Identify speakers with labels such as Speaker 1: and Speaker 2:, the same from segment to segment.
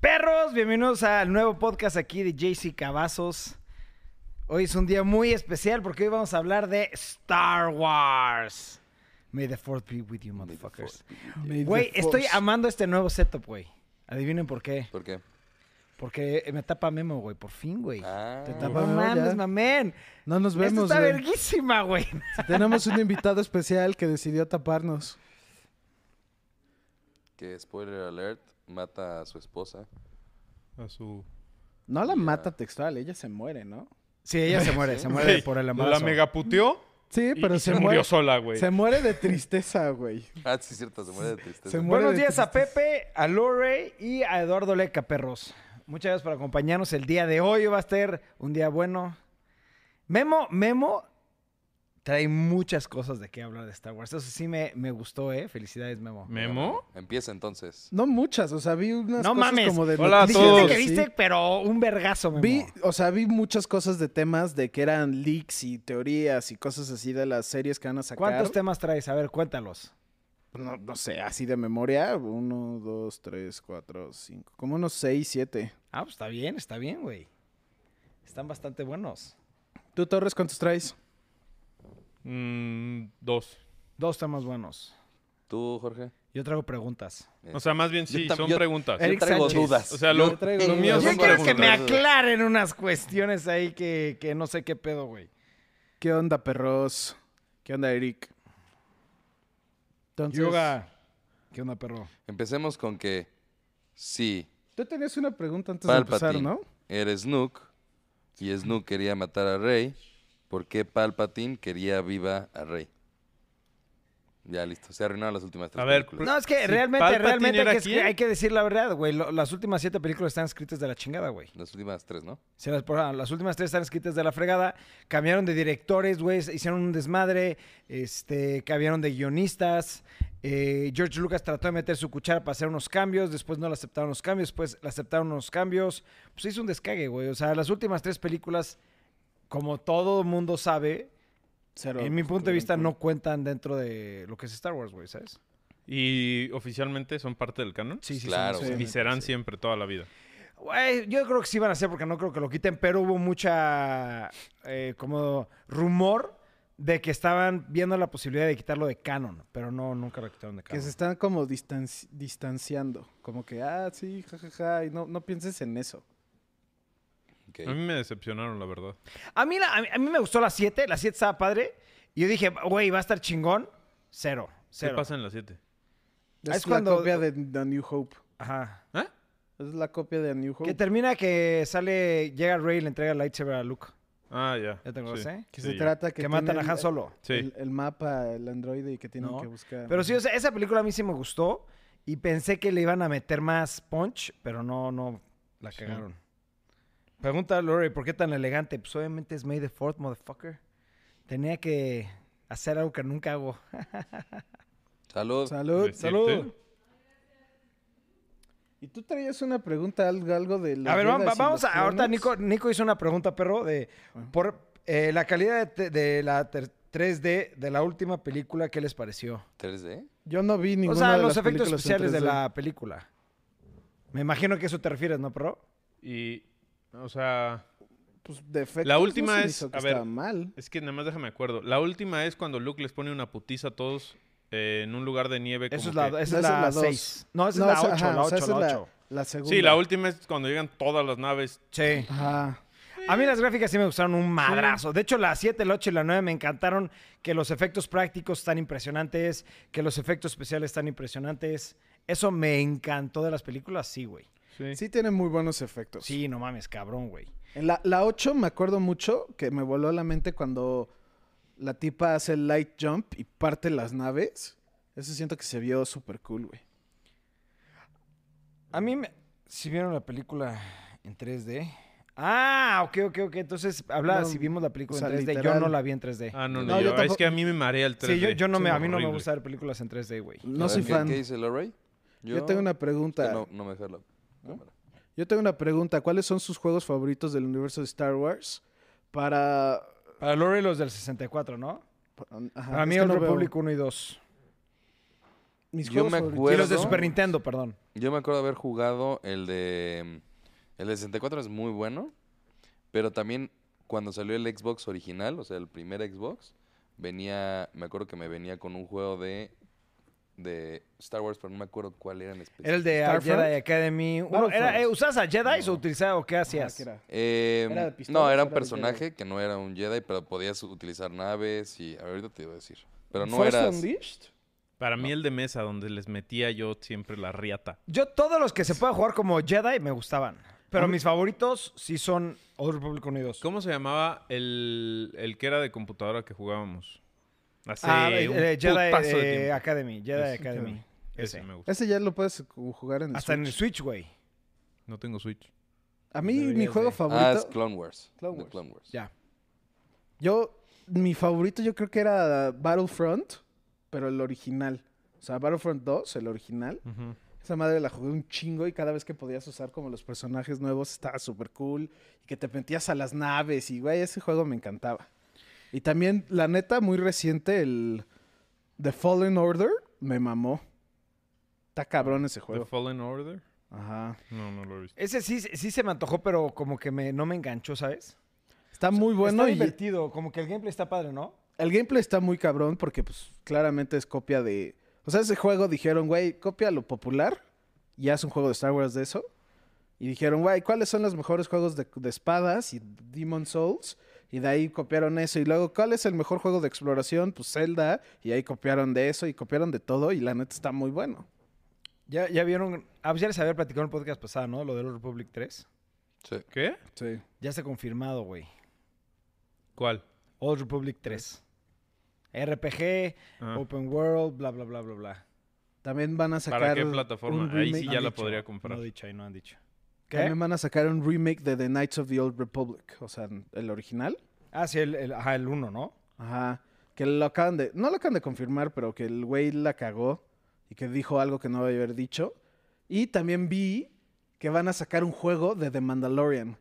Speaker 1: Caballeros, bienvenidos al nuevo podcast aquí de JC Cavazos. Hoy es un día muy especial porque hoy vamos a hablar de Star Wars. May the fourth be with you, motherfuckers. Güey, estoy amando este nuevo setup, güey. Adivinen por qué.
Speaker 2: ¿Por qué?
Speaker 1: Porque me tapa Memo, güey, por fin, güey.
Speaker 2: Ah.
Speaker 1: Te tapa
Speaker 3: Ah,
Speaker 1: no mames,
Speaker 3: ya.
Speaker 1: mamén.
Speaker 3: No nos
Speaker 1: Esto
Speaker 3: vemos,
Speaker 1: está
Speaker 3: güey.
Speaker 1: verguísima, güey.
Speaker 3: Tenemos un invitado especial que decidió taparnos.
Speaker 2: Que spoiler alert, mata a su esposa.
Speaker 4: a su...
Speaker 3: No la
Speaker 2: Ya.
Speaker 3: mata textual, ella se muere, ¿no?
Speaker 1: Sí, ella se muere, se muere
Speaker 4: Güey,
Speaker 1: por el
Speaker 4: La
Speaker 1: embarazo.
Speaker 4: megaputeó
Speaker 3: Sí,
Speaker 4: y,
Speaker 3: pero
Speaker 4: y
Speaker 3: se,
Speaker 4: se,
Speaker 3: muere.
Speaker 4: murió sola, güey.
Speaker 3: Se muere de tristeza, güey.
Speaker 2: Ah, sí, cierto, se muere de tristeza.
Speaker 3: se muere.
Speaker 1: Buenos
Speaker 3: de
Speaker 1: días a Pepe, a Lore y a Eduardo Leca, perros. Muchas gracias por acompañarnos el día de hoy. Va a ser un día bueno. Memo, Memo trae muchas cosas de qué hablar de Star Wars. Eso sí me, me gustó, ¿eh? Felicidades, Memo.
Speaker 4: ¿Memo?
Speaker 2: Empieza entonces.
Speaker 3: No muchas, o sea, vi unas
Speaker 1: No
Speaker 3: cosas
Speaker 1: mames.
Speaker 3: como de
Speaker 4: Hola a
Speaker 3: noticias,
Speaker 1: Dijiste
Speaker 4: todos.
Speaker 1: que
Speaker 3: sí.
Speaker 1: viste, pero un vergazo, Memo.
Speaker 3: Vi, o sea, vi muchas cosas de temas de que eran leaks y teorías y cosas así de las series que van a sacar. Pues
Speaker 1: ¿Cuántos temas traes? A ver, cuéntalos.
Speaker 3: No, no sé, así de memoria. Uno, dos, tres, cuatro, cinco. Como unos seis, siete.
Speaker 1: Ah, pues está bien, está bien, güey. Están bastante buenos.
Speaker 3: ¿Tú, Torres, cuántos traes?
Speaker 4: Mm, dos.
Speaker 1: Dos temas buenos.
Speaker 2: ¿Tú, Jorge?
Speaker 1: Yo traigo preguntas.
Speaker 4: O sea, más bien sí,
Speaker 2: tam-
Speaker 4: son
Speaker 2: yo-
Speaker 4: preguntas.
Speaker 1: Eric
Speaker 2: yo traigo
Speaker 1: Sánchez.
Speaker 2: dudas.
Speaker 4: O sea, lo-
Speaker 2: Yo traigo
Speaker 3: lo
Speaker 2: dudas.
Speaker 4: mío
Speaker 1: Yo
Speaker 4: Yo
Speaker 1: quiero
Speaker 4: son
Speaker 1: que me
Speaker 4: preguntas.
Speaker 1: aclaren unas cuestiones ahí que, que no sé qué pedo, güey.
Speaker 3: ¿Qué onda, perros? ¿Qué onda, Eric? Entonces,
Speaker 1: Yoga. ¿Qué onda, perro?
Speaker 2: Empecemos con que sí,
Speaker 3: Tú tenías una pregunta antes de
Speaker 2: Palpatine
Speaker 3: empezar, ¿no?
Speaker 2: era Snook y Snook quería matar a Rey. ¿Por qué Palpatine quería viva a Rey? Ya, listo. Se arruinaron las últimas tres
Speaker 4: A ver,
Speaker 2: películas.
Speaker 1: No, es que
Speaker 4: Si
Speaker 1: realmente,
Speaker 4: Palpatine
Speaker 1: realmente hay
Speaker 4: era
Speaker 1: que, escri-
Speaker 4: quién?
Speaker 1: hay que decir la verdad, güey. Lo- las últimas siete películas están escritas de la chingada, güey.
Speaker 2: Las últimas tres, ¿no?
Speaker 1: Se las, por- las últimas tres están escritas de la fregada. Cambiaron de directores, güey. se- Hicieron un desmadre. Este, cambiaron de guionistas. eh, George Lucas trató de meter su cuchara para hacer unos cambios. Después no le aceptaron los cambios. Después le aceptaron los cambios. Pues hizo un descague, güey. O sea, las últimas tres películas, como todo mundo sabe,
Speaker 3: Cero.
Speaker 1: en mi punto de vista, no cuentan dentro de lo que es Star Wars, güey, ¿sabes?
Speaker 4: ¿Y oficialmente son parte del canon?
Speaker 1: Sí, sí,
Speaker 2: Claro,
Speaker 1: sí.
Speaker 3: sí.
Speaker 4: Y serán siempre toda la vida.
Speaker 1: Güey, yo creo que sí van a ser porque no creo que lo quiten, pero hubo mucha eh, como rumor de que estaban viendo la posibilidad de quitarlo de canon, pero no, nunca lo quitaron de
Speaker 3: Que
Speaker 1: canon.
Speaker 3: se están como distanci- distanciando. Como que, ah, sí, jajaja. y no, no pienses en eso.
Speaker 2: Ok.
Speaker 4: A mí me decepcionaron, la verdad.
Speaker 1: A, mí la- a, mí, a mí me gustó la 7, la 7 estaba padre, y yo dije, güey, va a estar chingón, cero,
Speaker 4: ¿Qué
Speaker 1: cero.
Speaker 4: pasa en las siete?
Speaker 3: Es,
Speaker 1: Ah, Es
Speaker 3: la
Speaker 1: cuando-
Speaker 3: copia de The New Hope.
Speaker 1: Ajá.
Speaker 4: ¿Ah?
Speaker 3: Es la copia de A New Hope.
Speaker 1: Que termina que sale, llega Rey y le entrega el lightsaber a Luke.
Speaker 4: Ah, ya.
Speaker 1: Ya te
Speaker 4: Sí.
Speaker 1: acuerdas, ¿eh?
Speaker 3: Que
Speaker 4: Sí,
Speaker 3: se
Speaker 4: ya.
Speaker 3: trata que...
Speaker 1: Que matan
Speaker 3: tiene
Speaker 1: a
Speaker 3: el-
Speaker 1: Han Solo.
Speaker 4: Sí.
Speaker 3: El, el mapa, el androide y que tienen
Speaker 1: No,
Speaker 3: que buscar.
Speaker 1: Pero sí, o sea, esa película a mí sí me gustó y pensé que le iban a meter más punch, pero no, no, la
Speaker 4: Sí.
Speaker 1: cagaron. Pregunta a Lori, ¿por qué tan elegante? Pues obviamente es May the Fourth, motherfucker. Tenía que hacer algo que nunca hago.
Speaker 2: Salud.
Speaker 3: Salud.
Speaker 4: Decirte.
Speaker 3: Y tú traías una pregunta, algo, algo de... los
Speaker 1: a ver, vamos,
Speaker 3: Jedi y
Speaker 1: vamos
Speaker 3: los
Speaker 1: a... Ahorita
Speaker 3: clones.
Speaker 1: Nico, Nico hizo una pregunta, perro, de
Speaker 3: Ajá.
Speaker 1: por eh, la calidad de, te- de la ter- 3D de la última película, ¿qué les pareció?
Speaker 2: 3D.
Speaker 3: Yo no vi ninguna
Speaker 1: o sea,
Speaker 3: de
Speaker 1: los
Speaker 3: las
Speaker 1: efectos
Speaker 3: películas en
Speaker 1: especiales de
Speaker 3: 3D.
Speaker 1: la película. Me imagino que a eso te refieres, ¿no, perro?
Speaker 4: Y, o sea,
Speaker 3: Pues, de efectos
Speaker 4: La última
Speaker 3: no se me
Speaker 4: es-
Speaker 3: hizo que
Speaker 4: a ver.
Speaker 3: estaba mal.
Speaker 4: es que nada más déjame acuerdo. La última es cuando Luke les pone una putiza a todos eh, en un lugar de nieve.
Speaker 1: Esa
Speaker 4: como
Speaker 1: es la,
Speaker 4: que-
Speaker 1: esa es
Speaker 3: No, esa
Speaker 1: la
Speaker 3: es la dos.
Speaker 1: 6. No, esa es
Speaker 3: No, o
Speaker 1: la 8,
Speaker 3: sea, ajá,
Speaker 1: la
Speaker 3: o
Speaker 1: 8,
Speaker 3: sea,
Speaker 1: la
Speaker 3: esa es
Speaker 1: 8.
Speaker 3: La, segunda.
Speaker 4: Sí, la última es cuando llegan todas las naves.
Speaker 1: Sí.
Speaker 3: Ajá.
Speaker 1: A mí las gráficas sí me gustaron un madrazo. De hecho, la 7, la 8 y la 9 me encantaron. Que los efectos prácticos están impresionantes. Que los efectos especiales están impresionantes. Eso me encantó de las películas, sí, güey.
Speaker 4: Sí.
Speaker 3: Sí tiene muy buenos efectos.
Speaker 1: Sí, no mames, cabrón, güey.
Speaker 3: En la, la 8 me acuerdo mucho que me voló la mente cuando la tipa hace el light jump y parte las naves. Eso siento que se vio súper cool, güey.
Speaker 1: A mí, me... si vieron la película en 3D. Ah, ok, ok, ok. Entonces, hablaba
Speaker 3: No,
Speaker 1: si vimos la película
Speaker 3: o sea,
Speaker 1: en 3D. Yo
Speaker 3: literal.
Speaker 1: no la vi en 3D.
Speaker 4: Ah, no, no,
Speaker 3: No, yo
Speaker 4: yo-
Speaker 3: tampoco-
Speaker 4: Es que a mí me marea el 3D.
Speaker 1: sí, yo, yo no me, a mí no me
Speaker 4: Horrible.
Speaker 1: gusta ver películas en 3D, güey.
Speaker 3: No
Speaker 2: A ver,
Speaker 3: soy
Speaker 2: ¿qué-
Speaker 3: fan.
Speaker 2: ¿Qué dice la Rey?
Speaker 3: Yo, tengo una
Speaker 2: que
Speaker 3: pregunta.
Speaker 2: No, no me deja la cámara.
Speaker 3: Yo tengo una pregunta. ¿Cuáles son sus juegos favoritos del universo de Star Wars? Para...
Speaker 1: Para Lori los del 64, ¿no?
Speaker 3: Ajá,
Speaker 1: Para mí,
Speaker 3: Ah, es que
Speaker 1: el
Speaker 3: no veo.
Speaker 1: Republic 1 y 2.
Speaker 3: mis
Speaker 2: Yo
Speaker 3: juegos
Speaker 2: me
Speaker 3: favoritos.
Speaker 1: Y los de
Speaker 2: acuerdo-
Speaker 1: Super Nintendo, perdón.
Speaker 2: Yo me acuerdo haber jugado el de. El de 64 es muy bueno. Pero también cuando salió el Xbox original, o sea, el primer Xbox, venía. Me acuerdo que me venía con un juego de. De Star Wars, pero no me acuerdo cuál era en
Speaker 4: Pues,
Speaker 2: específico.
Speaker 1: Era el de
Speaker 3: Starfront.
Speaker 1: Jedi Academy. Uno-
Speaker 3: Battlefront.
Speaker 1: era, eh, ¿Usabas a Jedi o utilizaba o qué
Speaker 3: Ah,
Speaker 1: hacías?
Speaker 3: ¿qué era?
Speaker 2: Eh,
Speaker 3: ¿Era de
Speaker 2: no,
Speaker 3: pistolas
Speaker 2: era
Speaker 3: o
Speaker 2: un
Speaker 3: era de
Speaker 2: personaje que no era un Jedi, pero podías utilizar naves y ahorita te iba a decir. Pero no
Speaker 3: ¿Force
Speaker 2: era.
Speaker 3: Unleashed?
Speaker 4: Para mí el de mesa, donde les metía yo siempre la riata.
Speaker 1: Yo, todos los que se pueda jugar como Jedi me gustaban. Pero mis favoritos sí son Old Republic Unidos.
Speaker 4: ¿Cómo se llamaba el, el que era de computadora que jugábamos? Hace
Speaker 1: Ah, eh,
Speaker 4: un
Speaker 1: eh, Jedi
Speaker 4: putazo de
Speaker 1: eh,
Speaker 4: tiempo.
Speaker 1: Academy. Jedi
Speaker 4: Ese.
Speaker 1: Academy.
Speaker 4: Ese
Speaker 1: Ese.
Speaker 4: me gusta.
Speaker 3: Ese ya lo puedes ju- jugar en el
Speaker 1: Hasta en el
Speaker 3: Switch.
Speaker 1: Switch, güey.
Speaker 4: No tengo Switch.
Speaker 3: A mí mi
Speaker 1: Deberías
Speaker 3: juego
Speaker 1: de-
Speaker 3: favorito...
Speaker 2: Ah, es Clone Wars.
Speaker 3: Clone
Speaker 2: de
Speaker 3: Wars.
Speaker 2: Clone Wars.
Speaker 1: Ya.
Speaker 3: Yo, mi favorito yo creo que era Battlefront, pero el original. O sea, Battlefront 2, el original. Esa madre la jugué un chingo y cada vez que podías usar como los personajes nuevos estaba súper cool. Y que te metías a las naves y, güey, ese juego me encantaba. Y también, la neta, muy reciente, el The Fallen Order me mamó. Está cabrón ese
Speaker 4: ¿The
Speaker 3: juego.
Speaker 4: Fallen Order?
Speaker 3: Ajá.
Speaker 4: No, no lo he visto.
Speaker 1: Ese sí, sí se me antojó, pero como que me, no me enganchó, ¿sabes?
Speaker 3: Está muy bueno
Speaker 1: está
Speaker 3: y
Speaker 1: divertido. Como que el gameplay está padre, ¿no?
Speaker 3: el gameplay está muy cabrón porque, pues, claramente es copia de... O sea, ese juego dijeron, güey, copia lo popular y haz un juego de Star Wars de eso. Y dijeron, güey, ¿cuáles son los mejores juegos de, de espadas y Demon Souls? Y de ahí copiaron eso. Y luego, ¿cuál es el mejor juego de exploración? Pues Zelda. Y ahí copiaron de eso y copiaron de todo. Y la neta está muy bueno.
Speaker 1: Ya, ya vieron. Ah, pues ya les había platicado en el podcast pasado, ¿no? Lo de Old Republic 3.
Speaker 2: Sí.
Speaker 4: ¿Qué?
Speaker 3: Sí.
Speaker 1: Ya está confirmado, güey.
Speaker 4: ¿Cuál?
Speaker 1: Old Republic 3. RPG,
Speaker 4: Ah,
Speaker 1: Open World, bla, bla, bla, bla, bla.
Speaker 3: También van a sacar.
Speaker 4: ¿Para qué
Speaker 3: un
Speaker 4: plataforma? Ahí
Speaker 3: remake-
Speaker 4: sí
Speaker 1: No
Speaker 4: ya
Speaker 1: han
Speaker 4: la
Speaker 1: dicho,
Speaker 4: podría comprar.
Speaker 1: No han dicho, ahí no han dicho. ¿Qué?
Speaker 3: También van a sacar un remake de The Knights of the Old Republic. O sea, el original.
Speaker 1: Ah, sí, el, el, ajá, el 1, ¿no?
Speaker 3: Ajá. Que lo acaban de. No lo acaban de confirmar, pero que el güey la cagó y que dijo algo que no debe haber dicho. Y también vi que van a sacar un juego de The Mandalorian.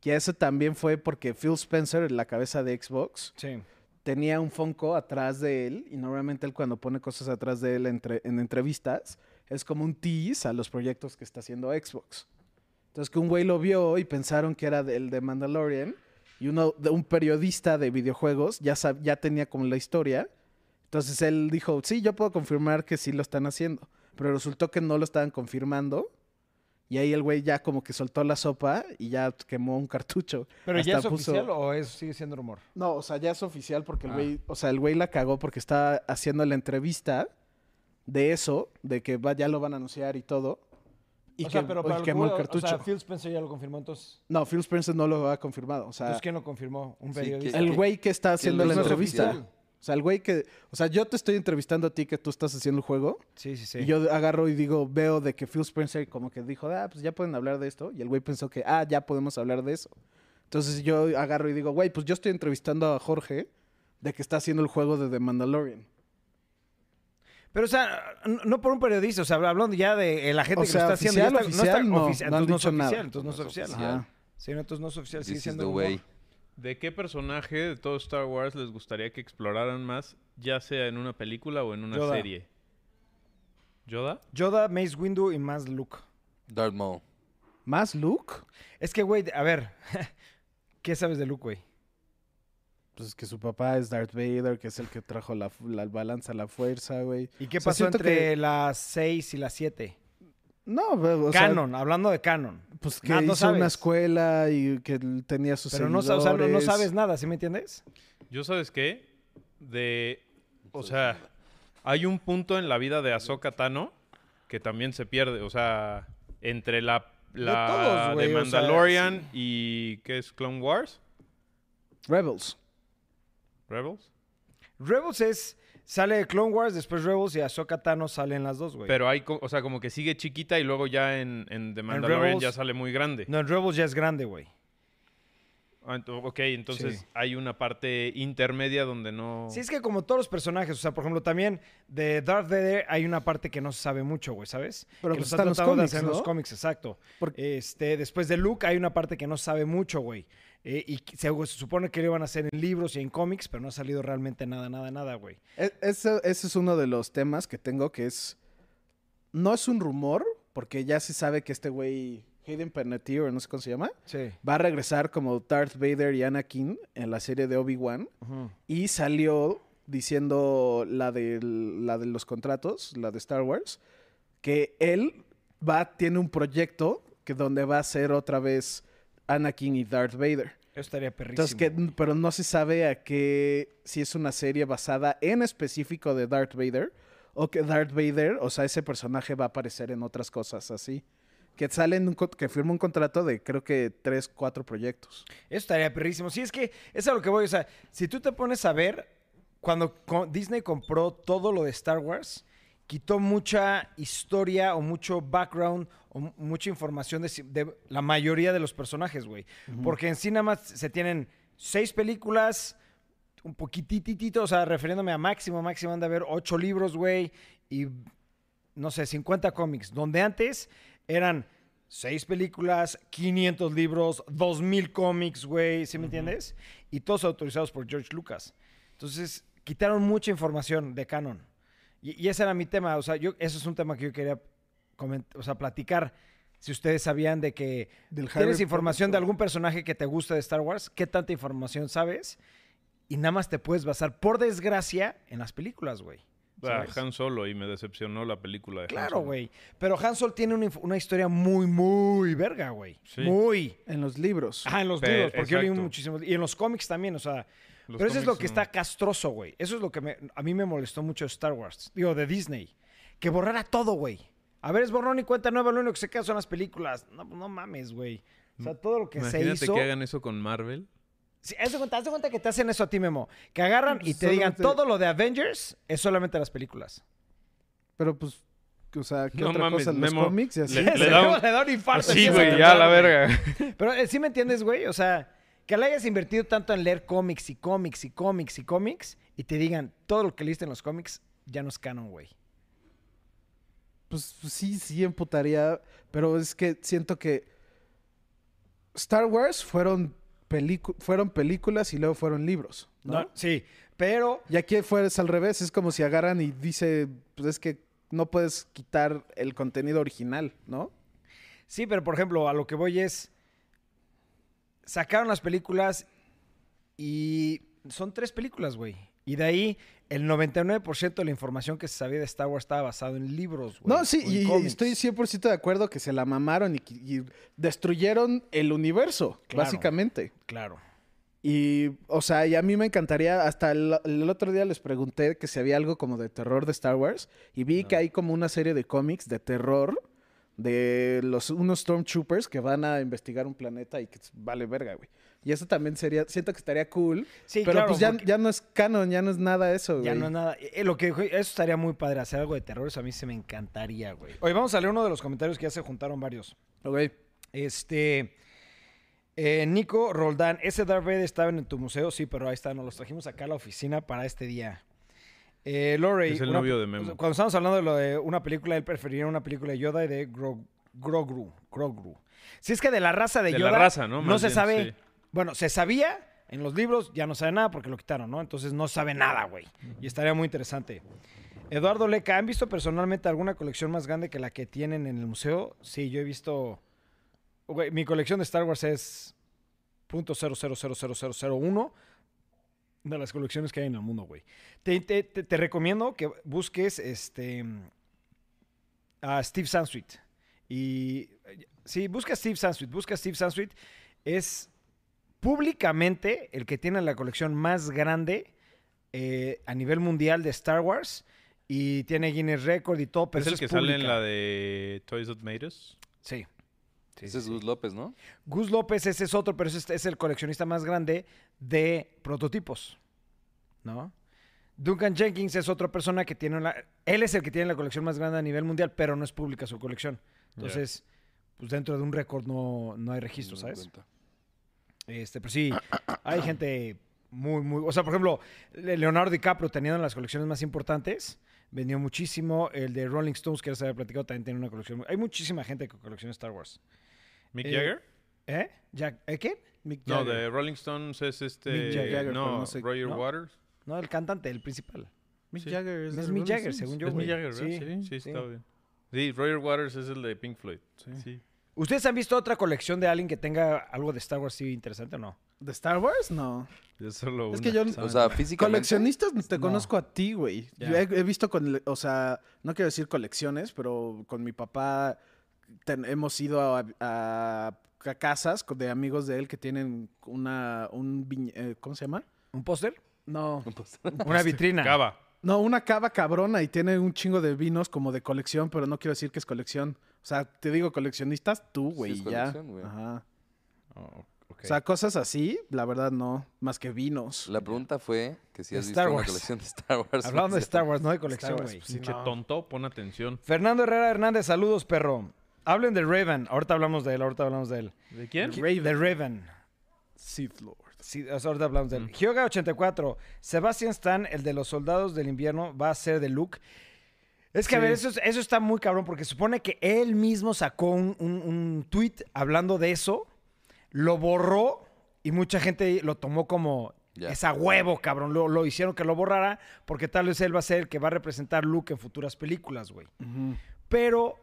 Speaker 3: Que eso también fue porque Phil Spencer, la cabeza de Xbox,
Speaker 1: Sí.
Speaker 3: tenía un Funko atrás de él. Y normalmente él, cuando pone cosas atrás de él entre- en entrevistas, es como un tease a los proyectos que está haciendo Xbox. Entonces, que un güey lo vio y pensaron que era el de Mandalorian. Y uno, de un periodista de videojuegos ya, sab- ya tenía como la historia. Entonces él dijo, sí, yo puedo confirmar que sí lo están haciendo. Pero resultó que no lo estaban confirmando. Y ahí el güey ya como que soltó la sopa y ya quemó un cartucho.
Speaker 1: ¿Pero ya es
Speaker 3: Hasta puso-
Speaker 1: oficial o es, sigue siendo rumor?
Speaker 3: No, o sea, ya es oficial porque el
Speaker 1: Ah.
Speaker 3: güey, o sea, el güey la cagó porque está haciendo la entrevista de eso, de que va, ya lo van a anunciar y todo. Y que, y
Speaker 1: lo
Speaker 3: quemó el
Speaker 1: que-
Speaker 3: cartucho.
Speaker 1: O sea, Phil Spencer ya lo confirmó, entonces.
Speaker 3: No, Phil Spencer no lo ha confirmado. O sea,
Speaker 1: entonces ¿quién lo confirmó? Un
Speaker 2: Sí,
Speaker 1: periodista.
Speaker 2: Pues que-
Speaker 3: el güey que está haciendo
Speaker 2: lo
Speaker 3: la
Speaker 2: hizo
Speaker 3: entrevista.
Speaker 2: oficial.
Speaker 3: O sea, el güey que. O sea, yo te estoy entrevistando a ti que tú estás haciendo el juego.
Speaker 1: Sí, sí, sí.
Speaker 3: Y yo agarro y digo, veo de que Phil Spencer como que dijo, ah, pues ya pueden hablar de esto. Y el güey pensó que, ah, ya podemos hablar de eso. Entonces yo agarro y digo, güey, pues yo estoy entrevistando a Jorge de que está haciendo el juego de The Mandalorian.
Speaker 1: Pero, o sea, n- no por un periodista, o sea, hablando ya de eh, la gente
Speaker 3: O
Speaker 1: que
Speaker 3: sea,
Speaker 1: lo está haciendo.
Speaker 3: oficial,
Speaker 1: ya está-
Speaker 3: oficial, no,
Speaker 1: oficial,
Speaker 3: no han
Speaker 1: entonces no es
Speaker 3: dicho nada.
Speaker 1: oficial, entonces no es
Speaker 2: No es
Speaker 1: oficial.
Speaker 2: oficial.
Speaker 3: Ajá.
Speaker 1: Sí, no, entonces no es oficial, sigue
Speaker 2: This is
Speaker 1: siendo
Speaker 2: the
Speaker 1: rumor.
Speaker 2: way.
Speaker 4: ¿De qué personaje de todo Star Wars les gustaría que exploraran más, ya sea en una película o en una
Speaker 1: Yoda.
Speaker 4: serie? ¿Yoda?
Speaker 1: Yoda, Mace Windu y más Luke.
Speaker 2: Darth Maul.
Speaker 3: ¿Más Luke?
Speaker 1: Es que, güey, a ver, ¿qué sabes de Luke, güey?
Speaker 3: Pues que su papá es Darth Vader, que es el que trajo la, fu- la balanza a la fuerza, güey.
Speaker 1: ¿Y qué
Speaker 3: O sea,
Speaker 1: pasó
Speaker 3: siento
Speaker 1: entre
Speaker 3: que-
Speaker 1: las 6 y las 7?
Speaker 3: No, pero, o sea,
Speaker 1: Canon, hablando de Canon.
Speaker 3: pues que
Speaker 1: Nah, no
Speaker 3: hizo una
Speaker 1: sabes.
Speaker 3: escuela y que él tenía sus
Speaker 1: Pero no, sa- o sea, no- no
Speaker 3: seguidores.
Speaker 1: sabes nada, ¿sí me entiendes?
Speaker 4: ¿Yo sabes qué? De... O sea, hay un punto en la vida de Ahsoka Tano que también se pierde. O sea, entre la, la
Speaker 1: todos, güey,
Speaker 4: de
Speaker 1: o sea,
Speaker 4: Mandalorian y... ¿Qué es? ¿Clone Wars?
Speaker 3: Rebels.
Speaker 4: ¿Rebels?
Speaker 1: Rebels es. Sale de Clone Wars, después Rebels y Ahsoka Tano salen las dos, güey.
Speaker 4: Pero hay... co- O sea, como que sigue chiquita y luego ya en, en The Mandalorian
Speaker 1: Rebels-
Speaker 4: ya sale muy grande.
Speaker 1: No, en Rebels ya es grande, güey.
Speaker 4: Ah, ento- Ok, entonces
Speaker 1: Sí.
Speaker 4: hay una parte intermedia donde no...
Speaker 1: Sí, es que como todos los personajes, o sea, por ejemplo, también de Darth Vader hay una parte que no se sabe mucho, güey, ¿sabes?
Speaker 3: Pero
Speaker 1: que los
Speaker 3: pues
Speaker 1: han
Speaker 3: están los
Speaker 1: tratado de
Speaker 3: cómics,
Speaker 1: hacer en los
Speaker 3: ¿no?
Speaker 1: cómics, exacto.
Speaker 3: Porque-
Speaker 1: Este, después de Luke hay una parte que no se sabe mucho, güey. Eh, y que- se, se supone que lo iban a hacer en libros y en cómics, pero no ha salido realmente nada, nada, nada, güey.
Speaker 3: E- Ese, ese es uno de los temas que tengo que es No es un rumor, porque ya se sabe que este güey, Hayden Panettiere, no sé cómo se llama,
Speaker 1: Sí.
Speaker 3: va a regresar como Darth Vader y Anakin en la serie de Obi-Wan.
Speaker 1: Ujú.
Speaker 3: Y salió diciendo la de, la de los contratos, la de Star Wars, que él va, tiene un proyecto que donde va a ser otra vez Anakin y Darth Vader.
Speaker 1: Eso estaría perrísimo.
Speaker 3: Entonces, que, pero no se sabe a qué, si es una serie basada en específico de Darth Vader, o que Darth Vader, o sea, ese personaje va a aparecer en otras cosas así. Que salen, un, co- que firma un contrato de creo que tres, cuatro proyectos.
Speaker 1: Eso estaría perrísimo. Sí, es que es a lo que voy. O sea, si tú te pones a ver, cuando co- Disney compró todo lo de Star Wars, quitó mucha historia o mucho background o mu- mucha información de, si- de la mayoría de los personajes, güey. Porque en sí nada más se tienen seis películas, un poquititito, o sea, refiriéndome a Máximo, Máximo anda a ver ocho libros, güey, y no sé, 50 cómics, donde antes eran seis películas, 500 libros, 2000 cómics, güey, ¿sí me entiendes? Y todos autorizados por George Lucas. Entonces, quitaron mucha información de canon. Y, y ese era mi tema, o sea, yo, eso es un tema que yo quería coment- o sea, platicar. Si ustedes sabían de que
Speaker 3: Del
Speaker 1: tienes
Speaker 3: Harry
Speaker 1: información de
Speaker 3: Potter.
Speaker 1: algún personaje que te gusta de Star Wars, ¿qué tanta información sabes? Y nada más te puedes basar, por desgracia, en las películas, güey.
Speaker 4: Ah,
Speaker 1: ¿sabes?
Speaker 4: Han Solo y me decepcionó la película de Han
Speaker 1: Claro,
Speaker 4: Solo.
Speaker 1: güey. Pero Han Sol tiene una, inf- una historia muy, muy verga, güey.
Speaker 4: Sí.
Speaker 1: Muy.
Speaker 3: En los libros.
Speaker 1: Ah, en los
Speaker 4: Pero-
Speaker 1: libros, porque yo leí
Speaker 4: exacto.
Speaker 1: muchísimos. Y en los cómics también, o sea.
Speaker 4: Los
Speaker 1: pero eso es lo
Speaker 4: cómics
Speaker 1: que
Speaker 4: no.
Speaker 1: está castroso, güey. Eso es lo que me- a mí me molestó mucho de Star Wars. Digo, de Disney. Que borrara todo, güey. A ver, es borrón y cuenta nueva, lo único que se queda son las películas. No, pues, no mames, güey. O sea, todo lo que
Speaker 4: Imagínate
Speaker 1: se hizo.
Speaker 4: que hagan eso con Marvel.
Speaker 1: Sí, haz de cuenta, haz de cuenta que te hacen eso a ti, Memo. Que agarran y te digan
Speaker 3: Solamente-
Speaker 1: todo lo de Avengers es solamente las películas.
Speaker 3: Pero pues, o sea, ¿qué
Speaker 4: No
Speaker 3: otra
Speaker 4: mames,
Speaker 3: cosa? Los
Speaker 4: Memo.
Speaker 3: cómics y así.
Speaker 4: Le-
Speaker 1: Ese
Speaker 4: da
Speaker 1: Memo
Speaker 4: un-
Speaker 1: le da un infarto.
Speaker 4: Así,
Speaker 1: empieza a
Speaker 4: Ah, güey, ya a la
Speaker 1: temblar, güey.
Speaker 4: verga.
Speaker 1: Pero eh, sí me entiendes, güey. O sea, que le hayas invertido tanto en leer cómics y cómics y cómics y cómics y te digan todo lo que leíste en los cómics ya no es canon, güey.
Speaker 3: Pues pues, sí, sí emputaría, pero es que siento que Star Wars fueron, pelicu- fueron películas y luego fueron libros, ¿no?
Speaker 1: Sí, pero
Speaker 3: Y aquí fue es al revés, es como si agarran y dice, pues es que no puedes quitar el contenido original, ¿no?
Speaker 1: sí, pero por ejemplo, a lo que voy es sacaron las películas y son tres películas, güey. Y de ahí el 99% de la información que se sabía de Star Wars estaba basado en libros, güey.
Speaker 3: no, sí,
Speaker 1: o en
Speaker 3: y, y
Speaker 1: cómics.
Speaker 3: estoy 100% de acuerdo que se la mamaron y, qui- y destruyeron el universo,
Speaker 1: Claro.
Speaker 3: básicamente.
Speaker 1: Claro.
Speaker 3: Y, o sea, y a mí me encantaría, hasta el, el otro día les pregunté que si había algo como de terror de Star Wars y vi que hay como una serie de cómics de terror de los unos stormtroopers que van a investigar un planeta y que vale verga, güey. Y eso también sería, siento que estaría cool,
Speaker 1: Sí,
Speaker 3: pero
Speaker 1: claro,
Speaker 3: pues ya,
Speaker 1: porque-
Speaker 3: ya no es canon, ya no es nada eso, güey.
Speaker 1: Ya no es nada. Eh, lo que dijo- eso estaría muy padre, hacer algo de terror, eso a mí se me encantaría, güey. Hoy vamos a leer uno de los comentarios que ya se juntaron varios.
Speaker 3: Ok.
Speaker 1: Este. eh, Nico Roldán, ese Darth Vader estaba en tu museo, sí, pero ahí está, nos los trajimos acá a la oficina para este día. Eh, Lorey,
Speaker 4: Es el
Speaker 1: una-
Speaker 4: novio de Memo.
Speaker 1: Cuando estábamos hablando de lo de una película, él prefería una película de Yoda y de Gro- Grogu. Grogu. Si es que de la raza de,
Speaker 4: De la
Speaker 1: Yoda
Speaker 4: raza, ¿no? Más
Speaker 1: se
Speaker 4: bien,
Speaker 1: sabe.
Speaker 4: sí.
Speaker 1: Bueno, se sabía en los libros, ya no sabe nada porque lo quitaron, ¿no? Entonces no sabe nada, güey. Y estaría muy interesante. Eduardo Leca, ¿han visto personalmente alguna colección más grande que la que tienen en el museo? Sí, yo he visto. Güey, mi colección de Star Wars es .000001 de las colecciones que hay en el mundo, güey. Te, te- te- te recomiendo que busques este a Steve Sansweet. Y eh, sí, busca a Steve Sansweet, busca a Steve Sansweet. Es públicamente el que tiene la colección más grande eh, a nivel mundial de Star Wars. Y tiene Guinness Record y todo, pero
Speaker 4: es el
Speaker 1: eso
Speaker 4: que
Speaker 1: es
Speaker 4: sale en
Speaker 1: pública.
Speaker 4: la de Toys That Made Us.
Speaker 1: Sí. Sí,
Speaker 2: Ese
Speaker 1: sí,
Speaker 2: es
Speaker 1: sí.
Speaker 2: Gus López, ¿no?
Speaker 1: Gus López, ese es otro, pero ese es- es el coleccionista más grande de prototipos. ¿No? Duncan Jenkins es otra persona que tiene una. Él es el que tiene la colección más grande a nivel mundial, pero no es pública su colección. Entonces, pues dentro de un récord no, no hay registro,
Speaker 2: No me
Speaker 1: ¿sabes?
Speaker 2: cuenta.
Speaker 1: Este, pero sí, hay gente muy, muy. O sea, por ejemplo, Le- Leonardo DiCaprio, teniendo las colecciones más importantes, vendió muchísimo. El de Rolling Stones, que ya se había platicado, también tiene una colección. Hay muchísima gente que colecciona Star Wars.
Speaker 4: ¿Mick
Speaker 1: Eh,
Speaker 4: Jagger?
Speaker 1: ¿Eh? Jack, ¿eh, ¿Quién?
Speaker 3: Mick
Speaker 4: No,
Speaker 3: Jagger.
Speaker 4: de Rolling Stones es este.
Speaker 3: Mick Jagger, pero
Speaker 4: no,
Speaker 3: no sé-
Speaker 4: Roger
Speaker 1: ¿no?
Speaker 4: Waters.
Speaker 1: No, el cantante, el principal.
Speaker 3: Mick
Speaker 4: sí.
Speaker 3: Jagger.
Speaker 1: No es
Speaker 3: de
Speaker 1: Mick
Speaker 3: Rolling
Speaker 1: Jagger,
Speaker 3: Stones.
Speaker 1: según yo,
Speaker 4: es Mick
Speaker 1: güey.
Speaker 4: Jagger, ¿verdad?
Speaker 1: Sí,
Speaker 4: Sí, sí,
Speaker 1: sí.
Speaker 4: está bien. Sí, Roger Waters es el de Pink Floyd. Sí.
Speaker 1: ¿Ustedes han visto otra colección de alguien que tenga algo de Star Wars así interesante o no?
Speaker 3: ¿De Star Wars? No.
Speaker 4: Es solo
Speaker 3: Es
Speaker 4: una.
Speaker 3: que yo.
Speaker 2: O sea, físicamente.
Speaker 3: Coleccionistas te conozco a ti, güey.
Speaker 1: Ya.
Speaker 3: Yo he, he visto con, o sea, no quiero decir colecciones, pero con mi papá ten- hemos ido a, a- a casas con- de amigos de él que tienen una, un, viñ- eh, ¿cómo se llama?
Speaker 1: ¿Un póster?
Speaker 3: No,
Speaker 1: Una vitrina.
Speaker 4: Cava.
Speaker 3: no, una cava cabrona y tiene un chingo de vinos como de colección, pero no quiero decir que es colección. O sea, te digo coleccionistas tú,
Speaker 2: Sí,
Speaker 3: güey,
Speaker 2: es
Speaker 3: y ya.
Speaker 2: colección, güey.
Speaker 3: Ajá.
Speaker 4: Oh, ok.
Speaker 3: O sea, cosas así, la verdad no, más que vinos.
Speaker 2: La pregunta fue que si
Speaker 1: De
Speaker 2: has
Speaker 1: Star
Speaker 2: visto una
Speaker 1: Wars.
Speaker 2: colección de Star Wars.
Speaker 1: Hablando de Star Wars, no de
Speaker 3: Star
Speaker 1: colección,
Speaker 3: Wars,
Speaker 1: güey.
Speaker 3: pues,
Speaker 4: Pinche
Speaker 3: no.
Speaker 4: tonto, pon atención.
Speaker 1: Fernando Herrera Hernández, saludos, perro. Hablen de Raven. Ahorita hablamos de él, ahorita hablamos de él.
Speaker 4: ¿De quién?
Speaker 1: De Raven.
Speaker 3: Sith Lord.
Speaker 1: Sí, o sea, ahorita hablamos de él. Hyoga84. Sebastian Stan, el de los soldados del invierno, va a ser de Luke. Es que, a
Speaker 3: Sí.
Speaker 1: ver, eso, es- eso está muy cabrón, porque supone que él mismo sacó un, un, un tweet hablando de eso, lo borró y mucha gente lo tomó como
Speaker 2: Ya.
Speaker 1: es a huevo, cabrón. Lo, lo hicieron que lo borrara, porque tal vez él va a ser el que va a representar Luke en futuras películas, güey. Pero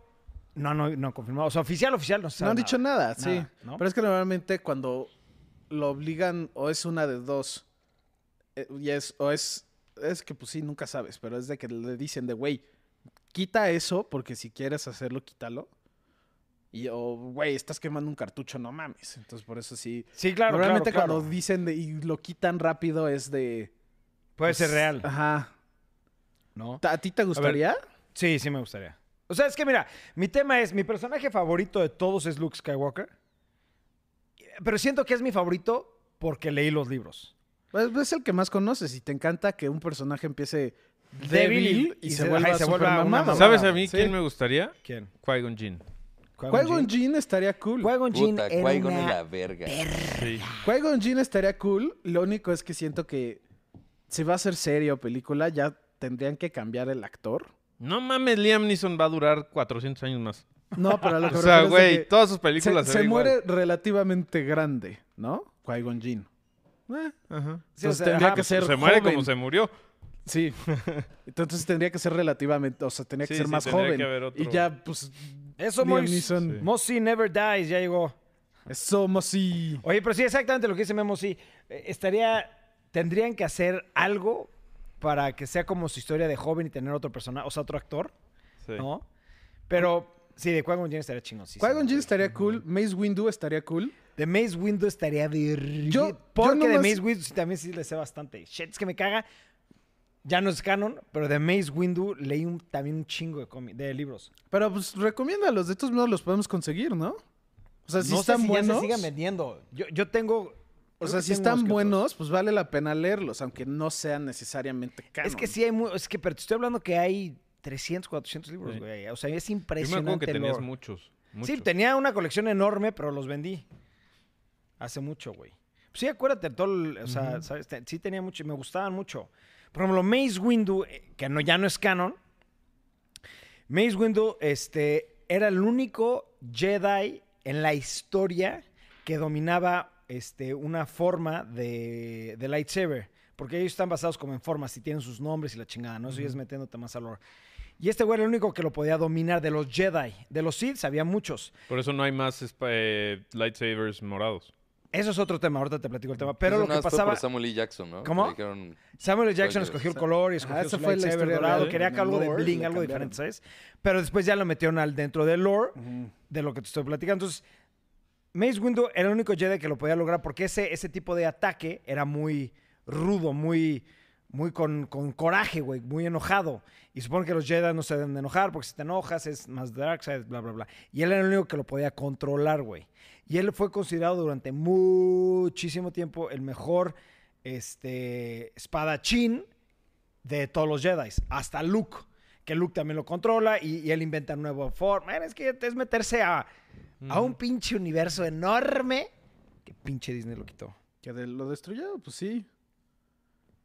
Speaker 1: no, no, no confirmado. O sea, oficial, oficial, no se
Speaker 3: No
Speaker 1: sabe
Speaker 3: han dicho nada, sí.
Speaker 1: Nada, ¿no?
Speaker 3: Pero es que normalmente cuando lo obligan, o es una de dos, eh, y es, o es, es que pues sí, nunca sabes, pero es de que le dicen de, güey, quita eso, porque si quieres hacerlo, quítalo. Y, o, güey, estás quemando un cartucho, no mames. Entonces, por eso sí.
Speaker 1: Sí, claro, claro,
Speaker 3: normalmente
Speaker 1: claro.
Speaker 3: cuando dicen de- y lo quitan rápido es de...
Speaker 1: Puede
Speaker 3: pues,
Speaker 1: ser real,
Speaker 3: Ajá.
Speaker 1: ¿no?
Speaker 3: ¿A ti te gustaría?
Speaker 1: Sí, sí me gustaría. O sea, es que mira, mi tema es, mi personaje favorito de todos es Luke Skywalker, pero siento que es mi favorito porque leí los libros.
Speaker 3: Pues, es el que más conoces y te encanta que un personaje empiece
Speaker 1: Débil
Speaker 3: débil y,
Speaker 1: y
Speaker 3: se,
Speaker 1: se-
Speaker 3: vuelva
Speaker 1: ajá, y se vuelva una
Speaker 3: supermamado.
Speaker 1: mamada.
Speaker 4: ¿Sabes
Speaker 1: Mamá,
Speaker 4: a mí
Speaker 1: sí.
Speaker 4: quién me gustaría?
Speaker 1: ¿Quién?
Speaker 4: Qui-Gon Jinn.
Speaker 3: Qui-Gon Jinn estaría cool.
Speaker 1: Qui-Gon Jinn
Speaker 2: Puta,
Speaker 1: era
Speaker 2: Qui-Gon
Speaker 1: una-
Speaker 2: en la verga.
Speaker 4: Sí.
Speaker 3: Qui-Gon Jinn estaría cool. Lo único es que siento que si va a ser serie o película, ya tendrían que cambiar el actor.
Speaker 4: No mames, Liam Neeson va a durar 400 años más.
Speaker 3: No, pero a lo que
Speaker 4: O
Speaker 3: me
Speaker 4: sea,
Speaker 3: refiero es de
Speaker 4: güey,
Speaker 3: que
Speaker 4: todas sus
Speaker 3: se,
Speaker 4: películas se,
Speaker 3: se
Speaker 4: ven
Speaker 3: muere
Speaker 4: igual.
Speaker 3: relativamente grande, ¿no? Qui-Gon Jinn.
Speaker 4: Eh. Ajá.
Speaker 1: Sí, o
Speaker 3: Entonces
Speaker 1: sea,
Speaker 3: tendría
Speaker 1: ajá,
Speaker 3: que ser
Speaker 4: se muere
Speaker 3: joven.
Speaker 4: como se murió.
Speaker 3: Sí. Entonces tendría que ser relativamente, o sea, tendría que
Speaker 4: Sí,
Speaker 3: ser
Speaker 4: sí,
Speaker 3: más
Speaker 4: tendría
Speaker 3: joven.
Speaker 4: que haber otro.
Speaker 3: Y ya, pues,
Speaker 1: Eso
Speaker 3: Liam
Speaker 1: Mois-
Speaker 3: Neeson.
Speaker 4: Sí.
Speaker 1: Mossy Never Dies, ya llegó.
Speaker 3: Somos sí.
Speaker 1: Oye, pero sí, exactamente lo que dice Memo, sí. Eh, Estaría, tendrían que hacer algo para que sea como su historia de joven y tener otro personaje, o sea, otro actor,
Speaker 4: Sí.
Speaker 1: ¿no? Pero sí, de Qui-Gon Jinn estaría chingón. Sí,
Speaker 3: Qui-Gon
Speaker 1: sí.
Speaker 3: Jinn estaría cool. Mace Windu estaría cool.
Speaker 1: De Maze Windu estaría de...
Speaker 3: Yo- yo
Speaker 1: Porque de
Speaker 3: nomás-
Speaker 1: Maze Windu sí, también sí le sé bastante. Shit, es que me caga. Ya no es canon, pero de Maze Windu leí un- también un chingo de, comi- de libros.
Speaker 3: Pero pues recomiéndalos, de estos modos los podemos conseguir, ¿no? O sea, si
Speaker 1: no
Speaker 3: están
Speaker 1: sé si ya
Speaker 3: buenos.
Speaker 1: se sigan vendiendo. Yo, yo tengo...
Speaker 3: o
Speaker 1: creo
Speaker 3: sea,
Speaker 1: que
Speaker 3: si
Speaker 1: tengo unos
Speaker 3: están
Speaker 1: que otros.
Speaker 3: buenos, pues vale la pena leerlos, aunque no sean necesariamente canon.
Speaker 1: Es que sí hay... mu- Es que, pero te estoy hablando que hay 300, 400 libros,
Speaker 4: Sí.
Speaker 1: güey. O sea, es
Speaker 4: Yo me
Speaker 1: impresionante.
Speaker 4: acuerdo que tenías
Speaker 1: lore.
Speaker 4: muchos.
Speaker 1: Sí,
Speaker 4: muchos.
Speaker 1: tenía una colección enorme, pero los vendí. Hace mucho, güey. Sí, acuérdate, todo el- o sea, ¿sabes? Te- sí tenía mucho y me gustaban mucho. Por ejemplo, Maze Windu, eh, que no, ya no es canon. Maze Windu este, era el único Jedi en la historia que dominaba este, una forma de, de lightsaber. Porque ellos están basados como en formas y tienen sus nombres y la chingada, ¿no? Eso ya es metiéndote más al lore. Y este güey era el único que lo podía dominar de los Jedi. De los Sith había muchos.
Speaker 4: Por eso no hay más espa- eh, lightsabers morados.
Speaker 1: Eso es otro tema, ahorita te platico el tema. Pero
Speaker 2: Eso
Speaker 1: lo
Speaker 2: nada
Speaker 1: que
Speaker 2: más fue
Speaker 1: pasaba,
Speaker 2: por Samuel E. Jackson, ¿no? Que
Speaker 1: ¿Cómo?
Speaker 2: le dijeron,
Speaker 1: Samuel L. Jackson
Speaker 2: Oye,
Speaker 1: escogió el
Speaker 2: esa-
Speaker 1: color y escogió
Speaker 3: Ajá,
Speaker 1: su
Speaker 3: esa fue la
Speaker 1: lightsaber
Speaker 3: historia
Speaker 1: dorado.
Speaker 3: real,
Speaker 1: Quería
Speaker 3: en
Speaker 1: que
Speaker 3: el
Speaker 1: algo de
Speaker 3: lore,
Speaker 1: bling,
Speaker 3: la
Speaker 1: algo
Speaker 3: cambiaron.
Speaker 1: diferente, ¿sabes? Pero después ya lo metieron al dentro del lore
Speaker 3: Ujú.
Speaker 1: de lo que te estoy platicando. Entonces, Mace Windu era el único Jedi que lo podía lograr porque ese, ese tipo de ataque era muy rudo, muy, muy con, con coraje, güey, muy enojado. Y supone que los Jedi no se deben de enojar porque si te enojas es más Darkseid, bla, bla, bla. Y él era el único que lo podía controlar, güey. Y él fue considerado durante muchísimo tiempo el mejor este, espadachín de todos los Jedi, hasta Luke, que Luke también lo controla y, y él inventa nueva forma. Era, Es que es meterse a,
Speaker 4: Mm.
Speaker 1: a un pinche universo enorme que pinche Disney lo quitó.
Speaker 3: Que de- lo destruyó, pues sí.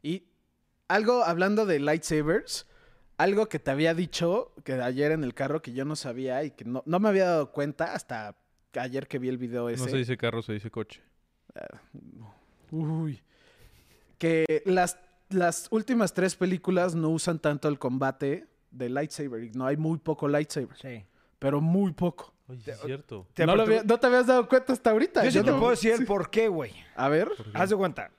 Speaker 3: Y algo, hablando de lightsabers, algo que te había dicho que ayer en el carro que yo no sabía y que no, no me había dado cuenta hasta ayer que vi el video ese.
Speaker 4: No se dice carro, se dice coche.
Speaker 3: Uy. Que las, las últimas tres películas no usan tanto el combate de lightsaber. No hay muy poco lightsaber,
Speaker 1: Sí.
Speaker 3: pero muy poco.
Speaker 4: Oye, es cierto.
Speaker 1: Te-
Speaker 3: no, lo había- no te habías dado cuenta hasta ahorita.
Speaker 1: Yo sí
Speaker 3: Yo
Speaker 1: te
Speaker 3: no-
Speaker 1: puedo decir el por qué, güey.
Speaker 3: A ver.
Speaker 1: Haz de cuenta.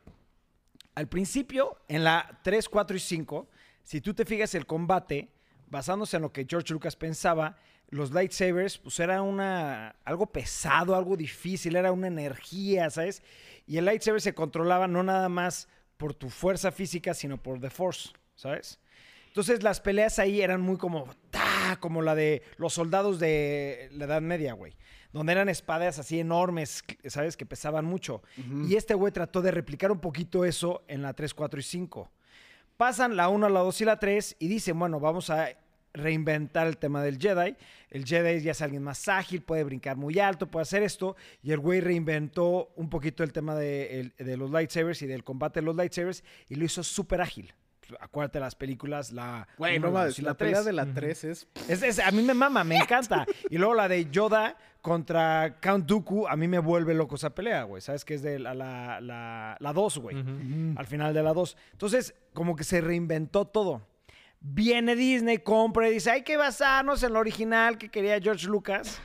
Speaker 1: Al principio, en la 3, 4 y 5, si tú te fijas el combate, basándose en lo que George Lucas pensaba, los lightsabers, pues era una, algo pesado, algo difícil, era una energía, ¿sabes? Y el lightsaber se controlaba no nada más por tu fuerza física, sino por The Force, ¿sabes? Entonces las peleas ahí eran muy como, ¡ta! como la de los soldados de la Edad Media, güey. Donde eran espadas así enormes, ¿sabes? Que pesaban mucho. Y este güey trató de replicar un poquito eso en la 3, 4 y 5. Pasan la 1, la 2 y la 3 y dicen, bueno, vamos a reinventar el tema del Jedi. El Jedi ya es alguien más ágil, puede brincar muy alto, puede hacer esto. Y el güey reinventó un poquito el tema de, el- de los lightsabers y del combate de los lightsabers y lo hizo súper ágil. Acuérdate de las películas, la
Speaker 3: Güey,
Speaker 1: uno,
Speaker 3: no
Speaker 1: la
Speaker 3: mames,
Speaker 1: dos y
Speaker 3: la
Speaker 1: tres.
Speaker 3: pelea de la 3 es...
Speaker 1: Es- es- a mí me mama, me encanta. Y luego la de Yoda contra Count Dooku, a mí me vuelve loco esa pelea, güey. ¿Sabes? Que es de la 2, la, la, la dos, güey. Al final de la 2. Entonces, como que se reinventó todo. Viene Disney, compra y dice, hay que basarnos en lo original que quería George Lucas.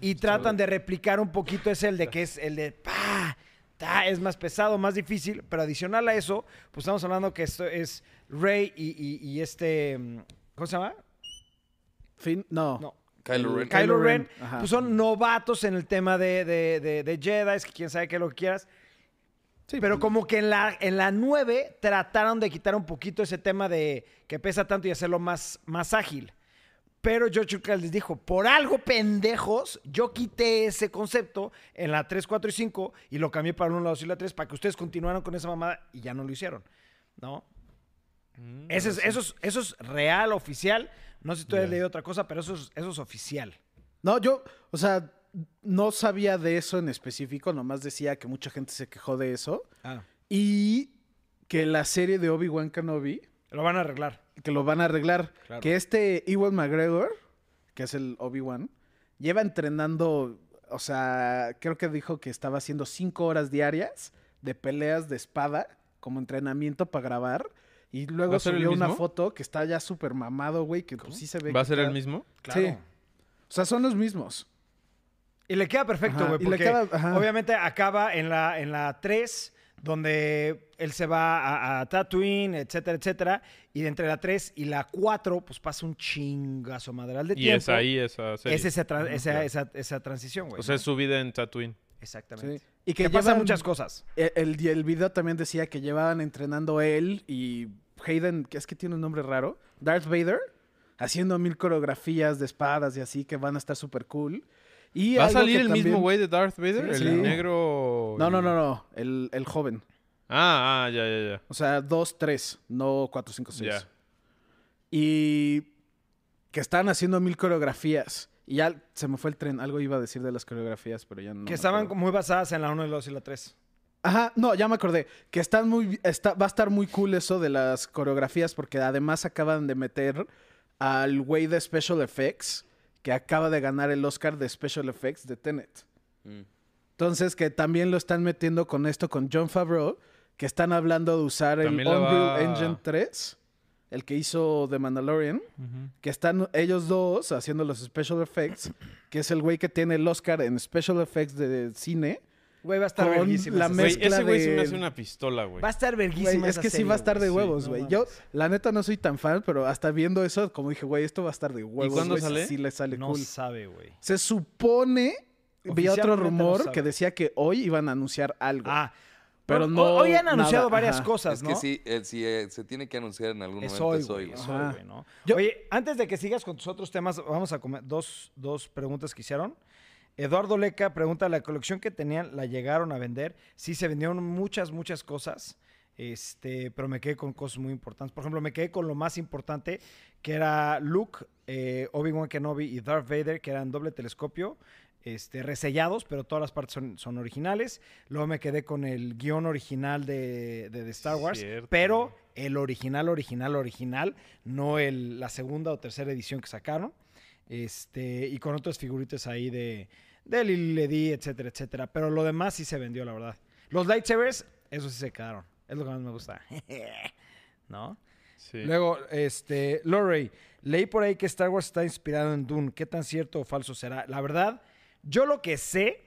Speaker 1: Y tratan de replicar un poquito ese, el de que es el de... ¡pa! ta, Es más pesado, más difícil, pero adicional a eso, pues estamos hablando que esto es Rey y, y- y este... ¿Cómo se llama?
Speaker 3: Fin... No.
Speaker 1: No.
Speaker 2: Kylo Ren.
Speaker 1: Kylo Ren,
Speaker 3: Ren, ajá.
Speaker 1: pues son novatos en el tema de, de, de, de Jedi, es que quién sabe qué es lo que quieras. pero como que en la, en la 9 trataron de quitar un poquito ese tema de que pesa tanto y hacerlo más, más ágil. Pero George Lucas les dijo, por algo pendejos, yo quité ese concepto en la 3, 4 y 5 y lo cambié para la 1, la 2 y la 3 para que ustedes continuaran con esa mamada y ya no lo hicieron, ¿no?
Speaker 4: Mm.
Speaker 1: Ese es- eso, es, eso es real, oficial. No sé si tú has
Speaker 4: Ya.
Speaker 1: leído otra cosa, pero eso es, eso es oficial.
Speaker 3: No, yo, o sea, no sabía de eso en específico, nomás decía que mucha gente se quejó de eso. Y que la serie de Obi-Wan Kenobi,
Speaker 1: Lo van a arreglar.
Speaker 3: que lo van a arreglar,
Speaker 1: Claro.
Speaker 3: que este Ewan McGregor, que es el Obi-Wan, lleva entrenando, o sea, creo que dijo que estaba haciendo cinco horas diarias de peleas de espada como entrenamiento para grabar. Y
Speaker 4: ¿Va
Speaker 3: luego
Speaker 4: a ser el
Speaker 3: subió una
Speaker 4: mismo?
Speaker 3: foto que está ya súper mamado, güey, que pues, sí se ve.
Speaker 4: ¿Va a
Speaker 3: que
Speaker 4: ser
Speaker 3: está-
Speaker 4: el mismo?
Speaker 1: Claro.
Speaker 3: Sí. O sea, son los mismos.
Speaker 1: Y le queda perfecto,
Speaker 3: Ajá,
Speaker 1: güey.
Speaker 3: y le
Speaker 1: Porque
Speaker 3: queda- ajá.
Speaker 1: obviamente acaba en la, en la 3, donde él se va a, a Tatooine, etcétera, etcétera. Y de entre la 3 y la 4, pues pasa un chingazo madral de
Speaker 4: Y
Speaker 1: tiempo.
Speaker 4: es ahí esa serie.
Speaker 1: Es esa, tra-
Speaker 4: Ajá,
Speaker 1: esa,
Speaker 4: claro.
Speaker 1: esa, esa transición, güey.
Speaker 4: O sea, es su vida en Tatooine.
Speaker 1: Exactamente.
Speaker 3: Sí. Y
Speaker 1: Que,
Speaker 3: que,
Speaker 1: pasa
Speaker 3: llevan-
Speaker 1: muchas cosas.
Speaker 3: El, E, el, y el video también decía que llevaban entrenando él y Hayden, que es que tiene un nombre raro, Darth Vader, haciendo mil coreografías de espadas y así que van a estar súper cool. Y
Speaker 4: ¿Va a
Speaker 3: algo
Speaker 4: salir
Speaker 3: que
Speaker 4: el mismo
Speaker 3: también-
Speaker 4: güey de Darth Vader?
Speaker 3: Sí,
Speaker 4: el
Speaker 3: sí.
Speaker 4: negro.
Speaker 3: No, no, no, no, el, el joven.
Speaker 4: Ah, ah, ya, ya, ya.
Speaker 3: O sea, 2, 3, no 4, 5, 6.
Speaker 4: Ya.
Speaker 3: Y que están haciendo mil coreografías. Y ya se me fue el tren, algo iba a decir de las coreografías, pero ya no.
Speaker 1: que
Speaker 3: me
Speaker 1: estaban
Speaker 3: acuerdo.
Speaker 1: muy basadas en la 1, la 2 y la 3.
Speaker 3: Ajá, no, ya me acordé. Que están muy, está, va a estar muy cool eso de las coreografías, porque además acaban de meter al güey de Special Effects, que acaba de ganar el Oscar de Special Effects de Tenet.
Speaker 2: Mm.
Speaker 3: Entonces, que también lo están metiendo con esto, con John Favreau, que están hablando de usar el
Speaker 4: También la
Speaker 3: Unreal
Speaker 4: va-
Speaker 3: Engine 3, el que hizo The Mandalorian, que están ellos dos haciendo los Special Effects, que es el güey que tiene el Oscar en Special Effects de cine.
Speaker 1: Güey, va a estar
Speaker 3: Con
Speaker 1: verguísima.
Speaker 3: la
Speaker 1: esa
Speaker 4: Güey,
Speaker 1: serie.
Speaker 4: ese
Speaker 3: mezcla
Speaker 4: güey se
Speaker 3: de-
Speaker 4: me hace una pistola, güey.
Speaker 1: Va a estar verguísima.
Speaker 3: Güey, es
Speaker 1: esa
Speaker 3: que sí
Speaker 1: serie,
Speaker 3: va a estar de
Speaker 1: güey. Sí,
Speaker 3: huevos,
Speaker 1: no
Speaker 3: güey.
Speaker 1: mames.
Speaker 3: Yo, la neta, no soy tan fan, pero hasta viendo eso, como dije, güey, esto va a estar de huevos.
Speaker 4: cuándo
Speaker 3: güey, si
Speaker 4: sale?
Speaker 3: Sí le sale
Speaker 1: No
Speaker 3: cool.
Speaker 1: sabe, güey.
Speaker 3: Se supone, vi
Speaker 1: Oficialmente
Speaker 3: otro
Speaker 1: no
Speaker 3: rumor
Speaker 1: sabe.
Speaker 3: que decía que hoy iban a anunciar algo.
Speaker 1: Ah,
Speaker 3: pero
Speaker 1: hoy-
Speaker 3: no.
Speaker 1: Hoy han
Speaker 3: nada,
Speaker 1: anunciado varias
Speaker 3: ajá.
Speaker 1: cosas,
Speaker 2: Es
Speaker 1: ¿no?
Speaker 2: que sí, eh, si eh, se tiene que anunciar en algún
Speaker 1: Es
Speaker 2: momento,
Speaker 1: hoy,
Speaker 2: es hoy.
Speaker 1: güey,
Speaker 2: güey.
Speaker 1: es
Speaker 3: Ajá.
Speaker 1: hoy, güey, ¿no?
Speaker 3: Yo-
Speaker 1: Oye, antes de que sigas con tus otros temas, vamos a comer dos, dos preguntas que hicieron. Eduardo Leca pregunta, ¿la colección que tenían la llegaron a vender? Sí, se vendieron muchas, muchas cosas, este, pero me quedé con cosas muy importantes. Por ejemplo, me quedé con lo más importante, que era Luke, eh, Obi-Wan Kenobi y Darth Vader, que eran doble telescopio, este, resellados, pero todas las partes son, son originales. Luego me quedé con el guión original de, de, de Star Wars,
Speaker 4: Cierto,
Speaker 1: pero
Speaker 4: güey.
Speaker 1: el original, original, original, no el, la segunda o tercera edición que sacaron. Este, y con otras figuritas ahí de, de Lily Ledy, etcétera, etcétera. Pero lo demás sí se vendió, la verdad. Los lightsabers, esos sí se quedaron. Es lo que más me gusta. ¿No?
Speaker 4: Sí.
Speaker 1: Luego, este, Lorey, leí por ahí que Star Wars está inspirado en Dune. ¿Qué tan cierto o falso será? La verdad, yo lo que sé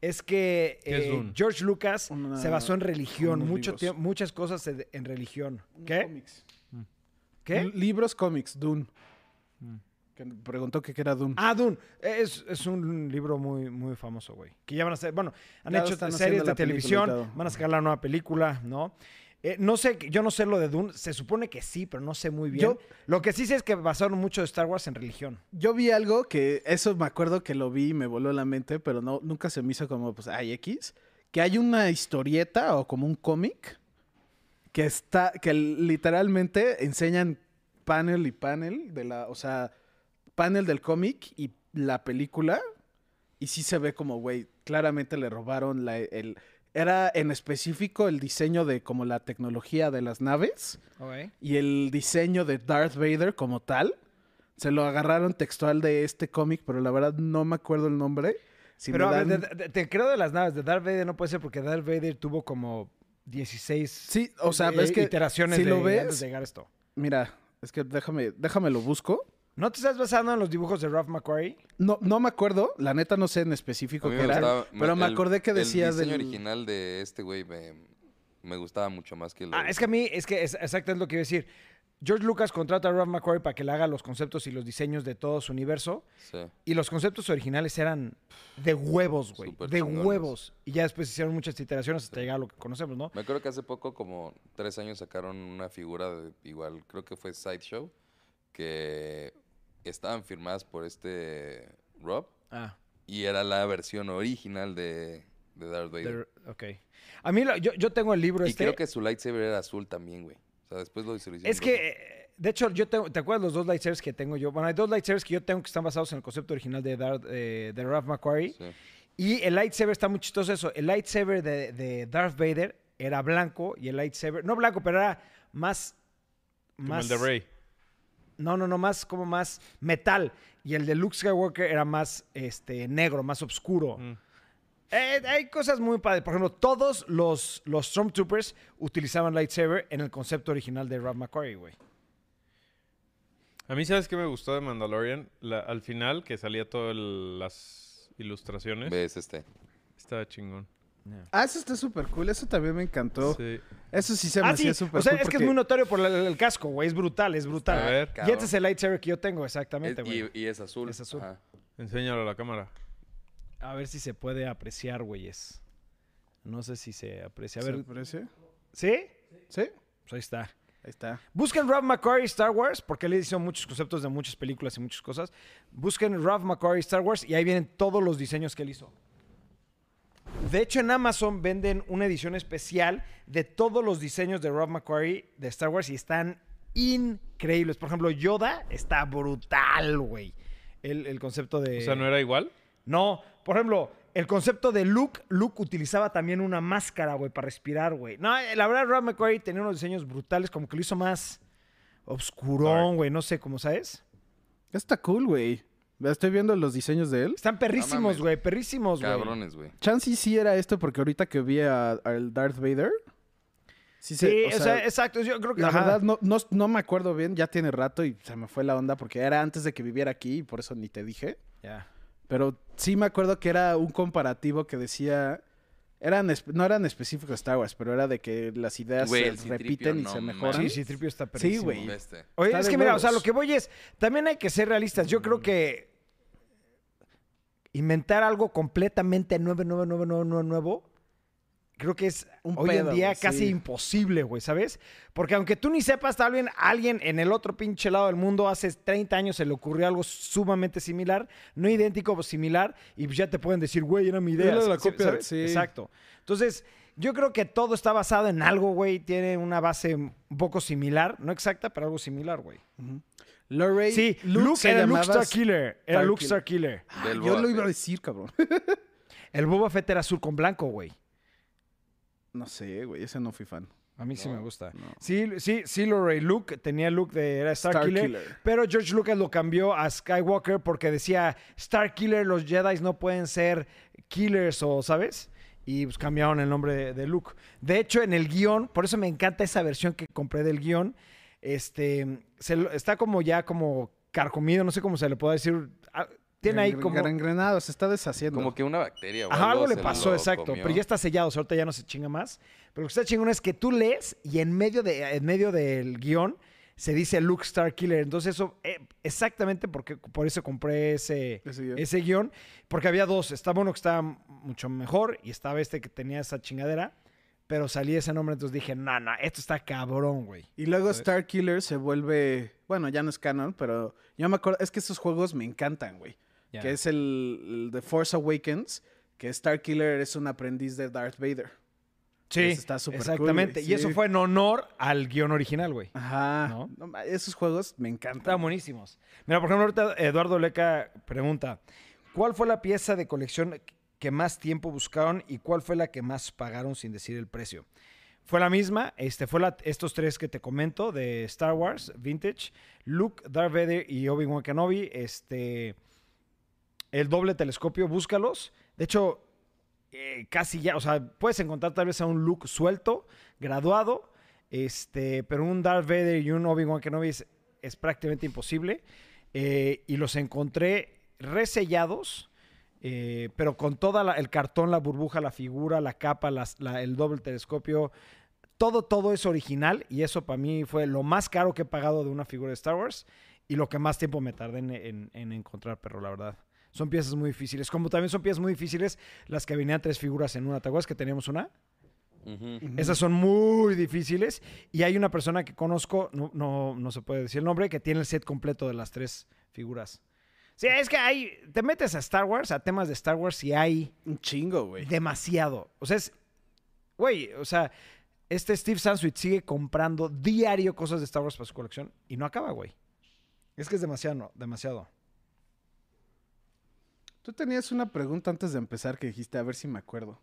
Speaker 1: es que
Speaker 4: ¿Qué es
Speaker 1: eh,
Speaker 4: Dune?
Speaker 1: George Lucas
Speaker 3: Una-
Speaker 1: se basó en religión,
Speaker 3: ah, unos
Speaker 1: mucho
Speaker 3: libros.
Speaker 1: tiempo- muchas cosas en, en religión.
Speaker 3: Unos
Speaker 1: ¿Qué?
Speaker 3: cómics. L-
Speaker 1: ¿Qué?
Speaker 3: Libros, cómics, Dune. Mm. Que preguntó que qué era Dune.
Speaker 1: Ah, Dune. Es, es un libro muy, muy famoso, güey. Que ya van a hacer, bueno, han
Speaker 3: Ya
Speaker 1: hecho
Speaker 3: están
Speaker 1: series
Speaker 3: haciendo
Speaker 1: de
Speaker 3: la película y
Speaker 1: televisión,
Speaker 3: todo.
Speaker 1: van a sacar la nueva película, ¿no? Eh, no sé, yo no sé lo de Dune, se supone que sí, pero no sé muy bien.
Speaker 3: Yo-
Speaker 1: lo que sí sé es que basaron mucho de Star Wars en religión.
Speaker 3: Yo vi algo que eso me acuerdo que lo vi y me voló la mente, pero no, nunca se me hizo como, pues, ay, X. Que hay una historieta o como un cómic que está, que literalmente enseñan panel y panel de la, o sea, panel del cómic y la película. Y sí se ve como, güey, claramente le robaron la, el, era en específico el diseño de como la tecnología de las naves y el diseño de Darth Vader como tal. Se lo agarraron textual de este cómic, pero la verdad no me acuerdo el nombre. Si
Speaker 1: Pero
Speaker 3: me
Speaker 1: a ver,
Speaker 3: dan-
Speaker 1: de- de- te creo de las naves. De Darth Vader no puede ser porque Darth Vader tuvo como 16
Speaker 3: sí, o sea,
Speaker 1: eh,
Speaker 3: ves que
Speaker 1: iteraciones
Speaker 3: si
Speaker 1: de,
Speaker 3: lo ves,
Speaker 1: antes de llegar a esto.
Speaker 3: mira, es que déjame, déjame lo busco.
Speaker 1: ¿No te estás basando en los dibujos de Ralph McQuarrie?
Speaker 3: No, no me acuerdo, la neta no sé en específico
Speaker 2: A mí
Speaker 3: qué
Speaker 2: me
Speaker 3: era,
Speaker 2: gustaba-
Speaker 3: pero me
Speaker 2: el-
Speaker 3: acordé que decía
Speaker 2: El diseño
Speaker 3: del-
Speaker 2: original de este güey me, me gustaba mucho más que el...
Speaker 1: Ah, es que a mí, es que es, exacto es lo que iba a decir. George Lucas contrata a Ralph McQuarrie para que le haga los conceptos y los diseños de todo su universo.
Speaker 2: Sí.
Speaker 1: Y los conceptos originales eran de huevos, güey.
Speaker 2: Súper
Speaker 1: De
Speaker 2: chingones.
Speaker 1: huevos. Y ya después hicieron muchas iteraciones hasta llegar a lo que conocemos, ¿no?
Speaker 2: Me acuerdo que hace poco, como tres años, sacaron una figura de, igual, creo que fue Sideshow, que estaban firmadas por este Rob
Speaker 1: Ah.
Speaker 2: y era la versión original de, de Darth Vader.
Speaker 1: de- Ah, ok. A mí, lo- yo, yo tengo el libro
Speaker 2: Y
Speaker 1: este.
Speaker 2: creo que su lightsaber era azul también, güey. O sea, después lo hicieron.
Speaker 1: Es que, eh, de hecho, yo tengo, ¿te acuerdas los dos lightsabers que tengo yo? Bueno, hay dos lightsabers que yo tengo que están basados en el concepto original de, Darth, eh, de Ralph McQuarrie.
Speaker 2: Sí.
Speaker 1: Y el lightsaber está muy chistoso eso. El lightsaber de, de Darth Vader era blanco y el lightsaber, no blanco, pero era más...
Speaker 4: Como
Speaker 1: más
Speaker 4: el de Rey.
Speaker 1: No, no, no, más como más metal. Y el de Luke Skywalker era más este, negro, más oscuro.
Speaker 4: Mm.
Speaker 1: Eh, hay cosas muy padres. Por ejemplo, todos los, los Stormtroopers utilizaban lightsaber en el concepto original de Ralph McQuarrie, güey.
Speaker 4: A mí, ¿sabes qué me gustó de Mandalorian? La- al final, que salía todas las ilustraciones.
Speaker 2: Ves este.
Speaker 4: Estaba chingón.
Speaker 3: Ah, eso está súper cool, eso también me encantó.
Speaker 4: Sí.
Speaker 3: Eso sí se me
Speaker 1: Ah, sí.
Speaker 3: hacía súper
Speaker 1: O sea, es
Speaker 3: cool
Speaker 1: que es
Speaker 3: porque-
Speaker 1: muy notorio por la- la- el, casco, güey. Es brutal, es brutal.
Speaker 4: A ver,
Speaker 1: y
Speaker 2: cabrón.
Speaker 1: este es el lightsaber que yo tengo,
Speaker 2: Es-
Speaker 1: exactamente, güey.
Speaker 2: y, y es azul.
Speaker 1: Es azul.
Speaker 2: Ajá.
Speaker 4: Enséñalo a la cámara.
Speaker 1: A ver si se puede apreciar, güeyes. No sé si se aprecia. A
Speaker 3: ¿Se
Speaker 1: ver,
Speaker 3: aprecia?
Speaker 1: ¿sí?
Speaker 3: Sí,
Speaker 1: Pues ahí está.
Speaker 3: ahí está.
Speaker 1: Busquen Ralph McQuarrie Star Wars, porque él hizo muchos conceptos de muchas películas y muchas cosas. Busquen Ralph McQuarrie Star Wars y ahí vienen todos los diseños que él hizo. De hecho, en Amazon venden una edición especial de todos los diseños de Ralph McQuarrie de Star Wars y están increíbles. Por ejemplo, Yoda está brutal, güey. El, el concepto de...
Speaker 3: Eh,
Speaker 4: O sea, ¿no era igual?
Speaker 1: No, por ejemplo, el concepto de Luke, Luke utilizaba también una máscara, güey, para respirar, güey. No, eh, la verdad, Rob McQuarrie tenía unos diseños brutales, como que lo hizo más obscurón,
Speaker 4: Dark.
Speaker 1: güey, no sé cómo sabes.
Speaker 3: Está cool, güey. Estoy viendo los diseños de él.
Speaker 1: Están perrísimos,
Speaker 2: mames.
Speaker 1: güey, perrísimos, güey.
Speaker 2: Cabrones, güey.
Speaker 3: Chance y sí era esto porque ahorita que vi a- al Darth Vader.
Speaker 1: Sí,
Speaker 3: se-
Speaker 1: o sea, exacto, yo creo que...
Speaker 3: la
Speaker 1: ajá.
Speaker 3: verdad no, no, no me acuerdo bien, ya tiene rato y se me fue la onda porque era antes de que viviera aquí y por eso ni te dije.
Speaker 1: Ya.
Speaker 3: Pero sí me acuerdo que era un comparativo que decía... Eran, espe- no eran específicos Star Wars, pero era de que las ideas
Speaker 2: Güey, el
Speaker 3: se
Speaker 2: C-3PO,
Speaker 3: repiten y
Speaker 2: no
Speaker 3: se
Speaker 2: mames.
Speaker 3: mejoran.
Speaker 1: Sí, sí, Tripio está
Speaker 3: Sí,
Speaker 1: perrísimo.
Speaker 3: güey.
Speaker 2: Ve este.
Speaker 1: Oye,
Speaker 3: Está
Speaker 1: es
Speaker 3: de
Speaker 1: que mira, o
Speaker 3: huevos. Mm.
Speaker 1: sea, lo que voy es, también hay que ser realistas. Yo creo que inventar algo completamente nuevo, nuevo, nuevo, nuevo, nuevo, nuevo, creo que es
Speaker 3: Un
Speaker 1: hoy en
Speaker 3: pedo,
Speaker 1: día
Speaker 3: güey,
Speaker 1: casi
Speaker 3: sí.
Speaker 1: imposible, güey, ¿sabes? Porque aunque tú ni sepas, tal vez alguien en el otro pinche lado del mundo hace 30 años se le ocurrió algo sumamente similar, no idéntico, pero similar, y ya te pueden decir, güey, era mi idea.
Speaker 3: Era la
Speaker 1: ¿sí-
Speaker 3: copia,
Speaker 1: ¿sabes?
Speaker 3: sí.
Speaker 1: Exacto. Entonces, yo creo que todo está basado en algo, güey. Tiene una base un poco similar, no exacta, pero algo similar, güey.
Speaker 3: Lorraine,
Speaker 1: Sí, Luke,
Speaker 3: Luke se
Speaker 1: era Luke
Speaker 3: llamaba-
Speaker 1: Star Killer. Era
Speaker 3: Star
Speaker 1: Luke Star Killer.
Speaker 3: Ah,
Speaker 2: Del
Speaker 3: Yo
Speaker 2: Boba
Speaker 3: lo iba a
Speaker 2: Fett.
Speaker 3: decir, cabrón.
Speaker 1: El Boba Fett era azul con blanco, güey.
Speaker 3: No sé, güey, ese no fui fan.
Speaker 1: A mí sí me gusta.
Speaker 3: no.
Speaker 1: Sí, sí, sí, Lorey Luke tenía el look de era Star,
Speaker 3: Star
Speaker 1: Killer,
Speaker 3: Killer.
Speaker 1: pero George Lucas lo cambió a Skywalker porque decía Star Killer, los Jedi no pueden ser killers o, ¿sabes? Y pues cambiaron el nombre de, de Luke. De hecho, en el guión, por eso me encanta esa versión que compré del guión, Este, se lo- está como ya como carcomido, no sé cómo se le puede decir. Ah, Tiene ahí
Speaker 3: Engre-
Speaker 1: como...
Speaker 3: Gangrenado, se está deshaciendo.
Speaker 2: Como que una bacteria o
Speaker 1: Ajá, algo le
Speaker 2: se
Speaker 1: pasó,
Speaker 2: lo
Speaker 1: exacto.
Speaker 2: comió.
Speaker 1: Pero ya está sellado, o sea, ahorita ya no se chinga más. Pero lo que está chingón es que tú lees y en medio, de, en medio del guión se dice Luke Star Killer. Entonces, eso, eh, exactamente porque, por eso compré ese,
Speaker 3: Ese guión.
Speaker 1: ese guión. Porque había dos. Estaba uno que estaba mucho mejor y estaba este que tenía esa chingadera. Pero salí ese nombre, entonces dije, no, no, esto está cabrón, güey.
Speaker 3: Y luego Star Killer se vuelve, bueno, ya no es canon, pero yo me acuerdo, es que estos juegos me encantan, güey.
Speaker 1: Ya.
Speaker 3: Que es el, el The Force Awakens, que Star Killer es un aprendiz de Darth Vader. Eso está súper cool,
Speaker 1: exactamente.
Speaker 3: güey,
Speaker 1: y eso
Speaker 3: sí.
Speaker 1: fue en honor al guión original, güey.
Speaker 3: Ajá.
Speaker 1: ¿No?
Speaker 3: No ma- esos juegos me encantan.
Speaker 1: Están buenísimos. Mira, por ejemplo, ahorita Eduardo Leca pregunta, ¿cuál fue la pieza de colección que más tiempo buscaron y cuál fue la que más pagaron sin decir el precio? Fue la misma, este, fue la- estos tres que te comento de Star Wars, Vintage, Luke, Darth Vader y Obi-Wan Kenobi, este, el doble telescopio, búscalos. De hecho, eh, casi ya, o sea, puedes encontrar tal vez a un Luke suelto, graduado, este, pero un Darth Vader y un Obi-Wan Kenobi es, es prácticamente imposible. Eh, y los encontré resellados, eh, pero con todo el cartón, la burbuja, la figura, la capa, las- la- el doble telescopio, todo, todo es original y eso para mí fue lo más caro que he pagado de una figura de Star Wars y lo que más tiempo me tardé en, en- en encontrar, pero la verdad. Son piezas muy difíciles. Como también son piezas muy difíciles las que venían tres figuras en una. ¿Te acuerdas que teníamos una?
Speaker 2: Ujú.
Speaker 3: Ujú.
Speaker 1: Esas son muy difíciles. Y hay una persona que conozco, no, no, no se puede decir el nombre, que tiene el set completo de las tres figuras. Sí, es que hay. Te metes a Star Wars, a temas de Star Wars, y hay
Speaker 3: Un chingo, güey.
Speaker 1: demasiado. O sea, es. Güey, o sea, este Steve Sansweet sigue comprando diario cosas de Star Wars para su colección y no acaba, güey. Es que es demasiado, demasiado.
Speaker 3: Tú tenías una pregunta antes de empezar que dijiste, a ver si me acuerdo.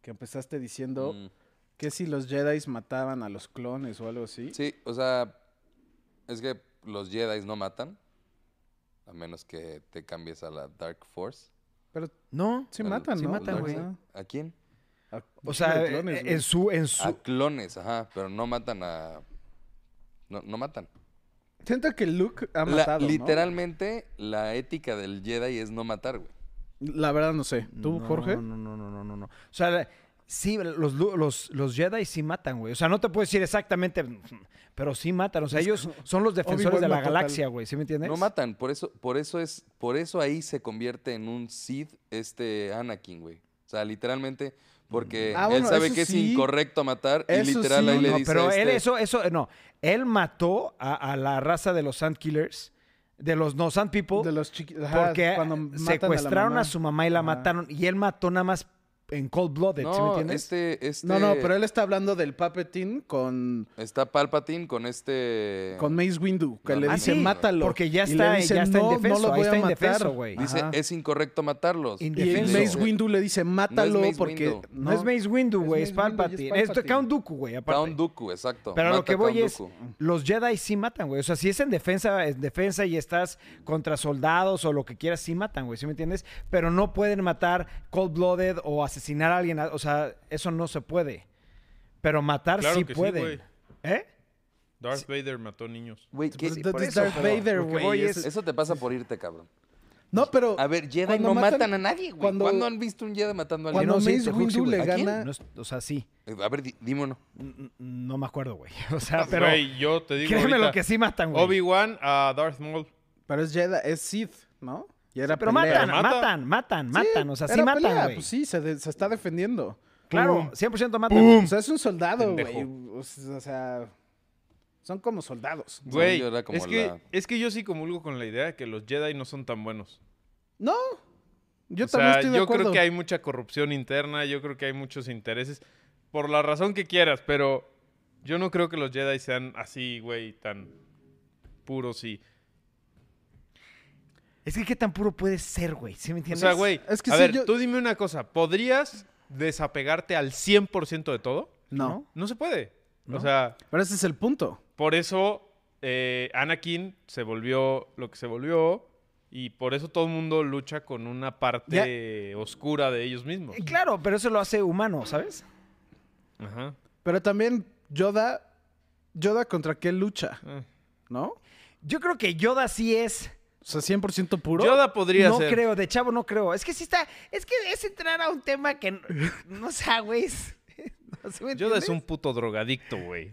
Speaker 3: Que empezaste diciendo
Speaker 2: Mm.
Speaker 3: que si los Jedi mataban a los clones o algo así.
Speaker 2: Sí, o sea, es que los Jedi no matan, a menos que te cambies a la Dark Force.
Speaker 3: Pero
Speaker 1: No.
Speaker 3: sí
Speaker 2: Al-
Speaker 3: matan,
Speaker 1: sí
Speaker 3: ¿no?
Speaker 1: matan,
Speaker 2: Dark
Speaker 1: güey.
Speaker 2: Side. ¿A quién?
Speaker 3: A-
Speaker 1: O sea, eh,
Speaker 3: de clones,
Speaker 1: en
Speaker 3: güey. Ah,
Speaker 1: su, en su.
Speaker 2: A clones, ajá, pero no matan a... No, no matan.
Speaker 3: Siento que Luke ha
Speaker 2: La-
Speaker 3: matado, ¿no?
Speaker 2: literalmente, la ética del Jedi es no matar, güey.
Speaker 3: La verdad no sé. ¿Tú,
Speaker 1: No,
Speaker 3: Jorge?
Speaker 1: No, no, no, no, no, no. O sea, la- sí, los, lu- los, los Jedi sí matan, güey. O sea, no te puedo decir exactamente, pero sí matan. O sea, ellos son los defensores de
Speaker 3: Obi-Wan
Speaker 1: la
Speaker 3: mató tal.
Speaker 1: galaxia, güey. ¿Sí me entiendes?
Speaker 2: No matan, por eso, por eso es, por eso ahí se convierte en un Sith este Anakin, güey. O sea, literalmente, porque
Speaker 3: Ah,
Speaker 2: él
Speaker 3: bueno,
Speaker 2: sabe
Speaker 3: eso
Speaker 2: que es
Speaker 3: sí.
Speaker 2: incorrecto matar y
Speaker 3: Eso
Speaker 2: literal
Speaker 3: sí.
Speaker 2: ahí le
Speaker 1: No,
Speaker 2: dice
Speaker 1: pero él
Speaker 2: este,
Speaker 1: eso, eso, no. Él mató a, a la raza de los Sand Killers, de los no Sand People,
Speaker 3: De los chiquitos.
Speaker 1: porque secuestraron a, su mamá y la
Speaker 3: Ajá.
Speaker 1: mataron. Y él mató nada más en cold blooded, ¿sí me
Speaker 2: No,
Speaker 1: entiendes?
Speaker 2: este, este...
Speaker 3: No, no, pero él está hablando del Palpatine con,
Speaker 2: Está Palpatine con este...
Speaker 3: con Mace Windu, que
Speaker 2: No,
Speaker 3: le
Speaker 2: ah,
Speaker 3: dice,
Speaker 2: sí,
Speaker 3: mátalo.
Speaker 1: Porque ya
Speaker 3: Y le
Speaker 1: está,
Speaker 3: dice,
Speaker 1: ya está
Speaker 3: "No, no
Speaker 1: indefenso,
Speaker 3: lo
Speaker 1: ahí
Speaker 3: voy a
Speaker 1: está
Speaker 3: matar".
Speaker 1: indefenso, güey.
Speaker 2: Dice,
Speaker 3: Ajá.
Speaker 2: es incorrecto matarlos.
Speaker 3: Y el
Speaker 1: Defenso.
Speaker 3: Mace Windu le dice, mátalo,
Speaker 2: Mace
Speaker 3: porque...
Speaker 2: Windu.
Speaker 1: No, es Mace Windu, güey,
Speaker 3: Es Mace Windu y
Speaker 1: es
Speaker 3: es
Speaker 1: Palpatine. Esto es
Speaker 3: Palpatine.
Speaker 1: Count Dooku, güey, aparte.
Speaker 2: Count Dooku, exacto.
Speaker 1: Pero a lo
Speaker 2: Mata
Speaker 1: que voy
Speaker 2: Count
Speaker 1: es,
Speaker 2: Dooku.
Speaker 1: los Jedi sí matan, güey. O sea, si es en defensa, en defensa y estás contra soldados o lo que quieras, sí matan, güey. ¿Sí me entiendes? Pero no pueden matar cold-blooded o asesinar a alguien. O sea, eso no se puede. Pero matar
Speaker 4: Claro
Speaker 1: sí
Speaker 4: que sí,
Speaker 1: pueden.
Speaker 4: güey.
Speaker 1: ¿Eh?
Speaker 4: Darth Vader mató niños.
Speaker 2: Güey, ¿qué-
Speaker 3: Pues, that
Speaker 2: por
Speaker 3: is
Speaker 2: eso,
Speaker 3: Darth
Speaker 2: pero
Speaker 3: Vader,
Speaker 2: lo que
Speaker 3: güey,
Speaker 2: voy
Speaker 3: es-
Speaker 2: es- Eso te pasa por irte, cabrón.
Speaker 3: No, pero...
Speaker 2: A ver, Jedi
Speaker 3: cuando
Speaker 2: no
Speaker 3: matan-
Speaker 2: matan, a nadie, güey.
Speaker 3: cuando-
Speaker 2: ¿Cuándo han visto un Jedi matando a
Speaker 1: Que
Speaker 2: alguien?
Speaker 3: Cuando
Speaker 1: no, sí,
Speaker 3: Mace
Speaker 1: te juro que sí,
Speaker 3: Windu
Speaker 1: güey.
Speaker 3: le
Speaker 2: ¿A quién?
Speaker 3: gana-
Speaker 1: No es- o sea, sí.
Speaker 2: Eh, A ver, di- dime uno.
Speaker 1: N- n- No me acuerdo, güey. O sea, pero
Speaker 4: Güey, yo te digo
Speaker 1: créeme lo
Speaker 4: ahorita,
Speaker 1: que sí matan, güey.
Speaker 4: Obi-Wan a Darth Maul.
Speaker 3: Pero es Jedi, es Sith, ¿no? Y era
Speaker 1: Pero
Speaker 3: pelea.
Speaker 1: matan,
Speaker 4: Pero mata.
Speaker 1: matan, matan, matan. O sea, sí
Speaker 3: era
Speaker 1: matan,
Speaker 3: pelea,
Speaker 1: güey.
Speaker 3: Pues sí, se, de- se está defendiendo.
Speaker 1: Claro,
Speaker 4: Pum.
Speaker 1: 100% matan.
Speaker 3: O sea, es un soldado, güey.
Speaker 4: Pendejo.
Speaker 3: O sea, o sea, son como soldados.
Speaker 4: Güey,
Speaker 2: yo era como
Speaker 4: es, que,
Speaker 2: la-
Speaker 4: es que yo sí comulgo con la idea de que los Jedi no son tan buenos.
Speaker 3: No, yo
Speaker 4: O
Speaker 3: también
Speaker 4: sea,
Speaker 3: estoy de
Speaker 4: yo
Speaker 3: acuerdo.
Speaker 4: creo que hay mucha corrupción interna, yo creo que hay muchos intereses, por la razón que quieras, pero yo no creo que los Jedi sean así, güey, tan puros y...
Speaker 1: Es que qué tan puro puede ser, güey. ¿Sí me
Speaker 4: O
Speaker 1: entiendes?
Speaker 4: sea, güey,
Speaker 3: Es que
Speaker 4: a
Speaker 3: sí,
Speaker 4: ver,
Speaker 3: yo-
Speaker 4: tú dime una cosa, ¿podrías desapegarte al 100% de todo?
Speaker 3: No,
Speaker 4: No se puede.
Speaker 1: ¿No?
Speaker 4: O sea,
Speaker 3: pero ese es el punto.
Speaker 4: por eso eh, Anakin se volvió lo que se volvió y por eso todo el mundo lucha con una parte oscura de ellos mismos.
Speaker 1: Eh, Claro, pero eso lo hace humano, ¿sabes?
Speaker 4: Ajá.
Speaker 3: Pero también Yoda Yoda contra qué lucha,
Speaker 4: Ah.
Speaker 3: ¿no?
Speaker 1: Yo creo que Yoda sí es.
Speaker 3: O sea, 100% puro.
Speaker 4: Yoda podría
Speaker 1: no
Speaker 4: ser.
Speaker 1: creo, de chavo no creo. Es que sí está. Es que es entrar a un tema que. n- No sé, ah, güey. es- no sé, ¿me
Speaker 4: Yoda es
Speaker 1: entiendes?
Speaker 4: un puto drogadicto, güey.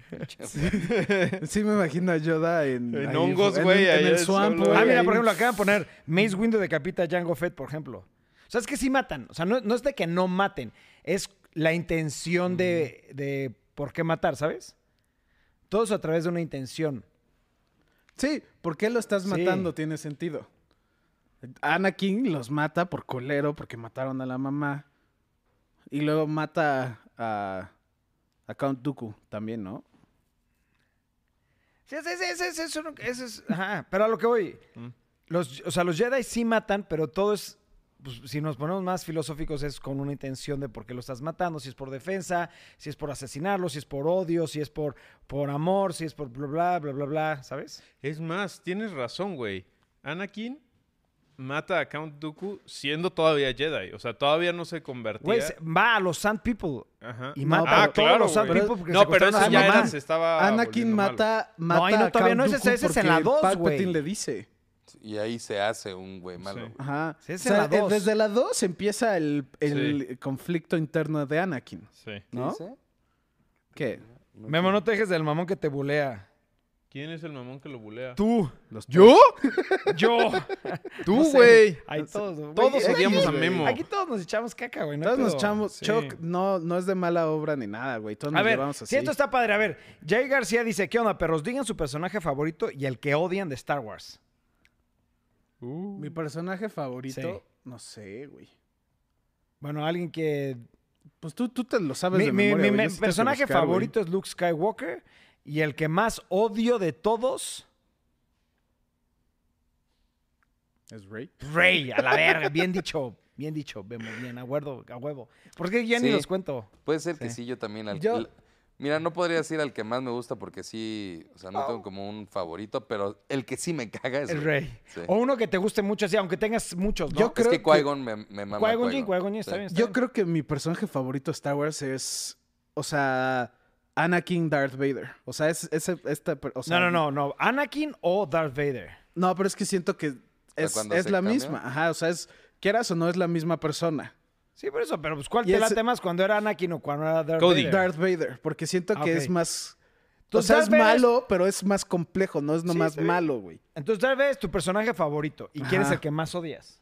Speaker 3: Sí me imagino a Yoda en...
Speaker 4: En
Speaker 3: ahí,
Speaker 4: hongos,
Speaker 3: en-
Speaker 4: güey,
Speaker 3: En,
Speaker 4: ahí
Speaker 3: el
Speaker 4: solo,
Speaker 3: swamp,
Speaker 4: güey.
Speaker 3: güey,
Speaker 1: Ah, mira,
Speaker 3: ahí.
Speaker 1: por ejemplo, acaban de poner Mace Windu decapita a Jango Fett, por ejemplo. O sea, es que sí matan. O sea, no, no es de que no maten. Es la intención de, de por qué matar, ¿sabes? Todo eso a través de una intención.
Speaker 3: Sí, ¿por qué lo estás
Speaker 1: Sí.
Speaker 3: matando? Tiene sentido. Anakin los mata por colero porque mataron a la mamá. Y luego mata a, a Count Dooku también, ¿no?
Speaker 1: Sí, sí, sí, sí, sí, eso no- eso es- ajá, pero a lo que voy.
Speaker 4: Mm.
Speaker 1: Los, o sea, los Jedi sí matan, pero todo es. pues, si nos ponemos más filosóficos, es con una intención de por qué lo estás matando. Si es por defensa, si es por asesinarlo, si es por odio, si es por, por amor, si es por bla, bla, bla, bla, bla, ¿sabes?
Speaker 4: Es más, tienes razón, güey. Anakin mata a Count Dooku siendo todavía Jedi. O sea, todavía no se convertía.
Speaker 1: Güey, se- va a los Sand People.
Speaker 4: Ajá. Ah,
Speaker 1: Y
Speaker 3: No,
Speaker 1: mata
Speaker 3: pero
Speaker 1: a todos los
Speaker 4: güey.
Speaker 1: Sand People porque
Speaker 4: No, pero
Speaker 1: secuestraron a
Speaker 4: eso
Speaker 1: su
Speaker 4: ya
Speaker 1: mamá.
Speaker 4: era, se estaba
Speaker 3: Anakin
Speaker 4: volviendo malo.
Speaker 3: mata, mata
Speaker 1: Ah, No, ahí no,
Speaker 3: a
Speaker 1: todavía
Speaker 3: Count
Speaker 1: no, ese-
Speaker 3: Dooku
Speaker 1: ese es en la
Speaker 3: porque
Speaker 1: dos, güey.
Speaker 3: Palpatine le dice.
Speaker 2: Y ahí se hace un güey malo.
Speaker 4: Sí.
Speaker 2: güey.
Speaker 3: Ajá.
Speaker 1: Sí, es en la
Speaker 3: eh,
Speaker 1: dos.
Speaker 3: Desde la 2 empieza el, el conflicto interno de Anakin,
Speaker 4: Sí.
Speaker 2: ¿Qué
Speaker 3: ¿no?
Speaker 2: dice?
Speaker 3: ¿Qué?
Speaker 1: Memo, no te dejes del mamón que te bulea.
Speaker 4: ¿Quién es el mamón que lo bulea?
Speaker 1: Tú.
Speaker 3: Los
Speaker 4: ¿Yo?
Speaker 1: Yo.
Speaker 4: Tú, güey.
Speaker 1: Ahí todos. güey.
Speaker 4: Todos
Speaker 1: Aquí-
Speaker 4: odiamos a Memo.
Speaker 1: Aquí todos nos echamos caca, güey. no hay
Speaker 3: Todos nos
Speaker 1: pedo.
Speaker 3: echamos.
Speaker 4: Sí.
Speaker 3: Choc no, no es de mala obra ni nada, güey. Todos
Speaker 1: A
Speaker 3: nos
Speaker 1: ver,
Speaker 3: llevamos así.
Speaker 1: si esto está padre, a ver, Jay García dice, ¿qué onda, perros? Digan su personaje favorito y el que odian de Star Wars.
Speaker 3: Mi personaje favorito,
Speaker 1: Sí.
Speaker 3: no sé, güey.
Speaker 1: Bueno, alguien que...
Speaker 3: Pues tú, tú te lo sabes
Speaker 1: Mi,
Speaker 3: de
Speaker 1: mi-
Speaker 3: memoria,
Speaker 1: mi
Speaker 3: güey.
Speaker 1: me-
Speaker 3: Yo sí tengo que
Speaker 1: personaje
Speaker 3: buscar, güey.
Speaker 1: favorito es Luke Skywalker y el que más odio de todos,
Speaker 3: es Rey.
Speaker 1: Rey, a la verga, bien dicho, bien dicho, vemos bien, a huevo, a huevo. Porque ya ni
Speaker 2: Sí.
Speaker 1: los cuento.
Speaker 2: Puede ser que
Speaker 1: Sí.
Speaker 2: sí, yo también. Al,
Speaker 3: Yo-
Speaker 2: l- Mira, no podría decir al que más me gusta porque sí, o sea, no tengo como un favorito, pero el que sí me caga es
Speaker 1: El Rey. Oh,
Speaker 2: Sí.
Speaker 1: O uno que te guste mucho, así, aunque tengas muchos, ¿no?
Speaker 3: Yo creo
Speaker 2: es
Speaker 3: que-
Speaker 2: que Qui-Gon me, me mama.
Speaker 1: Qui-Gon Jinn, Qui-Gon Jinn,
Speaker 2: Sí.
Speaker 1: está bien, está
Speaker 3: Yo
Speaker 1: bien.
Speaker 3: creo que mi personaje favorito de Star Wars es, o sea, Anakin Darth Vader. O sea, es, es- esta, per- o sea,
Speaker 1: no, no, no, no. Anakin o Darth Vader.
Speaker 3: No, pero es que siento que es,
Speaker 2: cuando
Speaker 3: es
Speaker 2: se
Speaker 3: la
Speaker 2: cambia.
Speaker 3: misma. Ajá, o sea, es, quieras o no, es la misma persona.
Speaker 1: Sí, por eso, pero pues ¿cuál
Speaker 3: Y
Speaker 1: te
Speaker 3: ese-
Speaker 1: late más cuando era Anakin o cuando era Darth
Speaker 4: Cody.
Speaker 1: Vader?
Speaker 3: Darth Vader, porque siento
Speaker 1: Ah,
Speaker 3: que
Speaker 1: ok.
Speaker 3: es más... O
Speaker 1: Entonces,
Speaker 3: sea,
Speaker 1: Darth
Speaker 3: es
Speaker 1: Vader es-
Speaker 3: malo, pero es más complejo, no es nomás
Speaker 1: está bien.
Speaker 3: malo, güey.
Speaker 1: Entonces, Darth Vader es tu personaje favorito y quién es
Speaker 3: Ajá.
Speaker 1: el que más odias.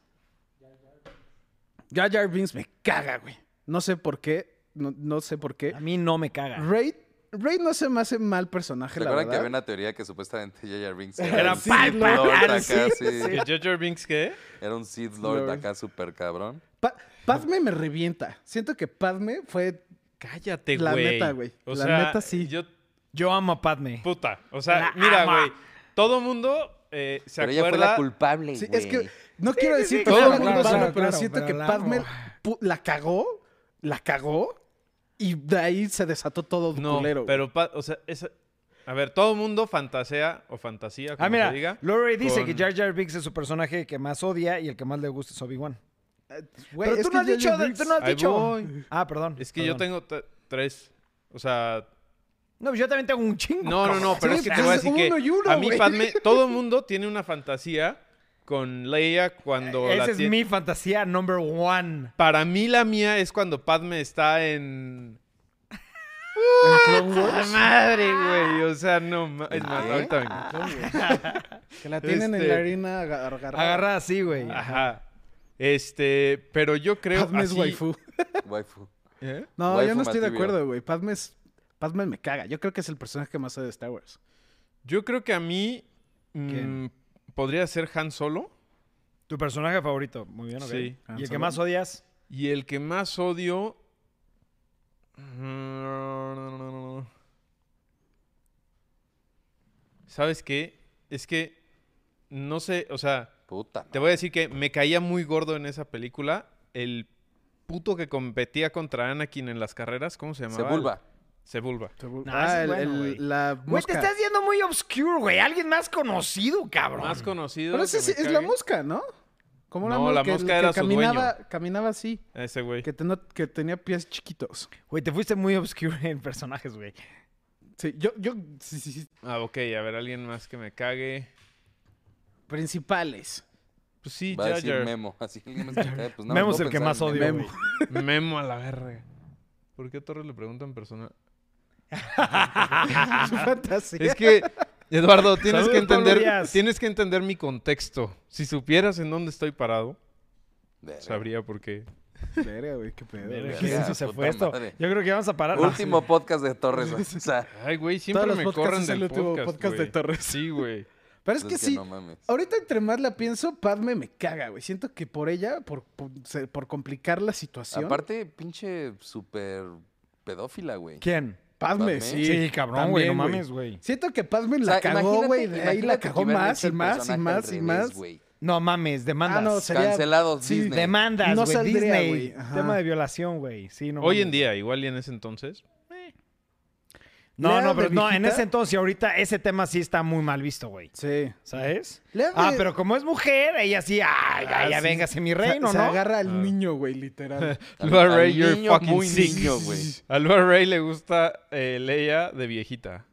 Speaker 3: Jar Jar Binks me caga, güey. No sé por qué, no, no sé por qué.
Speaker 1: A mí no me caga.
Speaker 3: Rey, Rey no se me hace mal personaje, la
Speaker 2: ¿Recuerdan que
Speaker 3: verdad.
Speaker 2: había una teoría que supuestamente J.J. Binks
Speaker 4: Era
Speaker 2: un
Speaker 4: sí,
Speaker 2: Sith
Speaker 4: ¿no?
Speaker 2: Lord
Speaker 1: Claro,
Speaker 2: acá,
Speaker 1: sí,
Speaker 2: sí.
Speaker 4: ¿Que Jar Jar Binks qué?
Speaker 2: Era un Sith Lord
Speaker 3: Lord.
Speaker 2: acá súper cabrón.
Speaker 3: Pa- Padme me revienta. Siento que Padme fue...
Speaker 4: Cállate, güey.
Speaker 3: La neta, güey.
Speaker 4: O
Speaker 3: La
Speaker 4: sea,
Speaker 3: neta, sí.
Speaker 4: Yo,
Speaker 1: Yo amo a Padme.
Speaker 4: puta. O sea,
Speaker 1: La
Speaker 4: mira,
Speaker 1: ama.
Speaker 4: güey. Todo mundo eh, se
Speaker 2: Pero ella fue
Speaker 4: acuerda.
Speaker 2: la culpable,
Speaker 3: Sí,
Speaker 2: güey.
Speaker 3: es que no quiero
Speaker 1: sí,
Speaker 3: decir
Speaker 1: sí,
Speaker 3: todo
Speaker 4: claro,
Speaker 3: el mundo
Speaker 4: claro,
Speaker 3: sano,
Speaker 1: claro,
Speaker 3: pero
Speaker 1: claro,
Speaker 3: siento
Speaker 1: pero
Speaker 3: que
Speaker 1: la
Speaker 3: Padme
Speaker 1: amo.
Speaker 3: pu- la cagó, la cagó y de ahí se desató todo
Speaker 4: no,
Speaker 3: culero. güey.
Speaker 4: pero, pa- o sea, esa- a ver, todo mundo fantasea o fantasía, como
Speaker 1: Ah,
Speaker 4: se
Speaker 1: mira,
Speaker 4: diga.
Speaker 1: Lori dice
Speaker 4: con-
Speaker 1: que Jar Jar Binks es su personaje que más odia y el que más le gusta es Obi-Wan.
Speaker 3: Güey,
Speaker 1: pero
Speaker 3: es
Speaker 1: tú
Speaker 3: que
Speaker 1: no has
Speaker 3: Jar
Speaker 1: dicho,
Speaker 3: Jar
Speaker 1: tú
Speaker 3: Binks-
Speaker 1: no has
Speaker 4: Ahí
Speaker 1: dicho.
Speaker 4: voy.
Speaker 1: Ah, perdón.
Speaker 4: Es que
Speaker 1: perdón.
Speaker 4: yo tengo t- tres. O sea,
Speaker 1: No, pues yo también tengo un chingo.
Speaker 4: no, no, no, pero
Speaker 3: Sí,
Speaker 4: es que te
Speaker 3: pues
Speaker 4: voy a
Speaker 3: es
Speaker 4: decir que
Speaker 3: uno y uno,
Speaker 4: a mí
Speaker 3: güey.
Speaker 4: Padme, todo mundo tiene una fantasía con Leia cuando la
Speaker 1: Esa es
Speaker 4: tie-
Speaker 1: mi fantasía number one.
Speaker 4: Para mí la mía es cuando Padme está en
Speaker 3: Clone Wars,
Speaker 4: ¡La madre, güey! O sea, no, ma- es más,
Speaker 2: ¿Eh?
Speaker 4: ahorita vengo.
Speaker 3: que la tienen en
Speaker 4: Este-
Speaker 3: la harina aga- agarrada.
Speaker 1: Agarra así, güey.
Speaker 4: Ajá. Este, pero yo creo
Speaker 3: Padme es
Speaker 4: así-
Speaker 3: waifu.
Speaker 2: Waifu.
Speaker 4: ¿Eh?
Speaker 3: No,
Speaker 2: Waifu
Speaker 3: yo no estoy de
Speaker 2: material.
Speaker 3: acuerdo, güey. Padme es- Padme me caga. Yo creo que es el personaje que más sabe de Star Wars.
Speaker 4: Yo creo que a mí mm,
Speaker 1: ¿Quién?
Speaker 4: podría ser Han Solo.
Speaker 1: Tu personaje favorito. Muy bien, ok.
Speaker 4: Sí.
Speaker 1: Y el que más odias.
Speaker 4: Y el que más odio... Mm, ¿Sabes qué? Es que no sé, o sea,
Speaker 2: Puta.
Speaker 4: te voy a decir que me caía muy gordo en esa película el puto que competía contra Anakin en las carreras, ¿cómo se llamaba?
Speaker 2: Se vulva.
Speaker 4: Sebulba.
Speaker 1: Ah, ese es bueno, güey.
Speaker 3: la
Speaker 1: Güey, te
Speaker 3: mosca.
Speaker 1: estás yendo muy obscure, güey. Alguien más conocido, cabrón.
Speaker 4: Más conocido.
Speaker 3: Pero
Speaker 4: que
Speaker 3: ese
Speaker 4: me
Speaker 3: sí es la
Speaker 4: cague.
Speaker 3: mosca, ¿no? Como
Speaker 4: No, la mosca era su
Speaker 3: caminaba, caminaba así,
Speaker 4: Ese güey.
Speaker 3: que, ten- que tenía pies chiquitos.
Speaker 1: Güey, te fuiste muy obscure en personajes, güey.
Speaker 3: Sí, yo, yo, sí, sí, sí.
Speaker 4: Ah, ok, a ver, alguien más que me cague.
Speaker 3: Principales.
Speaker 4: Pues sí,
Speaker 2: Va a
Speaker 4: Jar
Speaker 2: decir
Speaker 4: Jar.
Speaker 2: Memo. Así alguien más que cae, pues nada
Speaker 1: Memo
Speaker 2: más
Speaker 1: es el
Speaker 2: puedo
Speaker 1: que
Speaker 2: pensar
Speaker 1: más
Speaker 2: en
Speaker 1: odio,
Speaker 2: Memo.
Speaker 1: güey.
Speaker 4: Memo a la verga. ¿Por qué a Torres le preguntan personal?
Speaker 3: Su fantasía.
Speaker 4: Es que, Eduardo, tienes
Speaker 1: Saludos,
Speaker 4: que entender,
Speaker 1: Pablo Díaz.
Speaker 4: tienes que entender mi contexto. Si supieras en dónde estoy parado,
Speaker 2: Verga.
Speaker 4: sabría por qué.
Speaker 3: Verga, güey, qué pedo.
Speaker 1: Mira,
Speaker 3: güey.
Speaker 2: Verga,
Speaker 1: qué denso se
Speaker 2: puta
Speaker 1: fue esto.
Speaker 2: madre.
Speaker 1: Yo creo que vamos a parar.
Speaker 2: Último podcast de Torres. güey. O sea,
Speaker 4: Ay, güey, siempre
Speaker 3: los
Speaker 4: me
Speaker 3: podcasts
Speaker 4: corren
Speaker 3: es el
Speaker 4: del
Speaker 3: último
Speaker 4: podcast,
Speaker 3: podcast de
Speaker 4: güey.
Speaker 3: Torres.
Speaker 4: Sí, güey.
Speaker 3: Pero es que sí,
Speaker 2: Pues no mames.
Speaker 3: ahorita entre más la pienso, Padme me caga, güey. Siento que por ella, por, por, se- por complicar la situación.
Speaker 2: Aparte, pinche super pedófila, güey.
Speaker 1: ¿Quién?
Speaker 3: Padme,
Speaker 2: Padme.
Speaker 3: sí.
Speaker 1: Sí, cabrón, güey. No
Speaker 3: también,
Speaker 1: mames, güey.
Speaker 3: Siento que Padme la
Speaker 2: O sea,
Speaker 3: cagó,
Speaker 2: imagínate-
Speaker 3: güey. De ahí la
Speaker 2: imagínate que
Speaker 3: cagó
Speaker 2: hubieran
Speaker 3: más
Speaker 2: hecho
Speaker 3: y
Speaker 2: el
Speaker 3: más y
Speaker 2: personaje
Speaker 3: más
Speaker 2: al
Speaker 3: y
Speaker 2: revés,
Speaker 3: más.
Speaker 2: güey.
Speaker 1: No mames, demandas.
Speaker 3: Ah, no, sería-
Speaker 2: Cancelados
Speaker 3: sí,
Speaker 2: Disney.
Speaker 1: Demandas,
Speaker 3: No
Speaker 1: güey.
Speaker 3: saldría,
Speaker 1: Disney.
Speaker 3: güey, ajá.
Speaker 1: Tema de violación, güey. Sí, no.
Speaker 4: Hoy
Speaker 1: mames.
Speaker 4: en día, igual y en ese entonces.
Speaker 1: No,
Speaker 3: Lea
Speaker 1: no,
Speaker 3: de
Speaker 1: pero no, en
Speaker 3: viejita.
Speaker 1: ese entonces y ahorita ese tema sí está muy mal visto, güey.
Speaker 3: Sí.
Speaker 1: ¿Sabes?
Speaker 3: Lea
Speaker 1: Ah,
Speaker 3: de-
Speaker 1: pero como es mujer, ella sí, ay, ya,
Speaker 3: Ah,
Speaker 1: ya,
Speaker 3: sí.
Speaker 1: véngase mi
Speaker 3: se-
Speaker 1: reino,
Speaker 3: se
Speaker 1: ¿no?
Speaker 3: agarra al niño, güey, literal.
Speaker 2: Al-
Speaker 4: Luar
Speaker 2: al
Speaker 4: Ray, you're
Speaker 2: niño
Speaker 4: fucking
Speaker 2: muy
Speaker 4: sick.
Speaker 2: niño, güey.
Speaker 4: A Luar Ray le gusta eh, Leia de viejita.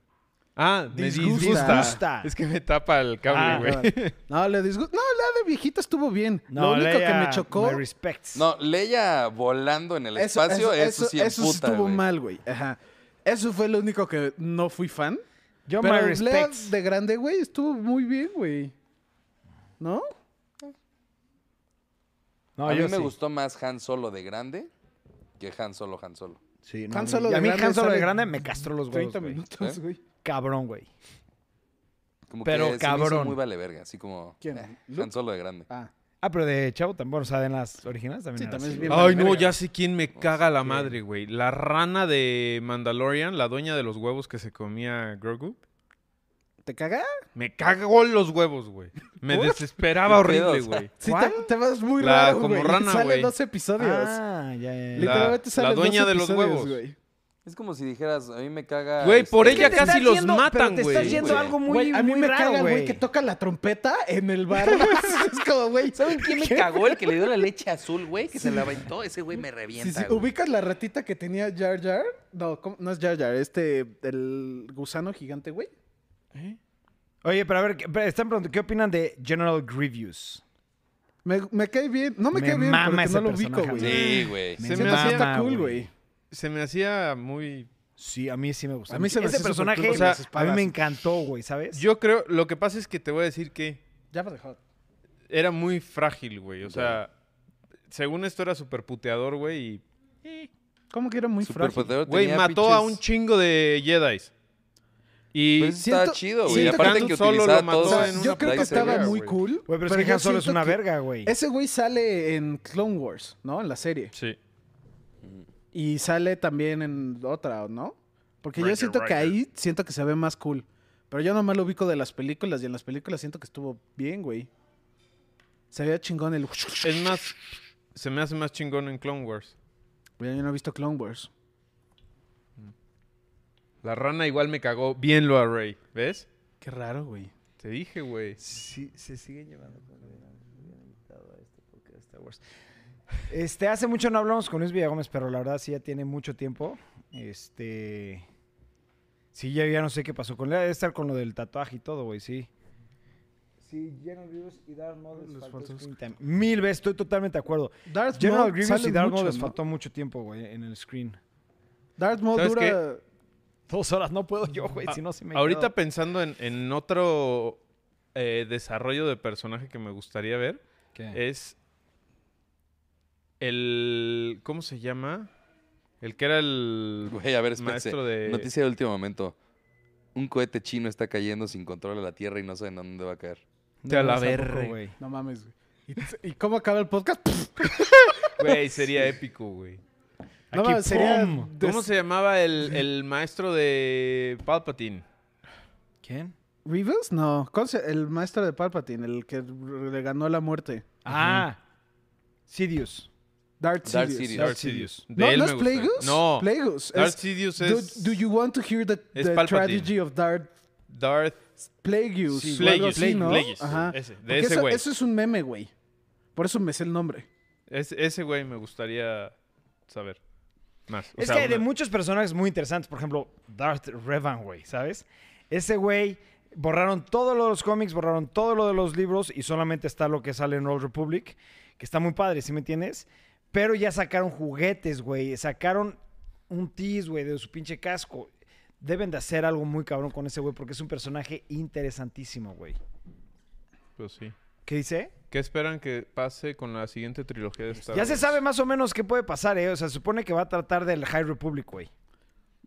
Speaker 4: Ah, me
Speaker 3: Disgusta.
Speaker 4: disgusta.
Speaker 1: Disgusta.
Speaker 4: Es que me tapa el
Speaker 1: Ah,
Speaker 4: cable, güey.
Speaker 3: no, le disgusta. No, la de viejita estuvo bien. Lo
Speaker 1: No,
Speaker 3: único que
Speaker 1: Leia,
Speaker 3: me chocó.
Speaker 1: my respects.
Speaker 2: No, Leia volando en el espacio, eso, sí
Speaker 3: eso sí
Speaker 2: emputa,
Speaker 3: estuvo
Speaker 2: güey.
Speaker 3: mal, güey. Ajá. Eso fue lo único que no fui fan.
Speaker 1: Yo my
Speaker 3: pero Lea
Speaker 1: respects.
Speaker 3: de grande, güey, estuvo muy bien, güey. ¿No?
Speaker 1: No,
Speaker 2: a mí
Speaker 1: yo
Speaker 2: me
Speaker 1: sí.
Speaker 2: gustó más Han Solo de grande que Han Solo, Han Solo.
Speaker 1: Sí,
Speaker 3: Han Solo
Speaker 1: y
Speaker 3: de
Speaker 1: a mí
Speaker 3: grande
Speaker 1: Han Solo de
Speaker 3: sale
Speaker 1: grande me castró los huevos,
Speaker 3: 30
Speaker 1: güey.
Speaker 3: minutos,
Speaker 2: ¿Eh?
Speaker 3: güey.
Speaker 1: Cabrón, güey.
Speaker 2: Como
Speaker 1: Pero
Speaker 2: que se me hizo
Speaker 1: cabrón.
Speaker 2: muy vale verga, así como
Speaker 3: ¿Quién?
Speaker 2: eh,
Speaker 3: ¿Luke?
Speaker 2: Han Solo de grande.
Speaker 3: Ah,
Speaker 1: Ah, pero de Chavo también, o sea, de en las originales también.
Speaker 3: Sí,
Speaker 1: era
Speaker 3: también
Speaker 1: así,
Speaker 3: es bien
Speaker 1: güey.
Speaker 4: Ay,
Speaker 3: vale
Speaker 4: no,
Speaker 3: verga.
Speaker 4: ya sé quién me caga la madre, güey. La rana de Mandalorian, la dueña de los huevos que se comía Grogu.
Speaker 3: ¿te caga?
Speaker 4: Me cagó los huevos, güey. Me desesperaba
Speaker 2: ¿Qué pedo?
Speaker 4: horrible,
Speaker 2: O sea,
Speaker 4: güey.
Speaker 3: Sí,
Speaker 1: ¿Cuál?
Speaker 3: te, te vas muy
Speaker 4: La-
Speaker 3: raro,
Speaker 4: como
Speaker 3: güey.
Speaker 4: rana,
Speaker 3: Sale
Speaker 4: güey.
Speaker 3: dos episodios.
Speaker 1: Ah, ya, ya, ya.
Speaker 4: La-
Speaker 3: Literalmente sale
Speaker 4: la
Speaker 3: dos
Speaker 4: dueña de los
Speaker 3: episodios,
Speaker 4: huevos.
Speaker 3: güey.
Speaker 2: Es como si dijeras, a mí me caga...
Speaker 4: Güey, por
Speaker 2: este,
Speaker 4: ella
Speaker 1: te
Speaker 4: casi
Speaker 1: estás
Speaker 4: los
Speaker 1: yendo-
Speaker 4: matan,
Speaker 1: pero Te
Speaker 4: güey.
Speaker 1: estás yendo
Speaker 2: Sí,
Speaker 1: a
Speaker 2: güey.
Speaker 1: algo muy,
Speaker 3: Güey, a mí
Speaker 1: muy
Speaker 3: me
Speaker 1: raro,
Speaker 3: caga, güey, que toca la trompeta en el bar. es como, güey.
Speaker 5: ¿Saben quién me cagó? El que le dio la leche azul, güey, que se la aventó. Ese güey me
Speaker 3: Si
Speaker 5: revienta.
Speaker 3: si
Speaker 5: güey.
Speaker 3: ubicas la ratita que tenía Jar Jar, no, ¿cómo? no es Jar Jar, este, el gusano gigante, güey.
Speaker 1: Oye, pero a ver, ¿qué- pero están preguntando, ¿qué opinan de General Grievous?
Speaker 3: Me, me cae bien, no me,
Speaker 1: Me
Speaker 3: cae bien
Speaker 1: mama
Speaker 3: porque
Speaker 1: ese
Speaker 3: no lo ubico,
Speaker 1: personaje,
Speaker 3: güey.
Speaker 2: Sí, güey.
Speaker 4: Se
Speaker 3: Se
Speaker 4: me
Speaker 3: me
Speaker 4: hacía-
Speaker 3: está
Speaker 1: mama,
Speaker 3: cool, güey.
Speaker 4: Se me hacía muy...
Speaker 1: Sí, a mí sí me gusta.
Speaker 3: A mí se me
Speaker 1: Ese
Speaker 3: hace
Speaker 1: personaje,
Speaker 3: supercool,
Speaker 1: o sea,
Speaker 3: las
Speaker 1: a mí
Speaker 3: espadas.
Speaker 1: me encantó, güey, ¿sabes?
Speaker 4: Yo creo... Lo que pasa es que te voy a decir que
Speaker 3: Ya me dejó.
Speaker 4: era muy frágil, güey. O sea, según esto era súper puteador, güey. y-
Speaker 3: ¿Cómo que era muy
Speaker 2: Super
Speaker 3: frágil?
Speaker 4: Güey, mató a un chingo de Jedi. Y...
Speaker 2: Pues está
Speaker 3: Siento-
Speaker 2: chido, güey.
Speaker 3: siento
Speaker 2: Aparte
Speaker 4: que
Speaker 2: que
Speaker 4: solo lo
Speaker 2: utilizaba
Speaker 4: mató
Speaker 2: todos
Speaker 3: O sea,
Speaker 4: en una
Speaker 3: yo creo que
Speaker 4: playa
Speaker 3: estaba
Speaker 4: severa,
Speaker 3: muy
Speaker 4: güey.
Speaker 3: cool.
Speaker 1: Güey, pero es que
Speaker 3: yo
Speaker 1: Han Solo es
Speaker 3: siento
Speaker 1: una
Speaker 3: que
Speaker 1: verga, güey.
Speaker 3: Ese güey sale en Clone Wars, ¿no? En la serie.
Speaker 4: Sí.
Speaker 3: Y sale también en otra, ¿no? Porque yo
Speaker 4: Ranger,
Speaker 3: siento que
Speaker 4: Ranger.
Speaker 3: ahí siento que se ve más cool. Pero yo nomás lo ubico de las películas y en las películas siento que estuvo bien, güey. Se veía chingón el...
Speaker 4: Es más... Se me hace más chingón en Clone Wars.
Speaker 3: Güey, Yo no he visto Clone Wars.
Speaker 4: La rana igual me cagó bien lo a Rey. ¿Ves?
Speaker 3: Qué raro, güey.
Speaker 4: Te dije, güey.
Speaker 1: Sí, se sigue llevando con Star Wars. Este, hace mucho no hablamos con Luis Villagómez, pero la verdad sí ya tiene mucho tiempo. Este. Sí, ya, ya no sé qué pasó con él. Debe estar con lo del tatuaje y todo, güey, sí. Sí, General Grievous y Darth Maul
Speaker 3: les faltó screen
Speaker 1: Mil veces, estoy totalmente de acuerdo.
Speaker 3: Darth
Speaker 1: General
Speaker 3: Maul
Speaker 1: Grievous
Speaker 3: sale
Speaker 1: y Darth
Speaker 3: mucho,
Speaker 1: Maul les
Speaker 3: ¿no?
Speaker 1: faltó mucho tiempo, güey, en el screen.
Speaker 3: Darth Maul
Speaker 4: ¿Sabes
Speaker 3: dura...
Speaker 1: Dos horas no puedo yo, güey,
Speaker 4: Ah,
Speaker 1: si no se me
Speaker 4: Ahorita
Speaker 1: quedo.
Speaker 4: pensando en, en otro eh, desarrollo de personaje que me gustaría ver
Speaker 1: ¿Qué?
Speaker 4: es el ¿cómo se llama? El que era el
Speaker 2: Güey, a ver, espérense.
Speaker 4: maestro de
Speaker 2: Noticia de último momento. Un cohete chino está cayendo sin control a la Tierra y no saben a dónde va a caer.
Speaker 4: te a la
Speaker 1: mames tampoco,
Speaker 4: verga.
Speaker 1: güey.
Speaker 3: No mames, güey. ¿Y, y cómo acaba el podcast?
Speaker 4: Güey, sería épico, güey.
Speaker 3: No
Speaker 1: Aquí,
Speaker 3: mames, sería...
Speaker 1: ¡pum!
Speaker 3: des-
Speaker 4: ¿Cómo se llamaba el, el maestro de Palpatine?
Speaker 1: ¿Quién?
Speaker 3: ¿Reeves? No. ¿Cómo se- El maestro de Palpatine, el que le ganó la muerte.
Speaker 1: Ah, Sidious.
Speaker 3: Darth Sidious.
Speaker 2: Darth Sidious.
Speaker 1: Darth
Speaker 4: Darth
Speaker 1: Sidious.
Speaker 4: Sidious.
Speaker 3: No,
Speaker 4: De él
Speaker 3: ¿no
Speaker 4: me
Speaker 3: es
Speaker 4: gustaría-
Speaker 3: Plagueis?
Speaker 4: No,
Speaker 3: Plagueis.
Speaker 4: Darth
Speaker 3: es-
Speaker 4: Sidious
Speaker 3: Do,
Speaker 4: es
Speaker 3: do you want to hear the,
Speaker 4: es
Speaker 3: the
Speaker 4: Palpatine.
Speaker 3: tragedy of Darth
Speaker 4: Darth
Speaker 3: Plagueis?
Speaker 1: Sí,
Speaker 3: o algo
Speaker 4: Plagueis,
Speaker 3: así, ¿no?
Speaker 4: Plagueis,
Speaker 3: Ajá.
Speaker 4: ese, de
Speaker 3: Porque
Speaker 4: ese
Speaker 3: eso,
Speaker 4: güey.
Speaker 3: eso es un meme, güey. Por eso me sé el nombre.
Speaker 4: Es- ese güey me gustaría saber. Más. O
Speaker 1: Es
Speaker 4: sea,
Speaker 1: que hay de
Speaker 4: una-
Speaker 1: muchos personajes muy interesantes. Por ejemplo, Darth Revan, güey, ¿sabes? Ese güey borraron todo lo de los cómics, borraron todo lo de los libros y solamente está lo que sale en Old Republic, que está muy padre, ¿sí me entiendes? Pero ya sacaron juguetes, güey. Sacaron un tease, güey, de su pinche casco. Deben de hacer algo muy cabrón con ese güey porque es un personaje interesantísimo, güey.
Speaker 4: Pues sí.
Speaker 1: ¿Qué dice?
Speaker 4: ¿Qué esperan que pase con la siguiente trilogía de Star
Speaker 1: Ya se
Speaker 4: Wars?
Speaker 1: sabe más o menos qué puede pasar, ¿eh? O sea, se supone que va a tratar del High Republic, güey.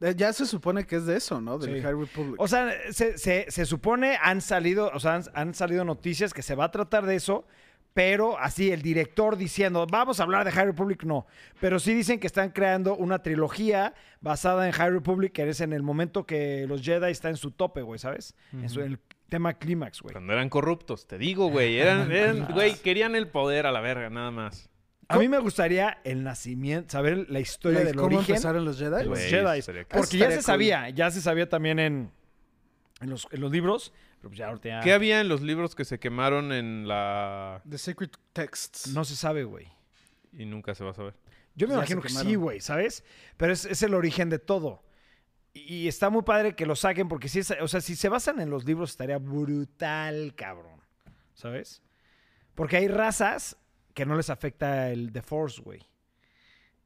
Speaker 3: Eh, Ya se supone que es de eso, ¿no? Del
Speaker 1: Sí.
Speaker 3: High Republic.
Speaker 1: O sea, se, se- se supone han salido, o sea, han, han salido noticias que se va a tratar de eso, pero así el director diciendo, vamos a hablar de High Republic, no. Pero sí dicen que están creando una trilogía basada en High Republic, que es en el momento que los Jedi están en su tope, güey, ¿sabes? En su- el tema clímax, güey.
Speaker 4: Cuando eran corruptos, te digo, güey. Eran, eran- güey, querían el poder a la verga, nada más.
Speaker 1: A mí me gustaría el nacimiento, saber la historia
Speaker 3: Like,
Speaker 1: del
Speaker 3: ¿Cómo
Speaker 1: origen
Speaker 3: empezaron los Jedi?
Speaker 1: de los
Speaker 4: Güey,
Speaker 1: Jedi.
Speaker 4: estaría cool.
Speaker 1: Porque ya
Speaker 3: Estaría
Speaker 1: se
Speaker 3: cool.
Speaker 1: sabía, ya se sabía también en, en los, en los libros, pero pues ya ahorita ya-
Speaker 4: ¿Qué había en los libros que se quemaron en la...
Speaker 3: The Secret Texts.
Speaker 1: no se sabe, güey.
Speaker 4: Y nunca se va a saber.
Speaker 1: Yo me
Speaker 3: Ya
Speaker 1: imagino que
Speaker 3: se quemaron.
Speaker 1: sí, güey, ¿sabes? Pero es, es el origen de todo. Y, y está muy padre que lo saquen porque si es, o sea, si se basan en los libros estaría brutal, cabrón. ¿Sabes? Porque hay razas que no les afecta el The Force, güey.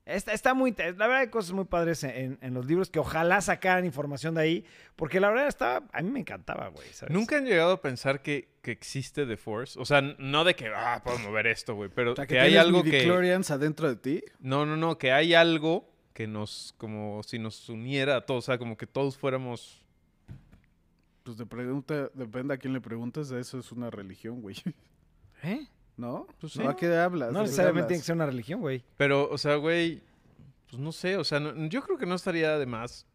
Speaker 1: Está, está muy... inter- La verdad hay cosas muy padres en, en- en los libros que ojalá sacaran información de ahí. Porque la verdad estaba... A mí me encantaba, güey. ¿sabes?
Speaker 4: ¿Nunca han llegado a pensar que, que existe The Force? O sea, n- no de que, ah, puedo mover esto, güey, pero
Speaker 3: O sea,
Speaker 4: que, hay algo
Speaker 3: que...
Speaker 4: que...
Speaker 3: tienes midichlorians adentro de ti.
Speaker 4: No, no, no, que hay algo que nos, como si nos uniera a todos, o sea, como que todos fuéramos...
Speaker 3: Pues de pregunta, depende a quién le preguntes, de eso es una religión, güey.
Speaker 1: ¿Eh?
Speaker 3: ¿No?
Speaker 4: Pues
Speaker 3: ¿No?
Speaker 4: sí.
Speaker 3: ¿A qué hablas?
Speaker 1: No
Speaker 3: ¿De qué
Speaker 1: necesariamente tiene que
Speaker 3: hablas?
Speaker 1: ser una religión, güey.
Speaker 4: Pero, o sea, güey, pues no sé, o sea, no- yo creo que no estaría de más.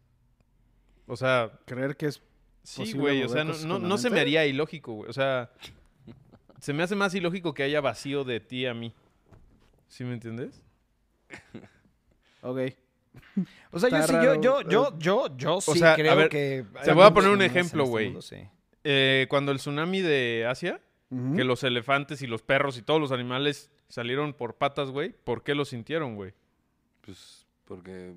Speaker 4: O sea,
Speaker 3: Creer que es...
Speaker 4: Sí,
Speaker 3: posible
Speaker 4: güey, o
Speaker 3: mover
Speaker 4: sea, no,
Speaker 3: cosas
Speaker 4: no-
Speaker 3: con la
Speaker 4: no se me
Speaker 3: mente.
Speaker 4: haría ilógico, güey. O sea, se me hace más ilógico que haya vacío de ti a mí. ¿Sí me entiendes?
Speaker 3: Ok.
Speaker 1: O sea, yo
Speaker 3: Está
Speaker 1: sí, yo,
Speaker 3: raro,
Speaker 1: yo,
Speaker 3: eh.
Speaker 1: yo, yo, yo sí
Speaker 4: sea, a
Speaker 1: creo
Speaker 4: ver,
Speaker 1: que...
Speaker 4: te
Speaker 1: hay
Speaker 4: voy a
Speaker 1: mundos
Speaker 4: poner un
Speaker 1: humanos en
Speaker 4: ejemplo,
Speaker 1: este
Speaker 4: güey.
Speaker 1: mundo, sí.
Speaker 4: Eh, cuando el tsunami de Asia, que los elefantes y los perros y todos los animales salieron por patas, güey, ¿por qué lo sintieron, güey?
Speaker 2: Pues porque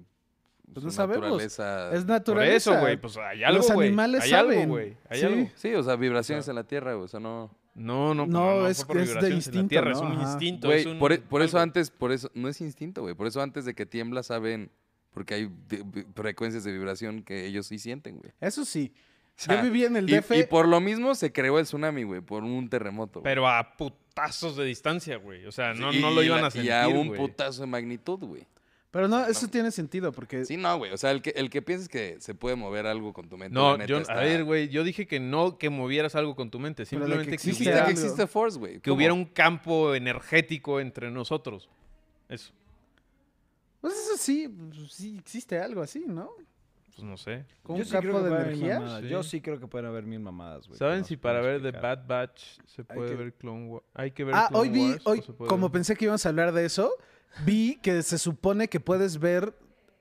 Speaker 3: Pues
Speaker 2: su
Speaker 3: no sabemos.
Speaker 2: naturaleza-
Speaker 3: Es
Speaker 4: Por
Speaker 3: natural.
Speaker 4: eso, güey, pues hay algo,
Speaker 3: Los
Speaker 4: güey.
Speaker 3: animales
Speaker 4: hay
Speaker 3: saben.
Speaker 4: algo, güey. Hay
Speaker 3: Sí.
Speaker 4: algo.
Speaker 2: Sí, o sea, vibraciones en la Tierra, güey. O sea, no.
Speaker 4: No,
Speaker 3: No,
Speaker 4: no, no, no,
Speaker 3: es-
Speaker 4: fue por
Speaker 3: es de
Speaker 4: vibraciones en la
Speaker 3: instinto,
Speaker 4: tierra,
Speaker 3: ¿no?
Speaker 4: es un
Speaker 3: Ajá.
Speaker 4: instinto,
Speaker 2: Güey,
Speaker 4: es un-
Speaker 2: por, e- por eso
Speaker 4: algo.
Speaker 2: antes, por eso, no es instinto, güey. Por eso antes de que tiembla saben, porque hay de- vi- frecuencias de vibración que ellos sí sienten, güey.
Speaker 3: Eso sí.
Speaker 2: O sea,
Speaker 3: Yo viví en el
Speaker 2: y-
Speaker 3: DF.
Speaker 2: Y, por lo mismo se creó el tsunami, güey, por un terremoto. güey.
Speaker 4: Pero a putazos de distancia, güey. O sea, no,
Speaker 2: Y-
Speaker 4: no lo
Speaker 2: y
Speaker 4: iban
Speaker 2: la-
Speaker 4: a sentir,
Speaker 2: Y a un
Speaker 4: güey.
Speaker 2: putazo de magnitud, güey.
Speaker 3: Pero no, eso tiene sentido porque...
Speaker 2: Sí, no, güey. O sea, el que, el que pienses que se puede mover algo con tu mente.
Speaker 4: No,
Speaker 2: la neta,
Speaker 4: yo, a
Speaker 2: está-
Speaker 4: ver, güey, yo dije que no que movieras algo con tu mente,
Speaker 3: Pero de que
Speaker 4: simplemente que,
Speaker 3: existe
Speaker 4: hubiera,
Speaker 2: Dijiste que
Speaker 3: algo.
Speaker 2: existe Force, güey.
Speaker 4: que
Speaker 2: ¿Cómo?
Speaker 4: hubiera un campo energético entre nosotros. Eso,
Speaker 3: Pues eso sí, pues sí existe algo así, ¿no?
Speaker 4: pues no sé.
Speaker 3: Como
Speaker 1: Yo
Speaker 3: un
Speaker 1: sí creo
Speaker 3: campo
Speaker 1: que
Speaker 3: de
Speaker 1: pueden haber
Speaker 3: energía.
Speaker 1: mil mamadas.
Speaker 4: Sí.
Speaker 1: Yo sí creo que pueden haber mil mamadas, güey. que
Speaker 4: ¿Saben
Speaker 1: no
Speaker 4: si
Speaker 1: se
Speaker 4: para
Speaker 1: pueden
Speaker 4: ver The
Speaker 1: explicar.
Speaker 4: Bad Batch se puede
Speaker 3: que-
Speaker 4: ver Clone Wars? Hay que ver
Speaker 3: Ah,
Speaker 4: Clone
Speaker 3: hoy vi,
Speaker 4: Wars, o
Speaker 3: hoy,
Speaker 4: se puede
Speaker 3: como
Speaker 4: ver-
Speaker 3: pensé que íbamos a hablar de eso, vi que se supone que puedes ver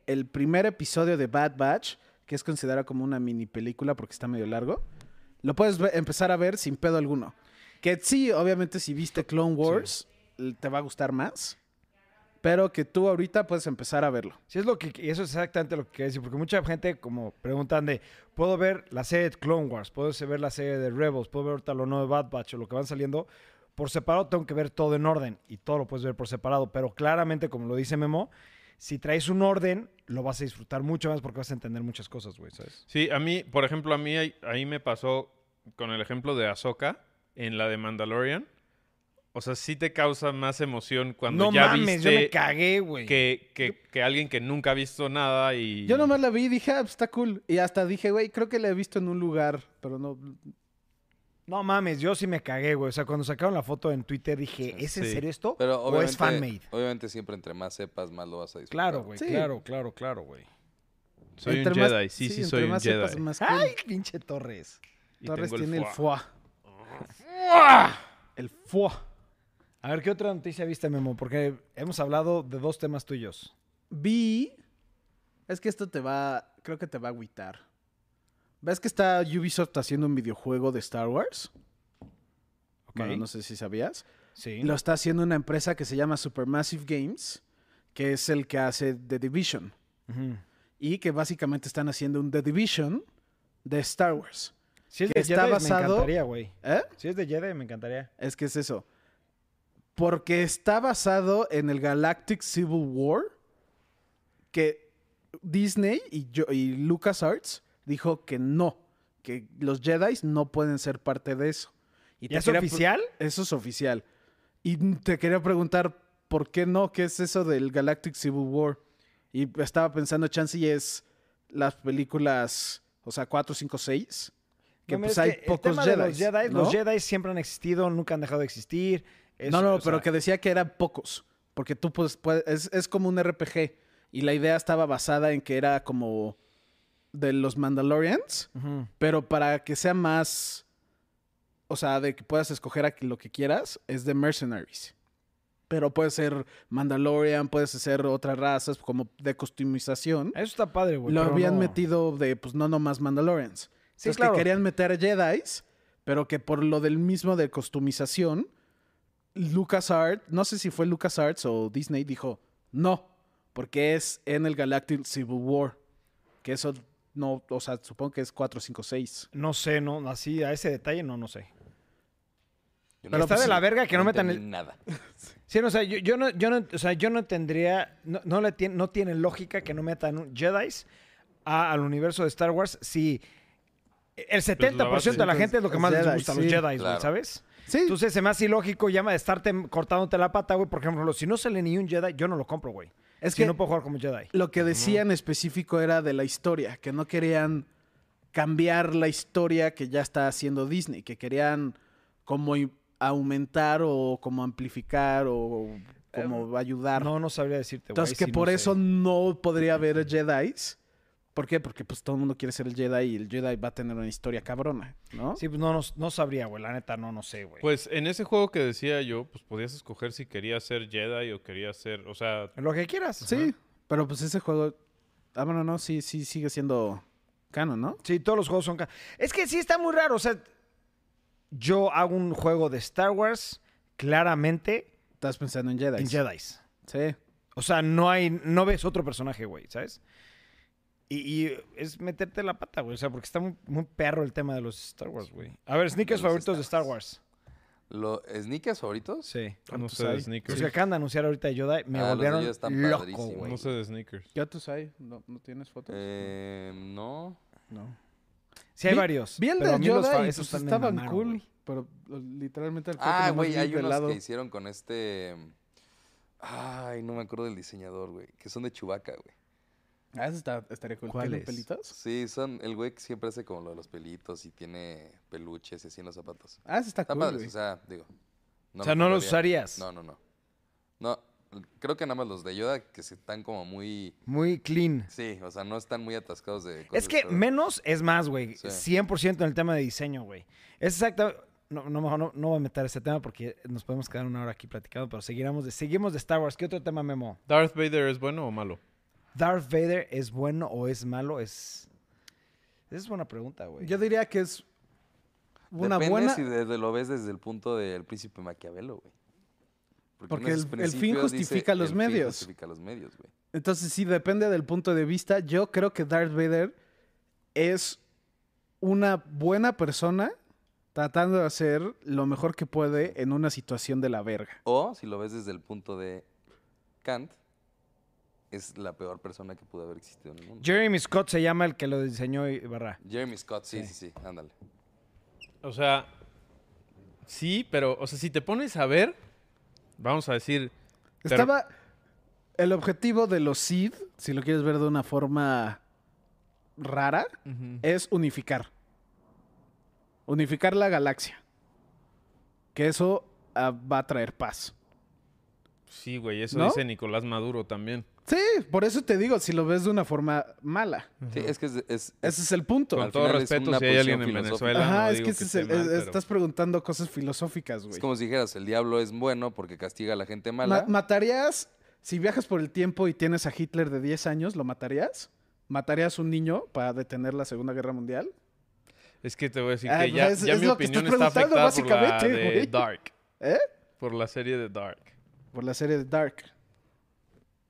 Speaker 3: el primer episodio de Bad Batch, que es considerado como una mini película porque está medio largo. Lo puedes ve- empezar a ver sin pedo alguno. Que sí, obviamente si viste Clone Wars, l- te va a gustar más. Pero que tú ahorita puedes empezar a verlo.
Speaker 1: Sí, es lo que, y eso es exactamente lo que quería decir, porque mucha gente como preguntan de, puedo ver la serie de Clone Wars, puedo se- ver la serie de Rebels, puedo ver ahorita lo nuevo de Bad Batch o lo que van saliendo. Por separado tengo que ver todo en orden y todo lo puedes ver por separado, pero claramente, como lo dice Memo, si traes un orden, lo vas a disfrutar mucho más porque vas a entender muchas cosas, güey, ¿sabes?
Speaker 4: Sí, a mí, por ejemplo, a mí ahí, ahí me pasó con el ejemplo de Ahsoka en la de Mandalorian. O sea, sí te causa más emoción cuando
Speaker 1: no
Speaker 4: ya
Speaker 1: mames, yo
Speaker 4: viste
Speaker 1: me cagué, güey.
Speaker 4: que, que, que alguien que nunca ha visto nada y...
Speaker 3: Yo nomás la vi y dije, ah, pues, está cool. Y hasta dije, güey, creo que la he visto en un lugar, pero no.
Speaker 1: No mames, yo sí me cagué, güey. O sea, cuando sacaron la foto en Twitter dije, ¿es en
Speaker 4: Sí.
Speaker 1: serio esto?
Speaker 2: Pero
Speaker 1: ¿O
Speaker 2: obviamente,
Speaker 1: es fan-made?
Speaker 2: obviamente siempre entre más sepas, más lo vas a disfrutar.
Speaker 1: Claro, güey,
Speaker 3: Sí.
Speaker 1: claro, claro, claro, güey.
Speaker 4: Soy
Speaker 3: entre
Speaker 4: un
Speaker 3: más-
Speaker 4: Jedi, sí, sí,
Speaker 3: entre
Speaker 4: soy un
Speaker 3: más sepas,
Speaker 4: Jedi.
Speaker 3: más cool.
Speaker 1: ¡Ay, pinche Torres!
Speaker 4: Y
Speaker 3: Torres
Speaker 4: tengo
Speaker 3: tiene el
Speaker 4: fuá.
Speaker 3: foie. El foie.
Speaker 1: A ver, ¿qué otra noticia viste, Memo? Porque hemos hablado de dos temas tuyos.
Speaker 3: Vi. Es que esto te va. Creo que te va a agüitar. ¿Ves que está Ubisoft haciendo un videojuego de Star Wars?
Speaker 1: ¿ok?
Speaker 3: Bueno, no sé si sabías.
Speaker 1: Sí.
Speaker 3: Lo está haciendo una empresa que se llama Supermassive Games, que es el que hace The Division.
Speaker 1: Ujú.
Speaker 3: y que básicamente están haciendo un The Division de Star Wars.
Speaker 1: Si es
Speaker 3: Que
Speaker 1: de
Speaker 3: está
Speaker 1: Jedi, me
Speaker 3: basado-
Speaker 1: encantaría, güey.
Speaker 3: ¿Eh?
Speaker 1: Si es de Jedi, me encantaría.
Speaker 3: Es que es eso. Porque está basado en el Galactic Civil War que Disney y, yo, y LucasArts dijo que no, que los Jedi no pueden ser parte de eso. Y
Speaker 1: ¿Ya
Speaker 3: te
Speaker 1: es
Speaker 3: quería pre-
Speaker 1: oficial?
Speaker 3: Eso es oficial. Y te quería preguntar, ¿por qué no? ¿Qué es eso del Galactic Civil War? Y estaba pensando, chance y es las películas, o sea, 4, 5, 6. Que
Speaker 1: No,
Speaker 3: pues
Speaker 1: es
Speaker 3: hay
Speaker 1: que el
Speaker 3: pocos
Speaker 1: tema
Speaker 3: Jedi.
Speaker 1: de los Jedi.
Speaker 3: ¿no?
Speaker 1: Los Jedi siempre han existido, nunca han dejado de existir. Eso,
Speaker 3: no, no,
Speaker 1: o
Speaker 3: pero
Speaker 1: sea,
Speaker 3: que decía que eran pocos. Porque tú pues, puedes- es, es como un RPG. Y la idea estaba basada en que era como de los Mandalorians,
Speaker 1: ujú.
Speaker 3: pero para que sea más, o sea, de que puedas escoger a lo que quieras, es de Mercenaries. Pero puede ser Mandalorian, puedes ser otras razas, como de customización.
Speaker 1: Eso está padre, Eh, güey.
Speaker 3: Lo
Speaker 1: pero
Speaker 3: habían
Speaker 1: no.
Speaker 3: metido de, pues no nomás Mandalorians.
Speaker 1: Sí,
Speaker 3: Entonces
Speaker 1: claro.
Speaker 3: que querían meter Jedis, pero que por lo del mismo de costumización, LucasArts, no sé si fue LucasArts o Disney, dijo, no, porque es en el Galactic Civil War. Que eso no, o sea, supongo que es 4, 5, 6.
Speaker 1: No sé, no, así a ese detalle no, no sé.
Speaker 2: Yo
Speaker 1: Pero está de
Speaker 2: entendí-
Speaker 1: la verga que no metan
Speaker 2: entendí
Speaker 1: el-
Speaker 2: Nada.
Speaker 1: Sí, no, o sea, yo, yo no, yo no, o sea, yo no tendría, no, no le tiene, no tiene lógica que no metan un Jedi's a- al universo de Star Wars si el 70% de la
Speaker 3: base.
Speaker 1: gente es lo que más les
Speaker 3: Jedi,
Speaker 1: gusta,
Speaker 3: sí.
Speaker 1: los Jedi,
Speaker 2: Claro.
Speaker 1: ¿sabes?
Speaker 3: Sí,
Speaker 1: Entonces se me hace ilógico llama de estarte cortándote la pata, güey. Por ejemplo, si no sale ni un Jedi, yo no lo compro, güey.
Speaker 3: es
Speaker 1: si
Speaker 3: que
Speaker 1: no puedo jugar como Jedi.
Speaker 3: lo que decía en específico era de la historia, que no querían cambiar la historia que ya está haciendo Disney, que querían como i- aumentar o como amplificar o como ayudar.
Speaker 1: Eh, No, no sabría decirte, güey.
Speaker 3: Entonces
Speaker 1: ahí
Speaker 3: que
Speaker 1: sí no
Speaker 3: por
Speaker 1: sé.
Speaker 3: eso no podría haber Jedis. ¿Por qué? Porque pues todo el mundo quiere ser el Jedi y el Jedi va a tener una historia cabrona, ¿no?
Speaker 1: Sí, pues no, no, no sabría, güey. La neta, no, no sé, güey.
Speaker 4: Pues en ese juego que decía yo, pues podías escoger si querías ser Jedi o querías ser, o sea,
Speaker 1: lo que quieras.
Speaker 3: Sí, pero pues ese juego... Ah, bueno, no, sí, sí, sigue siendo canon, ¿no?
Speaker 1: Sí, todos los juegos son... ca- Es que sí está muy raro, o sea... Yo hago un juego de Star Wars claramente
Speaker 3: Estás pensando en Jedi.
Speaker 1: en Jedi's.
Speaker 3: Sí.
Speaker 1: O sea, no hay... No ves otro personaje, güey, ¿sabes? Y, y es meterte la pata, güey. O sea, porque está muy, muy perro el tema de los Star Wars, güey. A ver, sneakers
Speaker 2: De los
Speaker 1: favoritos de
Speaker 2: Star
Speaker 1: Star Wars.
Speaker 2: ¿Los sneakers favoritos?
Speaker 1: Sí.
Speaker 4: no
Speaker 3: Pues
Speaker 4: sé
Speaker 3: ahí.
Speaker 4: de
Speaker 1: Los que
Speaker 4: sneakers.
Speaker 1: acaban de anunciar ahorita de Yoda me
Speaker 2: Ah, los de
Speaker 1: volvieron
Speaker 2: Yoda están
Speaker 1: loco,
Speaker 2: padrísimos.
Speaker 1: güey.
Speaker 4: No sé de sneakers.
Speaker 3: ¿Ya tú sabes? ¿No, no tienes fotos?
Speaker 2: Eh, no.
Speaker 3: no.
Speaker 1: Sí, hay
Speaker 3: Vi-
Speaker 1: varios.
Speaker 3: Vi el
Speaker 1: pero a
Speaker 3: de
Speaker 1: mí los
Speaker 3: Yoda
Speaker 1: fa-
Speaker 3: y
Speaker 1: esos también
Speaker 3: pues
Speaker 1: me
Speaker 3: estaban
Speaker 1: mamaron,
Speaker 3: cool.
Speaker 1: güey.
Speaker 3: Pero lo- literalmente... al creo que
Speaker 2: Ah,
Speaker 3: nomás
Speaker 2: güey,
Speaker 3: vi
Speaker 2: hay
Speaker 3: de
Speaker 2: unos
Speaker 3: lado.
Speaker 2: que hicieron con este... Ay, no me acuerdo del diseñador, güey. Que son de Chewbacca, güey.
Speaker 3: Ah, eso está- estaría cool.
Speaker 1: ¿Cuál
Speaker 3: ¿Tienen
Speaker 1: es?
Speaker 3: pelitos?
Speaker 2: Sí, son... El güey que siempre hace como lo de los pelitos y tiene peluches y así en los zapatos.
Speaker 3: Ah, eso está
Speaker 2: Está
Speaker 3: cool,
Speaker 2: padres,
Speaker 3: güey.
Speaker 2: o sea, digo.
Speaker 1: O sea, ¿no los
Speaker 2: compraría.
Speaker 1: usarías?
Speaker 2: No, no, no. No, creo que nada más los de Yoda que se están como muy...
Speaker 1: Muy clean.
Speaker 2: Sí, o sea, no están muy atascados de cosas
Speaker 1: Es que
Speaker 2: Star Wars.
Speaker 1: menos es más, güey.
Speaker 2: Sí.
Speaker 1: 100% en el tema de diseño, güey. Es exacto. No, no, mejor no, no voy a meter ese tema porque nos podemos quedar una hora aquí platicando, pero seguiremos de, seguimos de Star Wars. ¿Qué otro tema, Memo?
Speaker 4: ¿Darth Vader es bueno o malo?
Speaker 1: ¿Darth Vader es bueno o es malo? Es. Esa es buena pregunta, güey.
Speaker 3: Yo diría que es una
Speaker 2: Depende
Speaker 3: buena...
Speaker 2: si desde- lo ves desde el punto del príncipe Maquiavelo, güey.
Speaker 3: Porque
Speaker 2: en
Speaker 3: el-
Speaker 2: esos
Speaker 3: el fin
Speaker 2: principios
Speaker 3: justifica los
Speaker 2: "El fin
Speaker 3: medios".
Speaker 2: justifica los medios, güey.
Speaker 3: Entonces, sí, depende del punto de vista. Yo creo que Darth Vader es una buena persona tratando de hacer lo mejor que puede en una situación de la verga.
Speaker 2: O si lo ves desde el punto de Kant, es la peor persona que pudo haber existido en el mundo.
Speaker 1: Jeremy Scott se llama el que lo diseñó y barra.
Speaker 2: Jeremy Scott, sí,
Speaker 1: Sí.
Speaker 2: sí, sí, ándale.
Speaker 4: O sea, sí, pero, o sea, si te pones a ver, vamos a decir, Pero-
Speaker 3: Estaba... El objetivo de los Sith, si lo quieres ver de una forma rara, es unificar. Unificar la galaxia. Que eso ah, va a traer paz.
Speaker 4: sí, güey, eso
Speaker 3: ¿No?
Speaker 4: dice Nicolás Maduro también.
Speaker 3: Sí, por eso te digo, si lo ves de una forma mala.
Speaker 2: Sí, es que es... es- es-
Speaker 3: Ese es el punto.
Speaker 4: Con
Speaker 2: al
Speaker 4: todo
Speaker 2: final es
Speaker 4: respeto,
Speaker 2: una
Speaker 4: si hay
Speaker 2: posición
Speaker 4: alguien en
Speaker 2: filosófica.
Speaker 4: Venezuela,
Speaker 3: Ajá,
Speaker 4: no
Speaker 3: es
Speaker 4: digo
Speaker 3: que, ese es
Speaker 4: esté
Speaker 3: el-
Speaker 4: mal,
Speaker 3: es-
Speaker 4: pero-
Speaker 3: estás preguntando cosas filosóficas,
Speaker 2: es
Speaker 3: güey.
Speaker 2: como si dijeras, el diablo es bueno porque castiga a la gente
Speaker 3: Ma-
Speaker 2: mala.
Speaker 3: ¿Matarías, si viajas por el tiempo y tienes a Hitler de 10 años, lo matarías? ¿Matarías un niño para detener la Segunda Guerra Mundial?
Speaker 4: Es que te voy a decir
Speaker 3: Ah,
Speaker 4: que
Speaker 3: pues
Speaker 4: ya,
Speaker 3: es-
Speaker 4: ya
Speaker 3: es
Speaker 4: mi
Speaker 3: lo que estás
Speaker 4: opinión está afectada
Speaker 3: preguntando,
Speaker 4: por la
Speaker 3: básicamente,
Speaker 4: de
Speaker 3: güey.
Speaker 4: Dark.
Speaker 3: ¿Eh?
Speaker 4: Por la serie de Dark.
Speaker 3: Por la serie de Dark.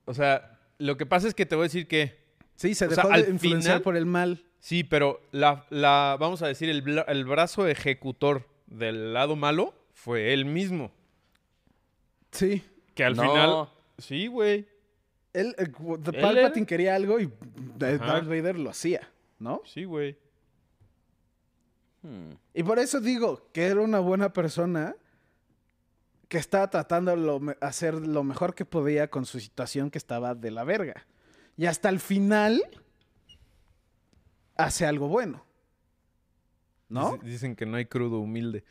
Speaker 4: O sea, lo que pasa es que te voy a decir que
Speaker 3: Sí, se
Speaker 4: O sea,
Speaker 3: dejó
Speaker 4: al
Speaker 3: de influenciar
Speaker 4: final-
Speaker 3: por el mal.
Speaker 4: Sí, pero la, la- vamos a decir, el, bla- el brazo ejecutor del lado malo fue él mismo.
Speaker 3: Sí.
Speaker 4: Que al
Speaker 2: No.
Speaker 4: final. Sí, güey.
Speaker 3: Él, eh, gu-
Speaker 4: Él era-
Speaker 3: Palpatine quería algo y eh,
Speaker 4: Ajá.
Speaker 3: Darth Vader lo hacía, ¿no?
Speaker 4: Sí, güey.
Speaker 2: Hmm.
Speaker 3: Y por eso digo que era una buena persona que estaba tratando lo me- hacer lo mejor que podía con su situación que estaba de la verga. Y hasta el final hace algo bueno. ¿No?
Speaker 4: Dice- Dicen que no hay crudo humilde.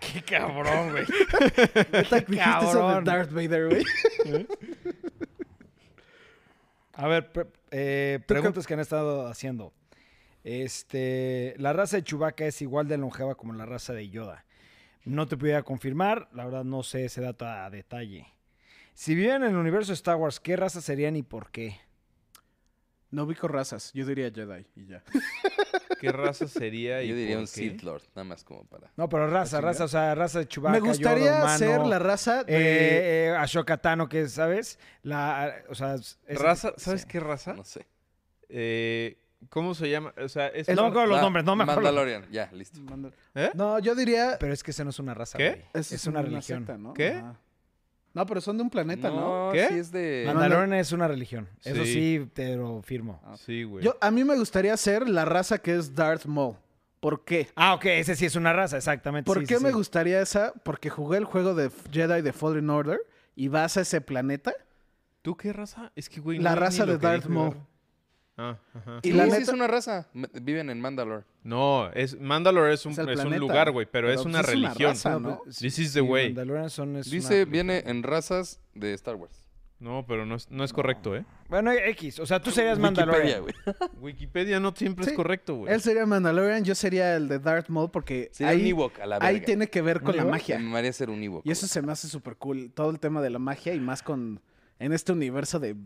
Speaker 4: Qué cabrón, güey.
Speaker 3: ¿Qué dijiste eso de
Speaker 1: cabrón.
Speaker 3: Darth Vader, güey?
Speaker 1: A ver, pre- eh, preguntas que han estado haciendo. Este, la raza de Chewbacca es igual de longeva como la raza de Yoda. No te pudiera confirmar, la verdad no sé ese dato a detalle. Si vivieran en el universo de Star Wars, ¿qué raza serían y por qué?
Speaker 3: No ubico razas, yo diría Jedi y ya.
Speaker 4: ¿Qué raza sería? y
Speaker 2: Yo diría
Speaker 4: por
Speaker 2: un
Speaker 4: qué?
Speaker 2: Sith Lord, nada más como para.
Speaker 1: No, pero raza,
Speaker 3: ¿La
Speaker 1: raza, o sea, raza de Chewbacca.
Speaker 3: Me gustaría
Speaker 1: Yoda,
Speaker 3: ser
Speaker 1: humano,
Speaker 3: la raza de...
Speaker 1: eh, eh, Ashoka Tano, que es, ¿sabes? La, o sea, es- ese
Speaker 4: ¿Raza?
Speaker 1: tipo-
Speaker 4: ¿Sabes
Speaker 1: sí.
Speaker 4: qué raza?
Speaker 2: No sé.
Speaker 4: Eh, ¿Cómo se llama? O sea, es.
Speaker 1: No me acuerdo los
Speaker 2: Ma-
Speaker 1: nombres, no me acuerdo.
Speaker 2: Mandalorian, ya, listo.
Speaker 4: ¿Eh?
Speaker 3: No, yo diría...
Speaker 1: Pero es que ese no es una raza.
Speaker 4: ¿Qué?
Speaker 1: güey.
Speaker 3: Eso
Speaker 1: Es una religión.
Speaker 3: secta, ¿no?
Speaker 4: ¿Qué?
Speaker 3: Ajá. No, pero son de un planeta, ¿no?
Speaker 2: No,
Speaker 4: ¿Qué?
Speaker 2: sí es de.
Speaker 3: Mandal-
Speaker 1: Mandalorian es una religión. Eso
Speaker 4: Sí.
Speaker 1: sí te lo firmo.
Speaker 2: Ah.
Speaker 4: Sí, güey.
Speaker 3: Yo, a mí me gustaría ser la raza que es Darth Maul. ¿Por qué?
Speaker 1: Ah, ok, ese sí es una raza, exactamente.
Speaker 3: ¿Por
Speaker 1: sí,
Speaker 3: qué
Speaker 1: sí,
Speaker 3: me
Speaker 1: sí.
Speaker 3: gustaría esa? Porque jugué el juego de Jedi de Fallen Order y vas a ese planeta.
Speaker 4: ¿Tú qué raza? Es que, güey.
Speaker 3: la
Speaker 4: no vi ni
Speaker 3: raza
Speaker 4: lo
Speaker 3: de
Speaker 4: que
Speaker 3: Darth
Speaker 4: dije,
Speaker 3: Maul.
Speaker 4: güey. Ah, ajá.
Speaker 3: Y
Speaker 2: Sí,
Speaker 3: la
Speaker 2: sí
Speaker 3: neta,
Speaker 2: es una raza. M- Viven en Mandalore.
Speaker 4: No, es, Mandalore es un,
Speaker 3: Es el
Speaker 4: es un
Speaker 3: planeta.
Speaker 4: lugar, güey, pero, es
Speaker 3: pues
Speaker 4: una religión.
Speaker 3: raza, ¿no?
Speaker 4: This is
Speaker 1: Sí,
Speaker 4: the way.
Speaker 1: Mandalorian son- es una
Speaker 2: Dice,
Speaker 1: religión.
Speaker 2: viene en razas de Star Wars.
Speaker 4: No, pero no es, no es correcto, ¿eh?
Speaker 1: Bueno, X, o sea, tú serías
Speaker 2: Wikipedia,
Speaker 1: Mandalorian.
Speaker 2: güey.
Speaker 4: Wikipedia no siempre
Speaker 3: Sí.
Speaker 4: es correcto, güey.
Speaker 3: Él sería Mandalorian, yo sería el de Darth Maul porque
Speaker 2: Sería un
Speaker 3: ahí,
Speaker 2: Ewok a la verga.
Speaker 3: ahí tiene que ver con la
Speaker 1: Ewok?
Speaker 2: Me
Speaker 3: magia.
Speaker 2: marea ser un Ewok.
Speaker 3: Y eso se me hace súper cool. Todo el tema de la magia y más con... En este universo de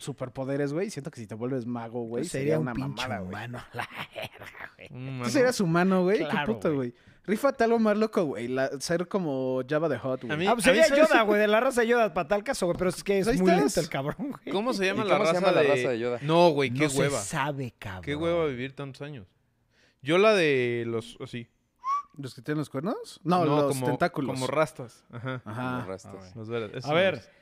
Speaker 3: superpoderes, güey. Siento que si te vuelves mago, güey,
Speaker 1: sería un
Speaker 3: una
Speaker 1: pinche
Speaker 3: mamada, güey.
Speaker 1: humano. La verga, güey.
Speaker 4: Un humano.
Speaker 3: Tú serías humano, güey.
Speaker 1: Claro,
Speaker 3: Qué puto,
Speaker 1: güey.
Speaker 3: güey. Rífate algo más loco, güey. La- Ser como Java de Hot,
Speaker 4: A
Speaker 3: güey.
Speaker 4: mí-
Speaker 1: Ah, pues
Speaker 4: a mí
Speaker 1: sería
Speaker 4: sabes-
Speaker 1: Yoda, güey, de la raza de Yoda, para tal caso, güey, pero es que es
Speaker 3: Ahí
Speaker 1: muy
Speaker 3: estás.
Speaker 1: lento el cabrón, güey.
Speaker 4: ¿Cómo se llama
Speaker 2: ¿Y
Speaker 4: la
Speaker 2: cómo se
Speaker 4: raza
Speaker 2: llama la
Speaker 4: de...
Speaker 2: raza de Yoda?
Speaker 4: No, güey, qué
Speaker 1: no
Speaker 4: hueva.
Speaker 1: se sabe, cabrón.
Speaker 4: Qué hueva vivir tantos años. Yo la de los... Así.
Speaker 3: ¿Los que tienen los cuernos? No, los tentáculos.
Speaker 4: Como rastas. Ajá.
Speaker 2: Como
Speaker 3: Ajá.
Speaker 2: rastas.
Speaker 4: Los verdes. Esos
Speaker 1: Ah, A ver,
Speaker 4: son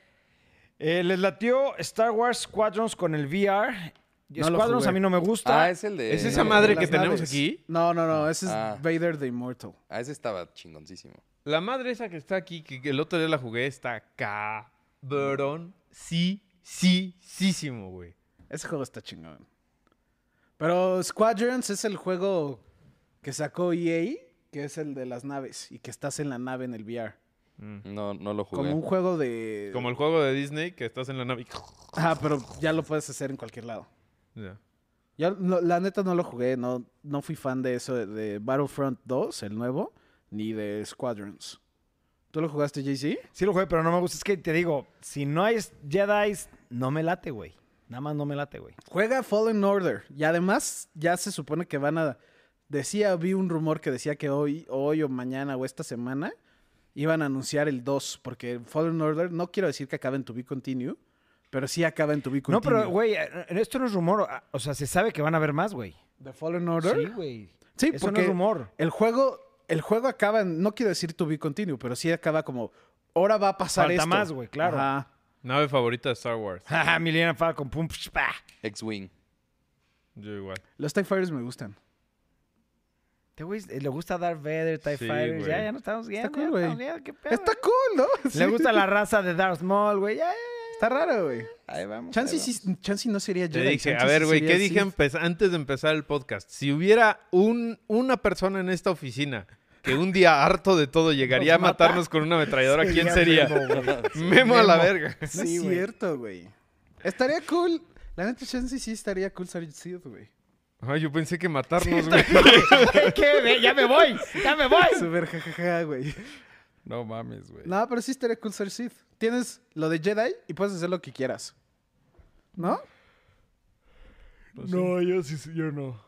Speaker 1: eh, les latió Star Wars Squadrons con el VR.
Speaker 3: No lo
Speaker 1: Squadrons
Speaker 3: jugué.
Speaker 1: a mí no me gusta.
Speaker 2: Ah, es el de.
Speaker 4: ¿Es esa
Speaker 3: Eh,
Speaker 4: madre
Speaker 3: las
Speaker 4: que tenemos
Speaker 3: naves.
Speaker 4: aquí?
Speaker 3: No, no, no. Ese es
Speaker 2: Ah.
Speaker 3: Vader the Immortal.
Speaker 2: Ah, ese estaba chingoncísimo.
Speaker 4: los- La madre esa que está aquí, que que el otro día la jugué, está cabrón. Sí, sí, sísimo, güey.
Speaker 3: Ese juego está chingón. Pero Squadrons es el juego que sacó EA, que es el de las naves y que estás en la nave en el VR.
Speaker 4: Mm.
Speaker 2: No, no lo jugué.
Speaker 3: Como un juego de...
Speaker 4: Como el juego de Disney que estás en la nave.
Speaker 3: Ah, pero ya lo puedes hacer en cualquier lado.
Speaker 4: y- Ya.
Speaker 3: Yo, no- la neta no lo jugué, no, no fui fan de eso, de, de Battlefront 2, el nuevo, ni de Squadrons. ¿Tú lo jugaste, JC?
Speaker 1: Sí lo jugué, pero no me gusta. Es que te digo, si no hay Jedi, no me late, güey. Nada más no me late, güey.
Speaker 3: Juega Fallen Order. Y además, ya se supone que van a. Decía, vi un rumor que decía que hoy, hoy o mañana o esta semana iban a anunciar el 2. Porque Fallen Order, no quiero decir que acabe en To Be Continue, pero sí acaba en To Be
Speaker 1: No,
Speaker 3: Continue.
Speaker 1: pero, güey, eh, esto no es rumor. ah, O sea, se sabe que van a haber más, güey.
Speaker 3: ¿De Fallen Order?
Speaker 1: Sí, güey.
Speaker 3: Sí,
Speaker 1: Eso
Speaker 3: porque
Speaker 1: no es rumor.
Speaker 3: el juego. El juego acaba, en- no quiero decir to be continue, pero sí acaba como, ahora va a pasar
Speaker 1: Falta
Speaker 3: esto.
Speaker 1: más, güey, claro.
Speaker 3: Ajá.
Speaker 4: Nave favorita de Star Wars.
Speaker 1: Jaja, Milena Falcon, pum, psh, pa.
Speaker 2: X-Wing.
Speaker 4: Yo igual.
Speaker 3: Los TIE Fighters me gustan.
Speaker 1: Este güey eh, le gusta Darth Vader, TIE
Speaker 4: Sí,
Speaker 1: Fighters. Ya,
Speaker 4: güey.
Speaker 1: ya no estamos viendo.
Speaker 3: cool,
Speaker 1: ya no
Speaker 3: güey.
Speaker 1: estamos viendo, qué pedo,
Speaker 3: Está
Speaker 1: güey.
Speaker 3: cool, ¿no? Sí.
Speaker 1: Le gusta la raza de Darth Maul, güey. Ya, ya, ya.
Speaker 3: Está raro, güey.
Speaker 2: Ahí vamos.
Speaker 3: Chansey,
Speaker 2: ahí vamos.
Speaker 3: sí- Chansey no sería
Speaker 4: Te
Speaker 3: Jedi.
Speaker 4: dije, a
Speaker 3: Chansey
Speaker 4: ver,
Speaker 3: sí
Speaker 4: güey,
Speaker 3: sería
Speaker 4: ¿qué dije
Speaker 3: Sith.
Speaker 4: empe- antes de empezar el podcast? Si hubiera un, una persona en esta oficina que un día harto de todo llegaría a
Speaker 1: Nos mata.
Speaker 4: matarnos con una ametralladora, ¿quién
Speaker 1: Sería
Speaker 4: sería?
Speaker 1: Memo, güey.
Speaker 4: Memo a la
Speaker 1: Memo.
Speaker 4: verga.
Speaker 3: No es cierto, güey. Estaría cool. La neta, Chansey sí estaría cool ser Sith, güey.
Speaker 4: Ay, yo pensé que matarnos, güey.
Speaker 1: ¿Qué, qué? Ve, Ya me voy. Ya me voy.
Speaker 3: Súper jajaja, güey.
Speaker 4: No mames, güey.
Speaker 3: No, pero sí estaría cool ser Sith. Tienes lo de Jedi y puedes hacer lo que quieras. ¿No?
Speaker 1: No, yo sí, yo no.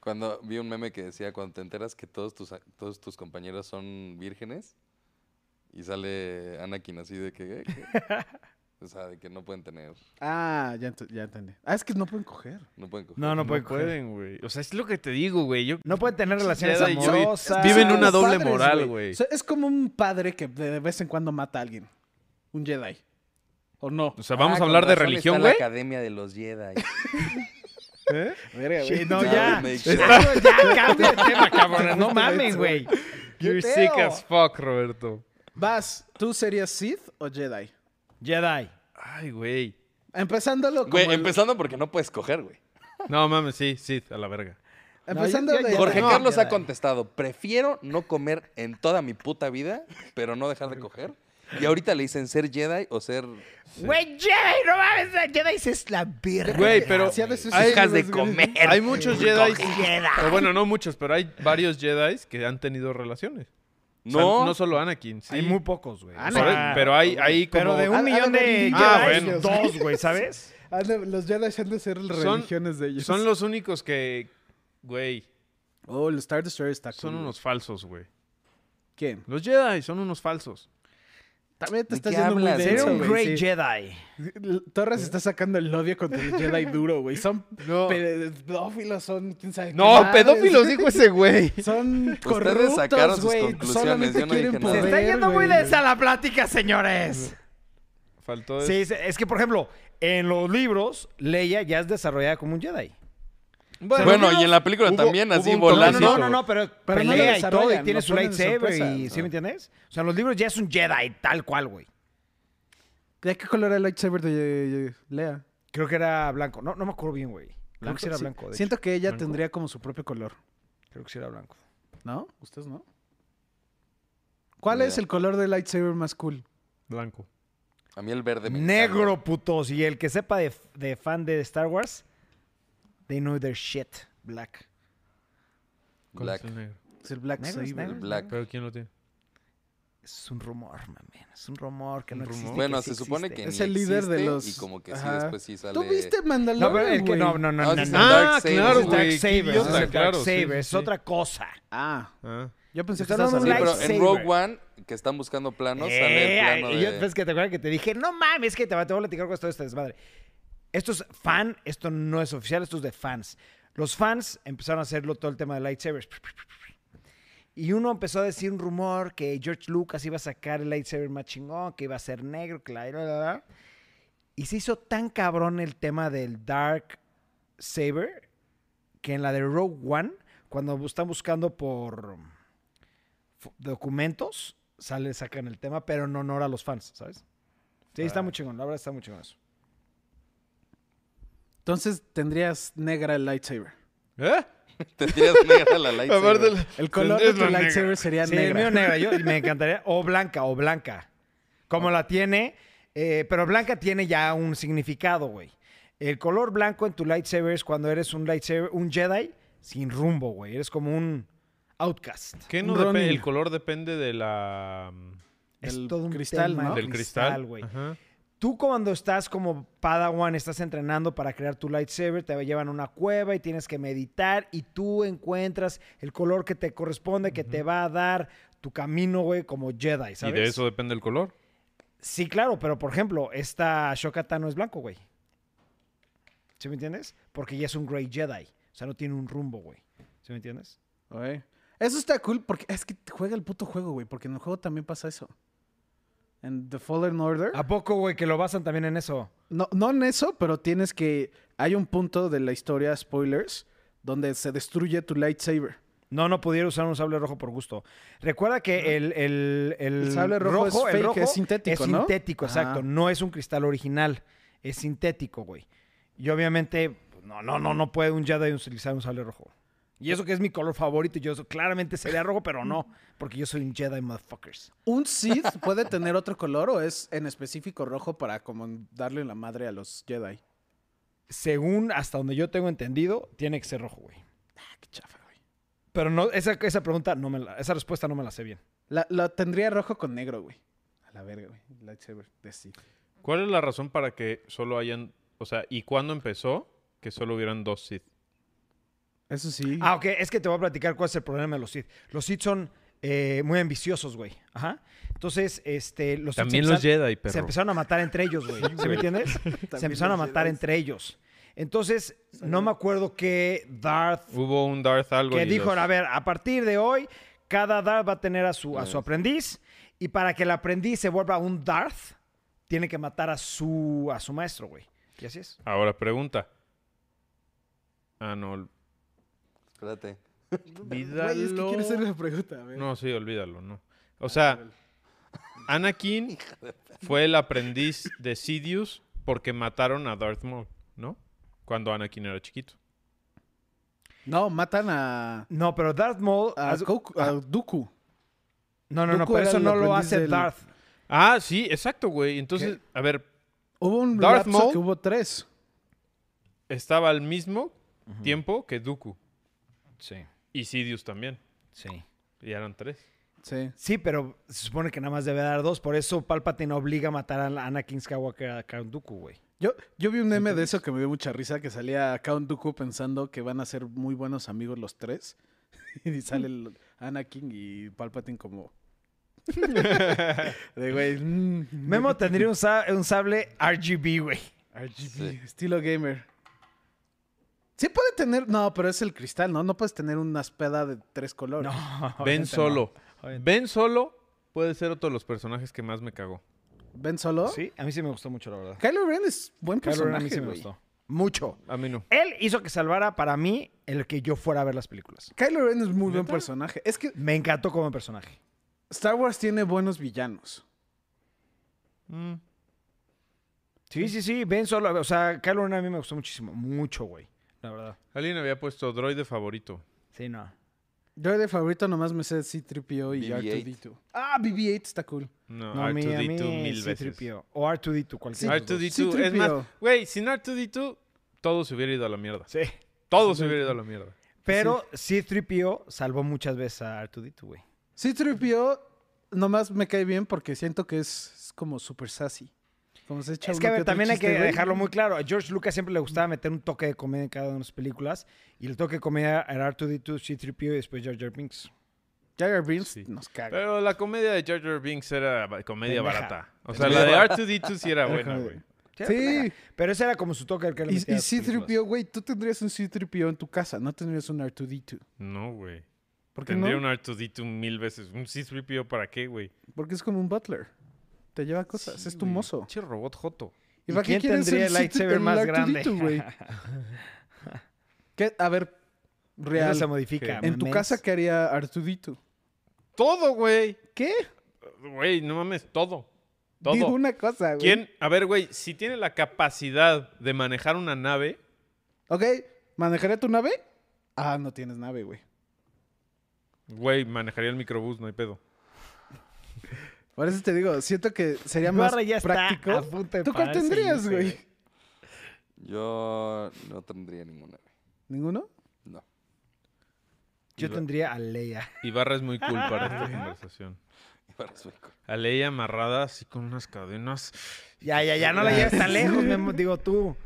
Speaker 2: Cuando vi un meme que decía, cuando te enteras que todos tus, a- todos tus compañeros son vírgenes, y sale Anakin así de que... "Eh, ¿qué?". O sea, de que no pueden tener.
Speaker 3: Ah, ya, ent- ya entendí. Ah, es que no pueden coger.
Speaker 2: No pueden coger.
Speaker 1: No, no,
Speaker 4: No
Speaker 1: pueden. coger.
Speaker 4: pueden, güey. O sea, es lo que te digo, güey. Yo
Speaker 1: No pueden tener relaciones
Speaker 4: Jedi, yo vi-
Speaker 1: amorosas.
Speaker 4: Viven
Speaker 3: Son
Speaker 4: una doble
Speaker 3: padres,
Speaker 4: moral, güey.
Speaker 3: O sea, es como un padre que de vez en cuando mata a alguien. Un Jedi. ¿O no?
Speaker 4: O sea, vamos
Speaker 2: Ah,
Speaker 4: a hablar
Speaker 2: con
Speaker 4: de
Speaker 2: razón
Speaker 4: religión,
Speaker 2: está
Speaker 4: güey.
Speaker 2: la academia de los Jedi.
Speaker 3: Verga,
Speaker 1: Sí,
Speaker 3: güey.
Speaker 1: no,
Speaker 2: That
Speaker 1: ya.
Speaker 2: would make
Speaker 1: Está-
Speaker 2: sense.
Speaker 1: ya, cambia de tema, cabrón. No mames, güey.
Speaker 4: You're
Speaker 1: pedo?
Speaker 4: sick as fuck, Roberto.
Speaker 3: Vas, ¿tú serías Sith o Jedi?
Speaker 1: Jedi.
Speaker 4: Ay, güey.
Speaker 3: Empezándolo como
Speaker 2: Güey,
Speaker 3: el-
Speaker 2: empezando porque no puedes coger, güey.
Speaker 4: No mames, sí, sí, a la verga.
Speaker 3: Empezando
Speaker 1: No, yo- yo-
Speaker 3: de-
Speaker 2: Jorge
Speaker 1: No,
Speaker 2: Carlos ha
Speaker 1: Jedi.
Speaker 2: contestado, prefiero no comer en toda mi puta vida, pero no dejar de coger. Y ahorita le dicen ser Jedi o ser...
Speaker 1: Güey, Jedi, no mames. la Jedi es la verga.
Speaker 4: Güey, pero
Speaker 3: Sí, a veces
Speaker 4: Ay,
Speaker 3: sí,
Speaker 5: Dejas de
Speaker 3: güey.
Speaker 5: comer.
Speaker 4: hay muchos Jedi.
Speaker 5: Cogiera.
Speaker 4: O bueno, no muchos, pero hay varios Jedi que han tenido relaciones. O sea,
Speaker 2: No,
Speaker 4: no solo Anakin, sí.
Speaker 1: Hay muy pocos, güey.
Speaker 4: Por- pero hay, hay como...
Speaker 1: Ah, Pero de un
Speaker 3: Han- han
Speaker 1: millón
Speaker 3: de
Speaker 1: de
Speaker 3: haber
Speaker 1: Jedi,
Speaker 3: individuos.
Speaker 4: Ah, bueno.
Speaker 1: dos, güey, ¿sabes?
Speaker 3: Ah, no, Los Jedi han de ser religiones de ellos.
Speaker 4: Son los únicos que, güey,
Speaker 3: Oh, el Star Destroyer está
Speaker 4: son
Speaker 3: cool.
Speaker 4: unos falsos, güey.
Speaker 3: ¿Quién?
Speaker 4: Los Jedi son unos falsos.
Speaker 3: También te
Speaker 2: ¿De
Speaker 3: estás
Speaker 2: qué
Speaker 3: yendo muy
Speaker 2: hablas,
Speaker 1: Sería
Speaker 3: denso,
Speaker 1: un
Speaker 2: güey,
Speaker 1: Great
Speaker 3: sí.
Speaker 1: Jedi.
Speaker 3: L- Torres está sacando el odio contra el Jedi duro, güey. Son
Speaker 4: No.
Speaker 3: pedófilos, son quién sabe qué
Speaker 4: No,
Speaker 3: madres.
Speaker 4: pedófilos dijo ese güey.
Speaker 3: Son
Speaker 2: Ustedes sacaron
Speaker 3: corruptos,
Speaker 2: sus
Speaker 3: güey.
Speaker 2: conclusiones,
Speaker 3: Solamente
Speaker 2: yo no
Speaker 3: quieren
Speaker 2: dije nada.
Speaker 1: Se
Speaker 3: poder,
Speaker 1: está yendo muy
Speaker 3: güey.
Speaker 1: densa la plática, señores.
Speaker 4: Faltó
Speaker 1: Sí, es- es que, por ejemplo, en los libros, Leia ya es desarrollada como un Jedi.
Speaker 2: Bueno, y en la película también, así volando.
Speaker 1: No, no, no, no, pero,
Speaker 3: Pero no lo
Speaker 1: pelea y todo, y
Speaker 3: desarrollan,
Speaker 1: tiene
Speaker 3: lo
Speaker 1: su
Speaker 3: ponen de
Speaker 1: lightsaber,
Speaker 3: sorpresa.
Speaker 1: y, ¿sí me entiendes? O sea, en los libros ya es un Jedi tal cual, güey.
Speaker 3: ¿De qué color era el lightsaber de- de de Lea?
Speaker 1: Creo que era blanco. No, no me acuerdo bien, güey. Creo que sí era
Speaker 3: Sí.
Speaker 1: blanco. de
Speaker 3: Siento que ella
Speaker 4: Blanco.
Speaker 3: tendría como su propio color,
Speaker 1: hecho. Creo que sí era blanco.
Speaker 3: ¿no? ¿Ustedes no? ¿Cuál
Speaker 2: Ni
Speaker 3: es
Speaker 2: idea.
Speaker 3: el color del lightsaber más cool?
Speaker 4: Blanco.
Speaker 2: A mí el verde me
Speaker 1: Negro, putos. Y el que sepa de, de fan de Star Wars, they know their shit. Black.
Speaker 4: ¿Cuál es
Speaker 2: encanta. Black.
Speaker 4: el negro?
Speaker 3: Es el black
Speaker 1: Negro es
Speaker 3: saber.
Speaker 2: El
Speaker 1: negro.
Speaker 2: black.
Speaker 4: ¿Pero quién lo tiene?
Speaker 1: Es un rumor, mamen. Es un rumor que
Speaker 4: Un
Speaker 1: no
Speaker 4: rumor.
Speaker 1: existe.
Speaker 2: Bueno,
Speaker 1: que sí
Speaker 2: se supone
Speaker 1: existe.
Speaker 2: que
Speaker 3: Es
Speaker 2: ni
Speaker 3: el líder de
Speaker 2: existe,
Speaker 3: los-
Speaker 2: Y como que sí,
Speaker 3: Ajá.
Speaker 2: después sí sale...
Speaker 3: ¿Tú viste
Speaker 1: No,
Speaker 3: Mandalorian,
Speaker 1: pero el que
Speaker 3: güey?
Speaker 1: no, no, no,
Speaker 2: No,
Speaker 1: no.
Speaker 2: sí
Speaker 1: no,
Speaker 2: es
Speaker 1: no.
Speaker 2: el Dark
Speaker 4: Ah,
Speaker 2: Saber,
Speaker 4: claro,
Speaker 1: Es
Speaker 2: güey.
Speaker 1: Dark
Speaker 4: güey, qué
Speaker 1: Saber, es
Speaker 4: idiota,
Speaker 1: el Dark
Speaker 4: claro, sí,
Speaker 1: Saber,
Speaker 4: sí,
Speaker 1: es
Speaker 4: sí.
Speaker 1: otra cosa.
Speaker 3: Ah,
Speaker 4: Ah.
Speaker 3: yo pensé que
Speaker 1: Está
Speaker 3: estabas
Speaker 1: hablando de un
Speaker 2: Sí, pero
Speaker 3: hablando...
Speaker 1: lightsaber.
Speaker 2: en Rogue One, que están buscando planos, sale
Speaker 1: Eh,
Speaker 2: el plano
Speaker 1: y yo,
Speaker 2: de-
Speaker 1: ves que te acuerdas que te dije, no mames, que te, va- te voy a platicar con todo este desmadre. Esto es fan, esto no es oficial, esto es de fans. Los fans empezaron a hacerlo todo el tema de lightsabers. Y uno empezó a decir un rumor que George Lucas iba a sacar el lightsaber más chingón, que iba a ser negro, que la... la, la, la. Y se hizo tan cabrón el tema del Dark Saber que en la de Rogue One, cuando bu- están buscando por f- documentos, sale, sacan el tema, pero en honor a los fans, ¿sabes? Sí,
Speaker 3: Ah.
Speaker 1: está muy chingón, la verdad está muy chingón eso.
Speaker 3: Entonces tendrías negra el lightsaber.
Speaker 4: ¿Eh?
Speaker 2: Te tiras negra la lightsaber.
Speaker 4: Aparte la-
Speaker 3: El color de
Speaker 4: es
Speaker 3: tu
Speaker 4: la negra.
Speaker 3: lightsaber sería
Speaker 1: Sí, el
Speaker 3: negra.
Speaker 1: mío negra, yo me encantaría, o blanca, o blanca, como la tiene, eh, pero blanca tiene ya un significado, güey. El color blanco en tu lightsaber es cuando eres un lightsaber, un Jedi sin rumbo, güey. Eres como un outcast.
Speaker 4: ¿Qué no
Speaker 3: Un
Speaker 4: depende?
Speaker 3: Ronin.
Speaker 4: El color depende de la...
Speaker 1: Es
Speaker 3: Del
Speaker 1: todo un
Speaker 3: cristal,
Speaker 1: tema
Speaker 3: ¿no?
Speaker 4: del cristal.
Speaker 1: Ah, güey.
Speaker 4: Ajá.
Speaker 1: Tú cuando estás como Padawan, estás entrenando para crear tu lightsaber, te llevan a una cueva y tienes que meditar y tú encuentras el color que te corresponde, que te va a dar tu camino, güey, como Jedi,
Speaker 4: Y
Speaker 1: ¿sabes?
Speaker 4: de eso depende el color.
Speaker 1: Sí, claro, pero por ejemplo, esta Ahsoka Tano es blanco, güey. ¿Sí me entiendes? Porque ya es un Grey Jedi, o sea, no tiene un rumbo, güey. ¿Sí me entiendes?
Speaker 3: Güey. Eso está cool porque es que juega el puto juego, güey. Porque en el juego también pasa eso. En The Fallen Order.
Speaker 1: ¿A poco, güey, que lo basan también en eso?
Speaker 3: No, no en eso, pero tienes que. Hay un punto de la historia, spoilers, donde se destruye tu lightsaber.
Speaker 1: No, no pudiera usar un sable rojo por gusto. Recuerda que el, el, el,
Speaker 3: El sable rojo es
Speaker 1: el
Speaker 3: fake, es sintético,
Speaker 1: es
Speaker 3: ¿no?
Speaker 1: sintético, exacto.
Speaker 3: Ah.
Speaker 1: No es un cristal original, es sintético, güey. Y obviamente, pues, no, no, no, no puede un Jedi utilizar un sable rojo. Y eso que es mi color favorito, yo so- claramente sería rojo, pero no, porque yo soy un Jedi motherfuckers.
Speaker 3: ¿Un Sith puede tener otro color o es en específico rojo para como darle la madre a los Jedi?
Speaker 1: Según hasta donde yo tengo entendido, tiene que ser rojo, güey.
Speaker 3: Ah, qué chafa, güey.
Speaker 1: Pero no, esa, esa pregunta no me la, esa respuesta no me la sé bien.
Speaker 3: La, la tendría rojo con negro, güey. A la verga, güey. Lightsaber de Sith.
Speaker 4: ¿Cuál es la razón para que solo hayan... O sea, ¿y cuándo empezó que solo hubieran dos Sith?
Speaker 3: Eso sí.
Speaker 1: Ah, ok, es que te voy a platicar cuál es el problema de los Sith. Los Sith son eh, muy ambiciosos, güey. Ajá. Entonces, este, los Sith se
Speaker 4: También los
Speaker 1: empezaron-
Speaker 4: Jedi,
Speaker 1: se
Speaker 4: perro.
Speaker 1: empezaron a matar entre ellos, güey. ¿Sí me entiendes? se empezaron a
Speaker 3: los
Speaker 1: matar
Speaker 3: Jedi.
Speaker 1: entre ellos. Entonces, no me acuerdo qué Darth
Speaker 4: Hubo un Darth algo
Speaker 1: que
Speaker 4: y
Speaker 1: dijo,
Speaker 4: los-
Speaker 1: a ver, a partir de hoy, cada Darth va a tener a su, a su aprendiz, y para que el aprendiz se vuelva un Darth, tiene que matar a su, a su maestro, güey. Y así es.
Speaker 4: Ahora pregunta. Ah, no.
Speaker 2: Espérate.
Speaker 3: Güey, es que
Speaker 4: olvídalo.
Speaker 3: quiere hacer la pregunta. A ver.
Speaker 4: No, sí, olvídalo, no. O sea, Anakin fue el aprendiz de Sidious porque mataron a Darth Maul, ¿no? Cuando Anakin era chiquito.
Speaker 3: No, matan a,
Speaker 1: No, pero Darth Maul...
Speaker 3: a,
Speaker 1: haz-
Speaker 3: Goku-
Speaker 4: ah.
Speaker 3: a Dooku.
Speaker 1: no, no, no,
Speaker 3: Ah, Dooku
Speaker 1: pero
Speaker 3: era
Speaker 1: eso
Speaker 3: el
Speaker 1: no lo
Speaker 3: aprendiz
Speaker 1: hace
Speaker 3: del-
Speaker 1: Darth.
Speaker 4: Ah, sí, exacto, güey. Entonces, a ver,
Speaker 3: Hubo un
Speaker 4: Darth
Speaker 3: Darth
Speaker 4: Maul.
Speaker 3: que hubo tres.
Speaker 4: estaba al mismo tiempo que Dooku
Speaker 1: Sí,
Speaker 4: y Sidious también.
Speaker 1: sí.
Speaker 4: Y eran tres.
Speaker 3: Sí.
Speaker 1: Sí, pero se supone que nada más debe dar dos, por eso Palpatine obliga a matar a Anakin Skywalker a Count Dooku, güey.
Speaker 3: Yo, yo vi un meme de eso que me dio mucha risa, que salía Count Dooku pensando que van a ser muy buenos amigos los tres. y sale el Anakin y Palpatine como... de güey... mm,
Speaker 1: Memo tendría un, sa- un sable RGB, güey.
Speaker 3: RGB,
Speaker 2: Sí.
Speaker 3: estilo gamer. Sí puede tener... No, pero es el cristal, ¿no? No puedes tener una espada de tres colores.
Speaker 1: No.
Speaker 4: Ben
Speaker 1: obviamente
Speaker 4: Solo.
Speaker 1: no. Obviamente.
Speaker 4: Ben Solo puede ser otro de los personajes que más me cagó.
Speaker 3: ¿Ven solo?
Speaker 1: Sí, a mí sí me gustó mucho, la verdad.
Speaker 3: Kylo Ren es buen
Speaker 1: Kylo Ren a
Speaker 3: personaje,
Speaker 1: mí sí me
Speaker 3: güey.
Speaker 1: gustó. Mucho.
Speaker 4: A mí no.
Speaker 1: Él hizo que salvara para mí el que yo fuera a ver las películas.
Speaker 3: Kylo Ren es muy buen personaje. Es que
Speaker 1: Me encantó como personaje.
Speaker 3: Star Wars tiene buenos villanos.
Speaker 4: Mm.
Speaker 1: Sí, sí, sí. Ben Solo, o sea, Kylo Ren a mí me gustó muchísimo. Mucho, güey. La verdad.
Speaker 4: Alguien había puesto droide favorito.
Speaker 1: Sí, no.
Speaker 3: Yo de favorito nomás me sé C-3PO y
Speaker 2: BB-8.
Speaker 3: R2-D2. Ah, BB-8 está cool.
Speaker 4: No,
Speaker 1: No, a mí, a mí,
Speaker 4: R2D2 mil veces.
Speaker 1: C-3PO. O R2D2, cualquiera. de los dos.
Speaker 4: R2D2, es
Speaker 3: C-3PO.
Speaker 4: más, güey, sin R2D2 todo se hubiera ido a la mierda.
Speaker 1: Sí.
Speaker 4: Todo se hubiera ido a la mierda.
Speaker 1: Pero C-3PO salvó muchas veces a R2D2, güey.
Speaker 3: C-3PO nomás me cae bien porque siento que es, es como super sassy. Como se echa
Speaker 1: Es
Speaker 3: uno
Speaker 1: que a ver,
Speaker 3: otro
Speaker 1: también hay
Speaker 3: chiste,
Speaker 1: que
Speaker 3: güey.
Speaker 1: dejarlo muy claro. A George Lucas siempre le gustaba meter un toque de comedia en cada una de sus películas. Y el toque de comedia era R2D2, C-3PO y después Jar Jar Binks.
Speaker 3: Jar Jar Binks
Speaker 4: Sí.
Speaker 3: nos caga.
Speaker 4: Pero la comedia de Jar Jar Binks era ba- comedia
Speaker 1: Pendeja.
Speaker 4: barata. O sea, la de R2D2 sí era buena, güey.
Speaker 3: Sí.
Speaker 1: Pero ese era como su toque. El que le
Speaker 3: Y,
Speaker 1: metía
Speaker 3: y
Speaker 1: a sus películas.
Speaker 3: C-3PO, güey, tú tendrías un C-3PO en tu casa, no tendrías un R2-D2.
Speaker 4: No, güey.
Speaker 3: ¿Por qué
Speaker 4: Tendría
Speaker 3: no?
Speaker 4: un R2D2 mil veces. ¿Un C3PO para qué, güey?
Speaker 3: Porque es como un butler. Te lleva cosas, es tu
Speaker 4: güey.
Speaker 3: mozo.
Speaker 4: Che, robot joto.
Speaker 1: ¿Y
Speaker 3: para qué
Speaker 1: quién
Speaker 3: quieres
Speaker 1: tendría el
Speaker 3: C-3-
Speaker 1: lightsaber más
Speaker 3: R2D2,
Speaker 1: grande?
Speaker 3: güey? ¿Qué? A ver,
Speaker 1: Eso
Speaker 3: real.
Speaker 1: se modifica.
Speaker 3: En tu
Speaker 1: mens.
Speaker 3: casa, ¿qué haría Artudito?
Speaker 4: Todo, güey.
Speaker 3: ¿Qué?
Speaker 4: Güey, no mames, todo. Todo.
Speaker 3: Digo una cosa, güey.
Speaker 4: ¿Quién? A ver, güey, si tiene la capacidad de manejar una nave,
Speaker 3: Ok, ¿manejaría tu nave? Ah, no tienes nave, güey.
Speaker 4: güey, manejaría el microbús, no hay pedo.
Speaker 3: Por eso te digo, siento que sería más
Speaker 1: Barra ya está
Speaker 3: práctico.
Speaker 1: a punto de
Speaker 3: ¿Tú cuál
Speaker 1: pararse y
Speaker 3: tendrías,
Speaker 1: irse,
Speaker 3: güey?
Speaker 2: Yo no tendría ninguna, güey.
Speaker 3: ¿Ninguno?
Speaker 2: No.
Speaker 1: Yo tendría a Leia.
Speaker 4: Ibarra es muy cool para esta conversación.
Speaker 2: Ibarra es muy cool.
Speaker 4: A Ley amarrada así con unas cadenas.
Speaker 1: Ya, ya, ya, no la lleves tan lejos, Memo, digo tú.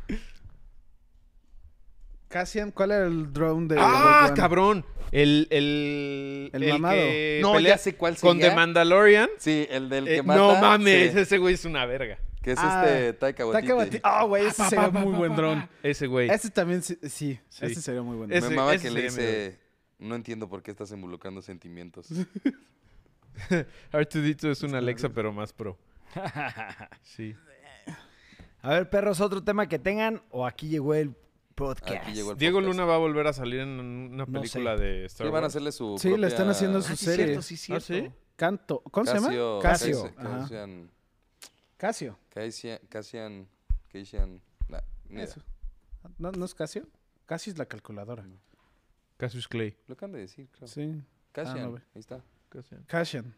Speaker 3: Cassian, ¿cuál era el drone de Rogue
Speaker 4: ¡Ah,
Speaker 3: One?
Speaker 4: cabrón! El, el,
Speaker 3: El mamado.
Speaker 4: que
Speaker 5: No,
Speaker 4: pelea
Speaker 5: ya sé cuál
Speaker 4: Con The
Speaker 5: sería.
Speaker 4: Mandalorian.
Speaker 2: Sí, el del
Speaker 4: Eh,
Speaker 2: que mata.
Speaker 4: no mames,
Speaker 2: sí,
Speaker 4: ese güey es una verga.
Speaker 2: que es
Speaker 3: Ah,
Speaker 2: este Taika Waititi.
Speaker 3: Taika Waititi. Ah, güey, ese sería muy buen drone.
Speaker 4: Ese güey.
Speaker 3: Ese también, sí, sí,
Speaker 4: Sí.
Speaker 3: Ese sería muy buen
Speaker 4: Es-
Speaker 3: drone.
Speaker 2: Me
Speaker 4: ese-
Speaker 2: amaba
Speaker 4: ese
Speaker 2: que le
Speaker 4: sería mi
Speaker 2: dice... No entiendo por qué estás involucrando sentimientos.
Speaker 4: R2D2 es un Alexa, pero más pro. Sí.
Speaker 1: A ver, perros, otro tema que tengan o aquí llegó el podcast.
Speaker 2: Aquí llegó el
Speaker 4: Diego
Speaker 2: podcast.
Speaker 4: Luna va a volver a salir en una
Speaker 1: No
Speaker 4: película
Speaker 1: sé.
Speaker 4: de Star
Speaker 2: Sí, van a
Speaker 4: Wars.
Speaker 2: hacerle su
Speaker 3: Sí, le están
Speaker 2: propia-
Speaker 3: haciendo su
Speaker 1: Ah, sí,
Speaker 3: serie.
Speaker 1: cierto, sí,
Speaker 4: ¿Ah,
Speaker 1: cierto.
Speaker 4: sí?
Speaker 3: Canto. ¿Cómo se llama?
Speaker 1: Casio.
Speaker 2: Casio. Casio.
Speaker 3: Ajá.
Speaker 2: Cassian.
Speaker 3: Casio.
Speaker 2: Cassian. Cassian. Cassian. nah, ni idea.
Speaker 3: Eso. ¿No, ¿No es Casio? Casio es la calculadora.
Speaker 4: Cassius Clay.
Speaker 2: Lo acaban de decir, creo.
Speaker 3: Sí.
Speaker 2: Cassian.
Speaker 3: no, güey.
Speaker 2: Ahí está.
Speaker 3: Cashian.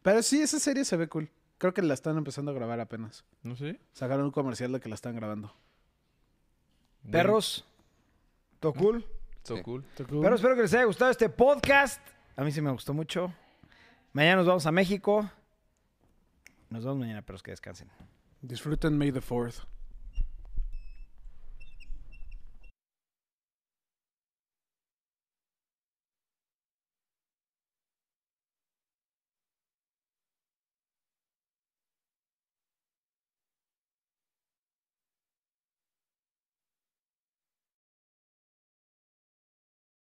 Speaker 3: Pero sí, esa serie se ve cool. Creo que la están empezando a grabar apenas.
Speaker 4: No sé.
Speaker 3: Sacaron un comercial de que la están grabando.
Speaker 1: Perros, ¿todo cool?
Speaker 4: So
Speaker 2: Sí.
Speaker 4: cool.
Speaker 1: Pero espero que les haya gustado este podcast. A mí sí me gustó mucho. Mañana nos vamos a México. Nos vemos mañana, perros, que descansen.
Speaker 3: Disfruten May the 4th.